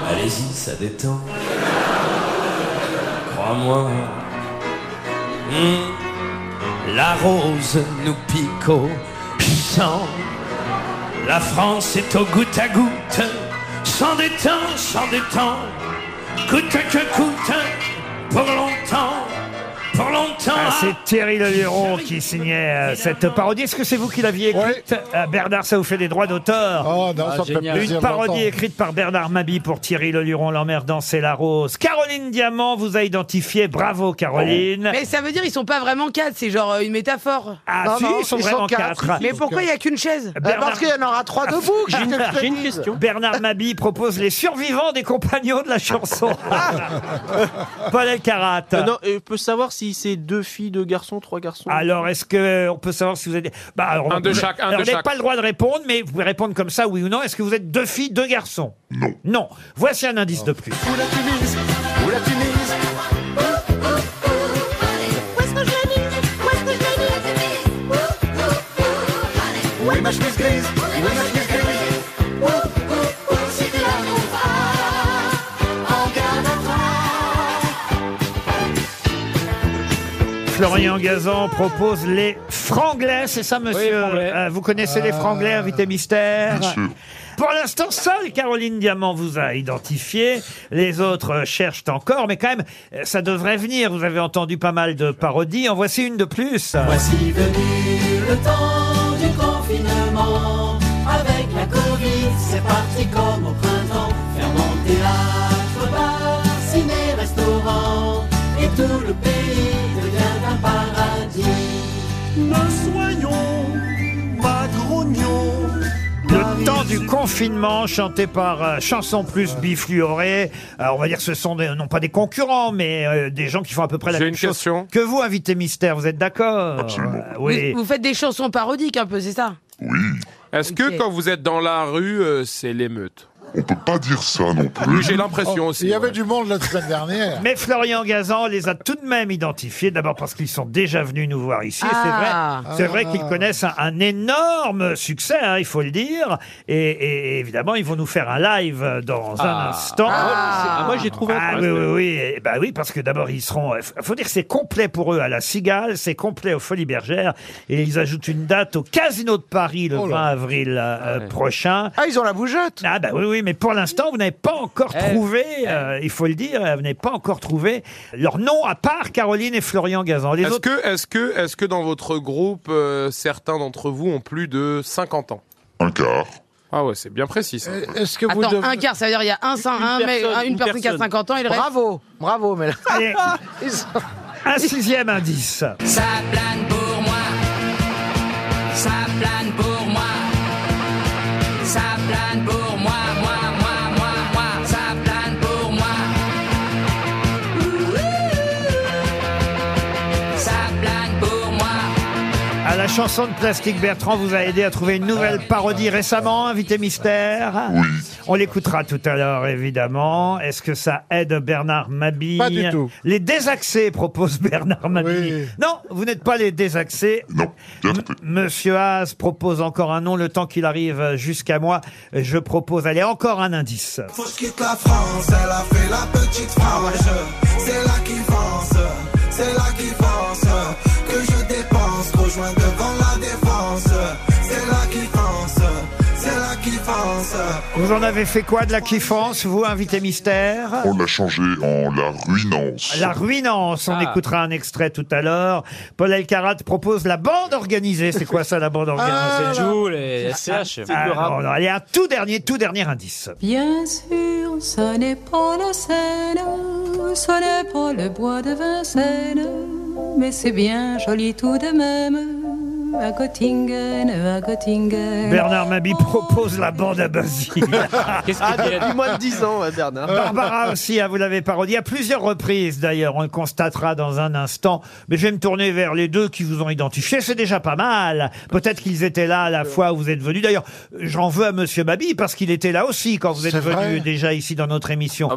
Speaker 13: Allez-y, ça détend. Crois-moi. Hmm. La rose nous pique au sang. La France est au goutte à goutte. Sans détend, sans détend. Coûte que coûte. Pour longtemps. Pour longtemps. Ah,
Speaker 2: Ah, c'est Thierry Leluron qui signait euh, cette parodie. Est-ce que c'est vous qui l'aviez écrite Euh, Bernard, ça vous fait des droits d'auteur.
Speaker 3: Oh non, Ah, ça me fait génial. plaisir
Speaker 2: Une parodie
Speaker 3: d'entendre.
Speaker 2: écrite par Bernard Mabi pour Thierry Leluron, l'emmerdant, c'est la rose. Caroline Diamant vous a identifié. Bravo, Caroline.
Speaker 6: Mais ça veut dire ils sont pas vraiment quatre, c'est genre euh, une métaphore.
Speaker 2: Ah, Non, si, non, ils sont ils sont vraiment quatre. quatre.
Speaker 6: Mais pourquoi il y a qu'une chaise
Speaker 8: parce qu'il y en aura trois debout. que je te le dise.
Speaker 2: Bernard Mabi propose les survivants des compagnons de la chanson. Paul Elkarat.
Speaker 4: Euh, non, et on peut savoir si c'est deux filles, deux garçons, trois garçons.
Speaker 2: Alors, est-ce que on peut savoir si vous êtes bah, alors, on
Speaker 4: Un de
Speaker 2: peut-
Speaker 4: chaque, un
Speaker 2: alors,
Speaker 4: de
Speaker 2: vous n'avez
Speaker 4: chaque.
Speaker 2: pas le droit de répondre, mais vous pouvez répondre comme ça, oui ou non. Est-ce que vous êtes deux filles, deux garçons Non. Non. Voici un indice de plus.
Speaker 13: Où la Tunis Où la Tunis Où est-ce que je l'ai mise Où est-ce que je l'ai mise Où est ma chemise grise Où est ma chemise grise Où, où, où, si tu la trouves pas, en garde à toi.
Speaker 2: Florian Gazan propose les franglais, c'est ça, monsieur Euh, Vous connaissez les franglais, invité mystère
Speaker 14: Bien sûr.
Speaker 2: Pour l'instant, seule Caroline Diamant vous a identifié. Les autres euh, cherchent encore, mais quand même, euh, ça devrait venir. Vous avez entendu pas mal de parodies. En voici une de plus.
Speaker 13: Voici venu le temps du confinement. Avec la Covid, c'est parti comme au printemps. Fermons théâtre, bar, ciné, restaurant. Et tout le pays devient un paradis. Ne soyons pas grognons.
Speaker 2: Le temps du confinement, chanté par euh, Chanson Plus Bifluoré. Alors, on va dire que ce sont des- non pas des concurrents, mais euh, des gens qui font à peu près la
Speaker 7: J'ai
Speaker 2: même
Speaker 7: une
Speaker 2: chose
Speaker 7: question.
Speaker 2: que vous, invité mystère. Vous êtes d'accord Euh, Oui.
Speaker 6: Vous faites des chansons parodiques un peu, c'est ça
Speaker 7: Est-ce que quand vous êtes dans la rue, euh, c'est l'émeute
Speaker 14: On peut pas dire ça non plus.
Speaker 7: Oui, J'ai l'impression
Speaker 3: Oh,
Speaker 7: aussi.
Speaker 3: Il y avait
Speaker 7: ouais.
Speaker 3: du monde la semaine dernière.
Speaker 2: Mais Florian Gazan les a tout de même identifiés, d'abord parce qu'ils sont déjà venus nous voir ici. et
Speaker 6: Ah.
Speaker 2: C'est vrai, c'est vrai
Speaker 3: Ah.
Speaker 2: qu'ils connaissent un, un énorme succès, hein, il faut le dire. Et, et évidemment, ils vont nous faire un live dans un
Speaker 4: Ah.
Speaker 2: instant.
Speaker 4: Ah, c'est- ah, moi, j'ai trouvé un
Speaker 2: Ah, oui,
Speaker 4: truc.
Speaker 2: oui, oui, et bah oui, parce que d'abord, ils seront. euh, Faut dire que c'est complet pour eux à la Cigale, c'est complet aux Folies Bergères. Et ils ajoutent une date au Casino de Paris
Speaker 3: Oh
Speaker 2: le 20 avril euh, prochain.
Speaker 8: Ah, ils ont la bougeotte.
Speaker 2: Ah bah oui, oui, mais pour l'instant, vous n'avez pas encore trouvé, euh, il faut le dire, euh, vous n'avez pas encore trouvé leur nom, à part Caroline et Florian Gazan. Les
Speaker 7: Est-ce
Speaker 2: autres,
Speaker 7: que, est-ce que, est-ce que dans votre groupe, euh, certains d'entre vous ont plus de 50 ans
Speaker 14: Un quart.
Speaker 7: Ah ouais, c'est bien précis. ça.
Speaker 3: Est-ce que vous
Speaker 6: Attends,
Speaker 3: devez-
Speaker 6: un quart, ça veut dire il y a un, cin- un, mec-
Speaker 4: personne,
Speaker 6: un- une,
Speaker 4: une
Speaker 6: personne qui a
Speaker 4: personne.
Speaker 6: 50 ans et le reste.
Speaker 8: Bravo, bravo, mais là.
Speaker 2: Allez,
Speaker 8: ils sont-
Speaker 2: un sixième indice.
Speaker 13: Ça plane pour moi. Ça plane pour moi. Ça plane pour moi, moi, moi, moi, moi. Ça plane pour moi. Ouh. Ça plane pour moi.
Speaker 2: À la chanson de Plastique Bertrand vous a aidé à trouver une nouvelle parodie récemment, Invité Mystère. On l'écoutera tout à l'heure, évidemment. Est-ce que ça aide Bernard Mabille
Speaker 3: Pas du tout.
Speaker 2: Les désaxés, propose Bernard
Speaker 3: Oui.
Speaker 2: Mabille. Non, vous n'êtes pas les désaxés.
Speaker 14: Non, bien compris.
Speaker 2: Monsieur Haas propose encore un nom, le temps qu'il arrive jusqu'à moi. Je propose, allez, encore un indice.
Speaker 13: Faut que je quitte la France, elle a fait la petite frange. C'est là qui pense, c'est là qui pense. Que je dépense, rejoins devant la défense. C'est là qui pense, c'est là qui pense.
Speaker 2: Vous en avez fait quoi de la kiffance, vous, invité mystère
Speaker 3: On l'a changé en la ruinance.
Speaker 2: Ah. La ruinance, on
Speaker 3: Ah.
Speaker 2: écoutera un extrait tout à l'heure. Paul Elkarat propose la bande organisée. C'est quoi ça, la bande organisée
Speaker 5: Ah, c'est Joule et SCH.
Speaker 2: Ah, non, non, allez, un tout dernier, tout dernier indice.
Speaker 16: Bien sûr, ce n'est pas la Seine, ce n'est pas le bois de Vincennes, mais c'est bien joli tout de même, à Göttingen, à Göttingen.
Speaker 2: Bernard Mabi propose la bande à Basile.
Speaker 10: Qu'est-ce qu'il dit là- Ah, depuis moins de 10 ans, ouais, Bernard.
Speaker 2: Barbara aussi, hein, vous l'avez parodié à plusieurs reprises d'ailleurs, on le constatera dans un instant. Mais je vais me tourner vers les deux qui vous ont identifié, c'est déjà pas mal. Peut-être qu'ils étaient là à la fois où vous êtes venus. D'ailleurs, j'en veux à Monsieur Mabi parce qu'il était là aussi quand vous êtes
Speaker 10: C'est vrai.
Speaker 2: venu déjà ici dans notre émission.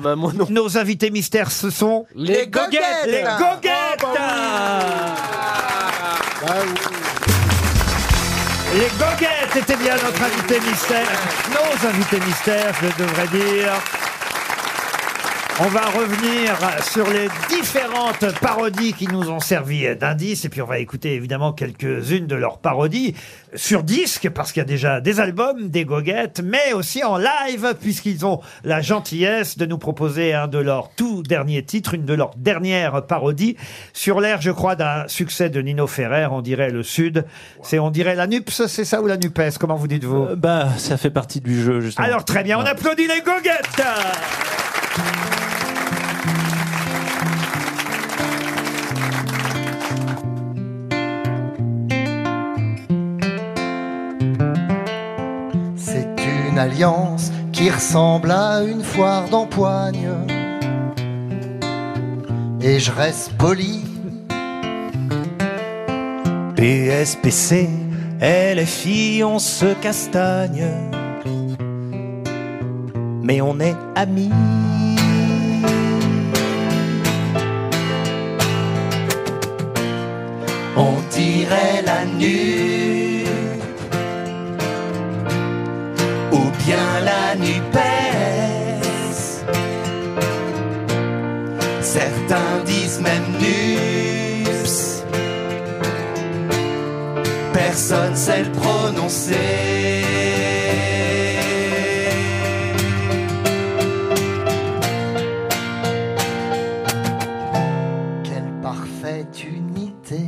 Speaker 2: Nos invités mystères, ce sont...
Speaker 10: Oh Les goguettes Ah, bah
Speaker 2: Les goguettes Les goguettes étaient bien notre invité mystère. Nos invités mystères, je devrais dire. On va revenir sur les différentes parodies qui nous ont servi d'indices, et puis on va écouter évidemment quelques-unes de leurs parodies sur disque, parce qu'il y a déjà des albums, des goguettes, mais aussi en live, puisqu'ils ont la gentillesse de nous proposer un de leurs tout derniers titres, une de leurs dernières parodies, sur l'air, je crois, d'un succès de Nino Ferrer, on dirait le Sud, c'est on dirait la NUPS, c'est ça, ou la NUPES, comment vous dites-vous
Speaker 1: Bah, ça fait partie du jeu, justement.
Speaker 2: Alors très bien, on applaudit les goguettes
Speaker 13: C'est une alliance qui ressemble à une foire d'empoigne. Et je reste poli.
Speaker 1: PSPC,
Speaker 2: eh,
Speaker 1: LFI, on se castagne. Mais on est amis.
Speaker 13: On dirait la nuit. Ou bien la NUPES. Certains disent même NUPS. Personne sait le prononcer. Quelle parfaite unité.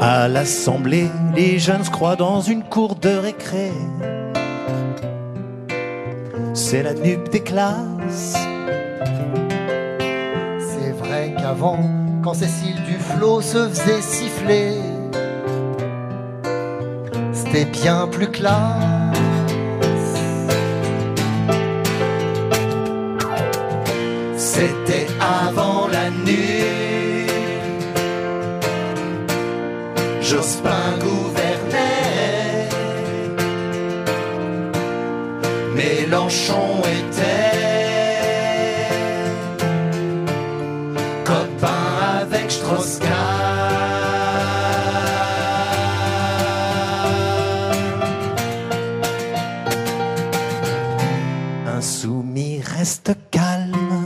Speaker 1: À l'assemblée, les jeunes se croient dans une cour de récré. C'est la nuque des classes.
Speaker 13: C'est vrai qu'avant, quand Cécile Duflo se faisait siffler, c'était bien plus classe. C'était avant la nuit. Jospin gouvernait. Mélenchon était copain avec Strauss-Kahn.
Speaker 1: Insoumis reste calme.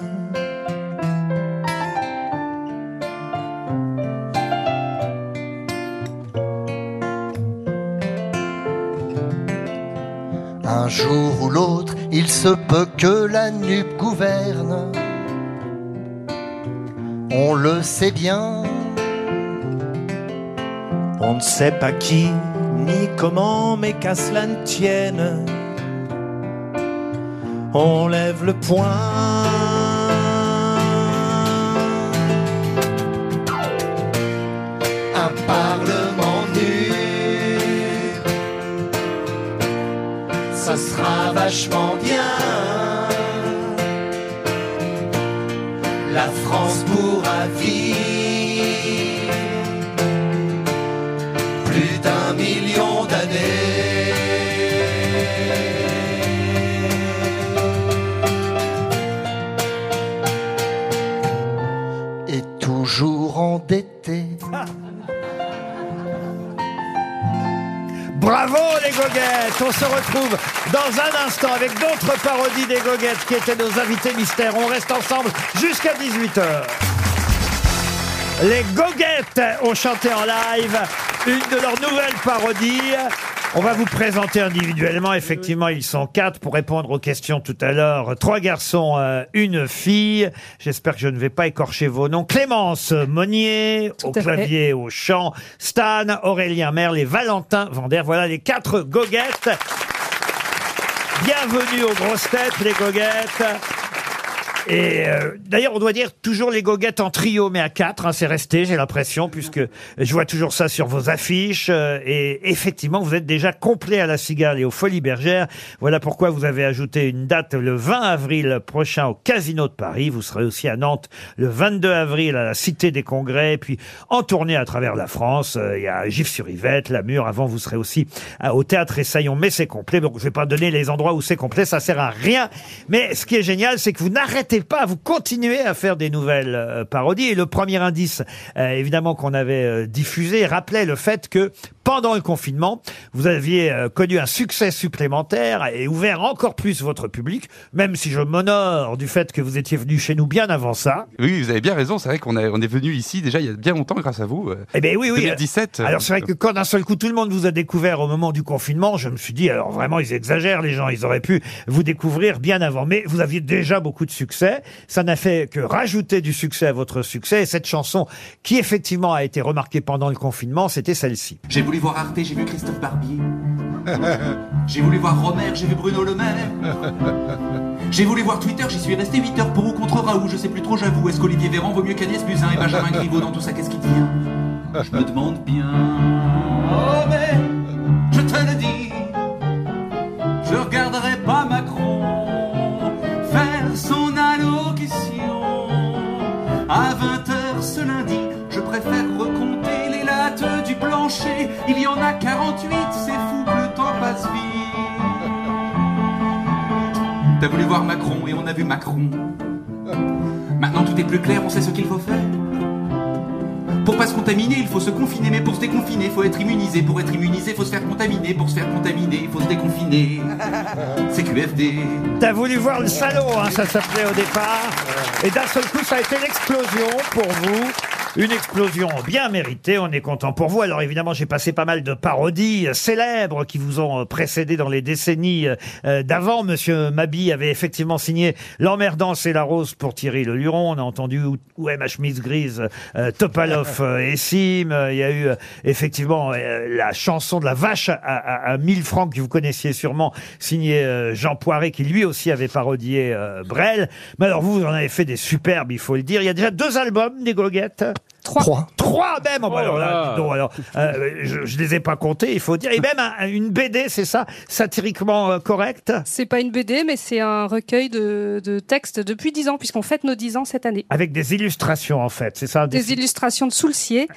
Speaker 13: Un jour ou l'autre, il se peut que la nupe gouverne. On le sait bien.
Speaker 1: On ne sait pas qui ni comment, mais qu'à cela ne tienne. On lève le poing.
Speaker 13: Un parlement nu. Ça sera vachement bien. La France pourra vivre plus d'un million d'années. Et toujours endetté.
Speaker 2: Bravo les goguettes On se retrouve dans un instant avec d'autres parodies des goguettes qui étaient nos invités mystères. On reste ensemble jusqu'à 18h. Les Goguettes ont chanté en live une de leurs nouvelles parodies. On va vous présenter individuellement. Effectivement, ils sont quatre pour répondre aux questions tout à l'heure. Trois garçons, euh, une fille. J'espère que je ne vais pas écorcher vos noms. Clémence Monnier au
Speaker 17: à fait.
Speaker 2: clavier, au chant. Stan, Aurélien Merle et Valentin Vander. Voilà les quatre Goguettes. Bienvenue aux grosses têtes, les goguettes. Et euh, d'ailleurs, on doit dire toujours les goguettes en trio, mais à quatre, hein, c'est resté, j'ai l'impression, puisque je vois toujours ça sur vos affiches. euh, et effectivement, vous êtes déjà complet à la cigale et aux folies bergères. Voilà pourquoi vous avez ajouté une date le 20 avril prochain au Casino de Paris. Vous serez aussi à Nantes le 22 avril à la Cité des Congrès, et puis en tournée à travers la France. euh, Il y a Gif-sur-Yvette, La Mure. Avant, vous serez aussi à- au Théâtre Essaillon, mais c'est complet. Donc, je vais pas donner les endroits où c'est complet, ça sert à rien. Mais ce qui est génial, c'est que vous n'arrêtez pas, vous continuez à faire des nouvelles euh, parodies. Et le premier indice, euh, évidemment, qu'on avait euh, diffusé, rappelait le fait que pendant le confinement, vous aviez euh, connu un succès supplémentaire et ouvert encore plus votre public, même si je m'honore du fait que vous étiez venu chez nous bien avant ça.
Speaker 18: Oui, vous avez bien raison. C'est vrai qu'on a- on est venu ici déjà il y a bien longtemps grâce à vous. euh,
Speaker 2: Eh bien oui, oui.
Speaker 18: 2017.
Speaker 2: Alors c'est vrai que quand d'un seul coup tout le monde vous a découvert au moment du confinement, je me suis dit, alors vraiment ils exagèrent les gens, ils auraient pu vous découvrir bien avant. Mais vous aviez déjà beaucoup de succès, ça n'a fait que rajouter du succès à votre succès. Et cette chanson qui effectivement a été remarquée pendant le confinement, c'était celle-ci.
Speaker 19: J'ai voulu voir Arte, j'ai vu Christophe Barbier. J'ai voulu voir Romer, j'ai vu Bruno Le Maire. J'ai voulu voir Twitter, j'y suis resté 8 heures pour ou contre Raoult, je sais plus trop, j'avoue. Est-ce qu'Olivier Véran vaut mieux qu'Agnès Buzyn et Benjamin Griveaux dans tout ça Qu'est-ce qui tient Je me demande bien. Oh, mais je te le dis, je regarderai pas Macron faire son allocution. À 20h ce lundi, je préfère recompter les lattes du plancher. Il y en a 48, c'est fou que le temps passe vite. T'as voulu voir Macron et on a vu Macron. Maintenant tout est plus clair, on sait ce qu'il faut faire. Pour pas se contaminer, il faut se confiner, mais pour se déconfiner, faut être immunisé. Pour être immunisé, faut se faire contaminer. Pour se faire contaminer, faut se déconfiner. C'est QFD.
Speaker 2: T'as voulu voir le salon, hein, ça s'appelait au départ. Et d'un seul coup, ça a été l'explosion pour vous. Une explosion bien méritée, on est content pour vous. Alors évidemment, j'ai passé pas mal de parodies euh, célèbres qui vous ont euh, précédé dans les décennies euh, euh, d'avant. Monsieur Mabi avait effectivement signé L'emmerdant, c'est la rose pour Thierry Le Luron. On a entendu Où, où est ma chemise grise, euh, Topalov euh, et Sim. Euh, Il y a eu euh, effectivement euh, la chanson de la vache à, à, à 1000 francs que vous connaissiez sûrement, signée euh, Jean Poiret, qui lui aussi avait parodié euh, Brel. Mais alors vous, vous en avez fait des superbes, il faut le dire. Il y a déjà deux albums des Goguettes. Trois. Trois, même oh, bah alors là, dis donc, alors, euh, je, je les ai pas comptés, il faut dire. Et même un- une BD, c'est ça, satiriquement euh, correct
Speaker 17: C'est pas une BD, mais c'est un recueil de, de textes depuis 10 ans, puisqu'on fête nos 10 ans cette année.
Speaker 2: Avec des illustrations, en fait, c'est ça des- Ah,
Speaker 17: Des illustrations de Soulcier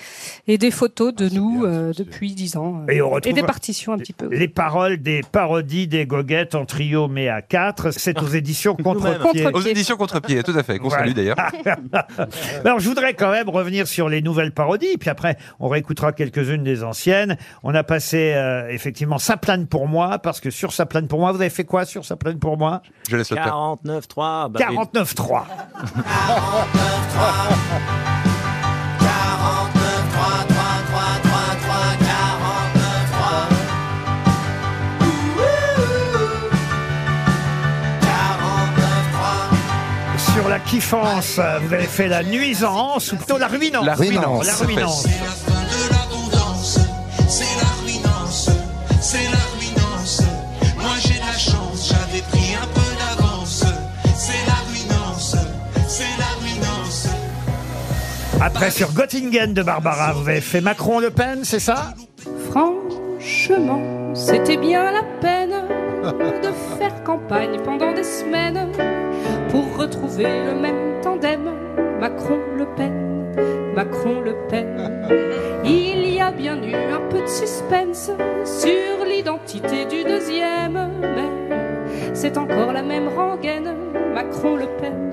Speaker 17: et des photos de nous euh, depuis 10 ans. euh,
Speaker 2: Et on retrouve-
Speaker 17: des partitions un petit peu.
Speaker 2: Les paroles des parodies des goguettes en trio mais à 4, c'est aux éditions Contre-Pied.
Speaker 18: Aux éditions Contre-Pied, tout à fait, qu'on salue d'ailleurs.
Speaker 2: Alors je voudrais quand même revenir sur les nouvelles parodies, puis après on réécoutera quelques-unes des anciennes. On a passé euh, effectivement Ça plane pour moi, parce que sur Ça plane pour moi, vous avez fait quoi sur Ça plane pour moi
Speaker 18: Je laisse le faire.
Speaker 2: 49.3.
Speaker 18: bah
Speaker 2: 49.3.
Speaker 13: 49.3
Speaker 2: Sur la kiffance, euh, vous avez fait la nuisance, ou plutôt la ruinance.
Speaker 13: La ruinance.
Speaker 2: La ruinance.
Speaker 13: C'est la fin de l'abondance, c'est la ruinance, c'est la ruinance. Moi j'ai de la chance, j'avais pris un peu d'avance. C'est la ruinance, c'est la ruinance.
Speaker 2: Après, sur Göttingen de Barbara, vous avez fait Macron-Le Pen, c'est ça
Speaker 17: Franchement, c'était bien la peine de faire campagne pendant des semaines pour retrouver le même tandem Macron-Le Pen, Macron-Le Pen. Il y a bien eu un peu de suspense sur l'identité du deuxième, mais c'est encore la même rengaine Macron-Le Pen,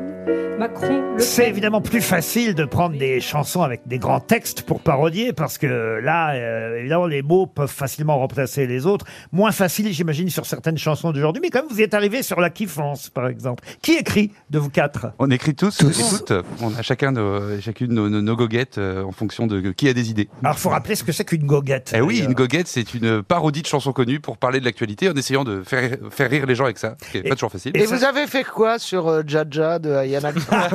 Speaker 17: Macron le
Speaker 2: C'est évidemment plus facile de prendre des chansons avec des grands textes pour parodier, parce que là, euh, évidemment, les mots peuvent facilement remplacer les autres. Moins facile, j'imagine, sur certaines chansons d'aujourd'hui, mais comme vous y êtes arrivé sur la kiffance, par exemple. Qui écrit de vous quatre
Speaker 18: On écrit tous, et toutes. On a chacun nos, chacune nos, nos- nos goguettes euh, en fonction de qui a des idées.
Speaker 19: Ah,
Speaker 2: Alors, faut rappeler ce que c'est qu'une goguette.
Speaker 18: Eh oui,
Speaker 2: d'ailleurs.
Speaker 18: une goguette, c'est une parodie de chansons connues pour parler de l'actualité en essayant de faire, faire rire les gens avec ça. ce qui est pas toujours facile.
Speaker 8: Et, vous avez fait quoi sur euh, Jaja de Ayana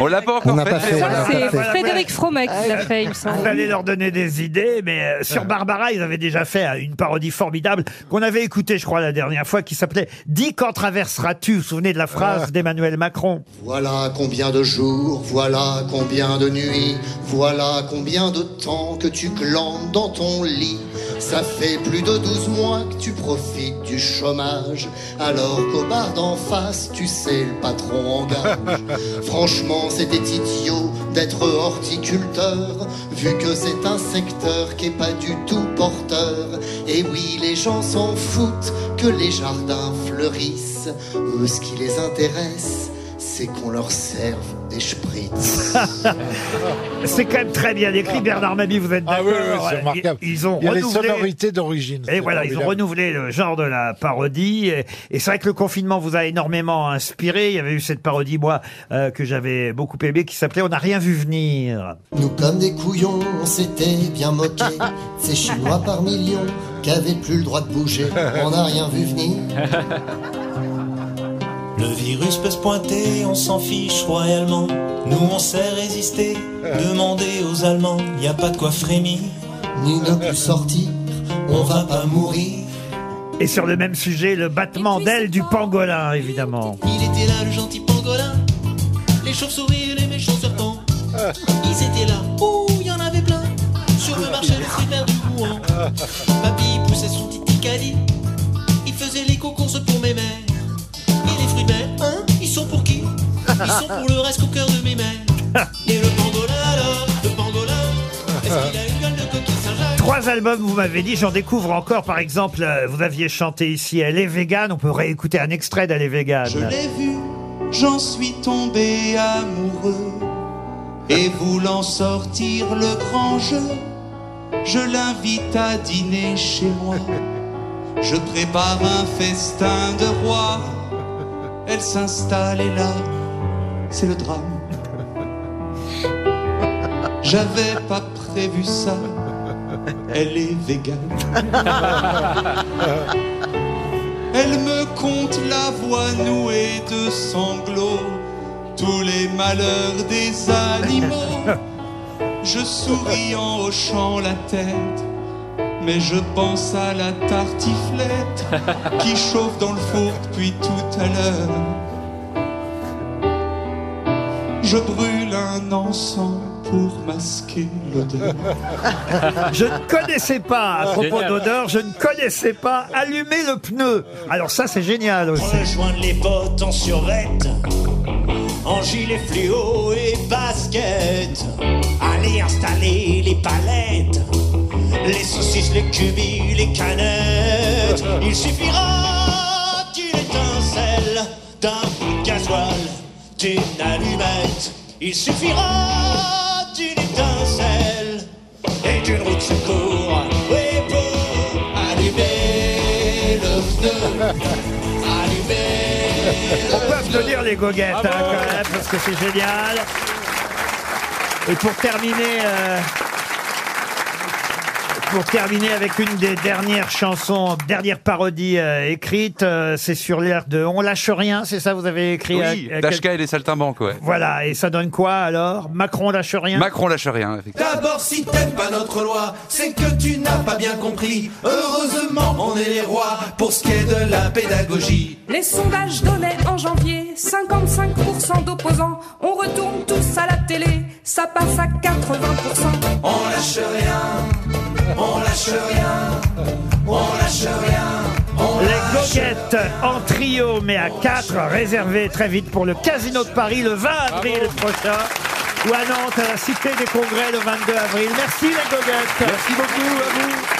Speaker 18: On l'a pas encore
Speaker 8: On n'a pas
Speaker 18: fait.
Speaker 8: fait.
Speaker 18: mais
Speaker 17: Ah, C'est
Speaker 2: Voilà.
Speaker 17: Frédéric Fromet qui l'a fait, il me semble.
Speaker 2: Vous allez leur donner des idées, mais euh, sur Barbara, ils avaient déjà fait euh, une parodie formidable qu'on avait écoutée, je crois, la dernière fois, qui s'appelait « Dis quand traverseras-tu » Vous vous souvenez de la
Speaker 18: Ah.
Speaker 2: phrase d'Emmanuel Macron
Speaker 20: Voilà combien de jours, voilà combien de nuits, voilà combien de temps que tu glandes dans ton lit. Ça fait plus de 12 mois que tu profites du chômage, alors qu'au bar d'en face, tu sais, le patron en gage. Franchement, c'était idiot d'être horticulteur, vu que c'est un secteur qui est pas du tout porteur. Et oui, les gens s'en foutent que les jardins fleurissent. Eux, ce qui les intéresse, c'est qu'on leur serve des spritz.
Speaker 2: C'est quand même très bien
Speaker 18: Ah.
Speaker 2: écrit, Bernard Mabie, vous êtes d'accord
Speaker 3: Ah oui, oui, c'est
Speaker 2: Ouais.
Speaker 3: remarquable.
Speaker 2: Ils, ils ont
Speaker 3: Il y a les
Speaker 2: renouvelé...
Speaker 3: sonorités d'origine.
Speaker 2: Et voilà, ils ont renouvelé le genre de la parodie. Et, et c'est vrai que le confinement vous a énormément inspiré. Il y avait eu cette parodie, moi, euh, que j'avais beaucoup aimée, qui s'appelait « On n'a rien vu venir ».
Speaker 20: Nous comme des couillons, on s'était bien moqués. Ces Chinois par millions qui avaient plus le droit de bouger, on n'a rien vu venir.
Speaker 10: Le virus peut se pointer, on s'en fiche royalement. Nous on sait résister, demander aux Allemands, y a pas de quoi frémir.
Speaker 20: Ni ne plus sortir, on va pas mourir.
Speaker 2: Et sur le même sujet, le battement d'ailes du pangolin, évidemment.
Speaker 10: Il était là le gentil pangolin, les chauves-souris et les méchants serpents. Ils étaient là, ouh, y en avait plein. Sur le marché, le frimaire du Rouen. Papy poussait son petit ticali, il faisait les concourses pour mes mères. Et les frimaires, hein, ils sont pour qui Ils sont pour le reste au cœur de mes mères. Et le pangolin alors, le pangolin, est-ce qu'il a une gueule de coquille Saint-Jacques
Speaker 2: Trois albums, vous m'avez dit, j'en découvre encore. Par exemple, euh, vous aviez chanté ici Elle est vegan. On peut réécouter un extrait d'Elle est vegan.
Speaker 10: Je l'ai vu, j'en suis tombé amoureux. Et voulant sortir le grand jeu, je l'invite à dîner chez moi. Je prépare un festin de roi. Elle s'installe et là, c'est le drame. J'avais pas prévu ça. Elle est végane. Elle me compte la voix nouée de sanglots, tous les malheurs des animaux. Je souris en hochant la tête, mais je pense à la tartiflette qui chauffe dans le four depuis tout à l'heure. Je brûle un encens pour masquer l'odeur.
Speaker 2: Je ne connaissais pas, à propos
Speaker 10: Génial.
Speaker 2: d'odeur, je ne connaissais pas allumer le pneu. Alors ça, c'est génial aussi.
Speaker 10: Rejoindre les bottes en survette, en gilet fluo et basket. Allez installer les palettes, les saucisses, les cubis, les canettes. Il suffira d'une étincelle, d'un bout de gasoil, d'une allumette. Il suffira d'une étincelle et d'une roue de secours. Oui, pour allumer le pneu.
Speaker 2: On peut applaudir les goguettes, hein, quand même, parce que c'est génial. Et pour terminer... euh, Pour terminer avec une des dernières chansons, dernière parodie euh, écrite, euh, c'est sur l'air de On lâche rien, c'est ça vous avez écrit à-
Speaker 18: Oui,
Speaker 2: à euh, quel-
Speaker 18: Dashka et les saltimbanques, ouais.
Speaker 2: Voilà, et ça donne quoi alors Macron lâche rien
Speaker 18: Macron lâche rien, effectivement.
Speaker 10: D'abord, si t'aimes pas notre loi, c'est que tu n'as pas bien compris. Heureusement, on est les rois pour ce qui est de la pédagogie.
Speaker 17: Les sondages donnaient en janvier 55% d'opposants. On retourne tous à la télé, ça passe à 80%.
Speaker 10: On lâche rien, on lâche rien, on lâche rien.
Speaker 2: Les goguettes en trio mais à quatre, réservées très vite pour le Casino de Paris le 20 avril prochain. Ou à Nantes, à la Cité des Congrès le 22 avril. Merci les goguettes. Merci beaucoup à vous.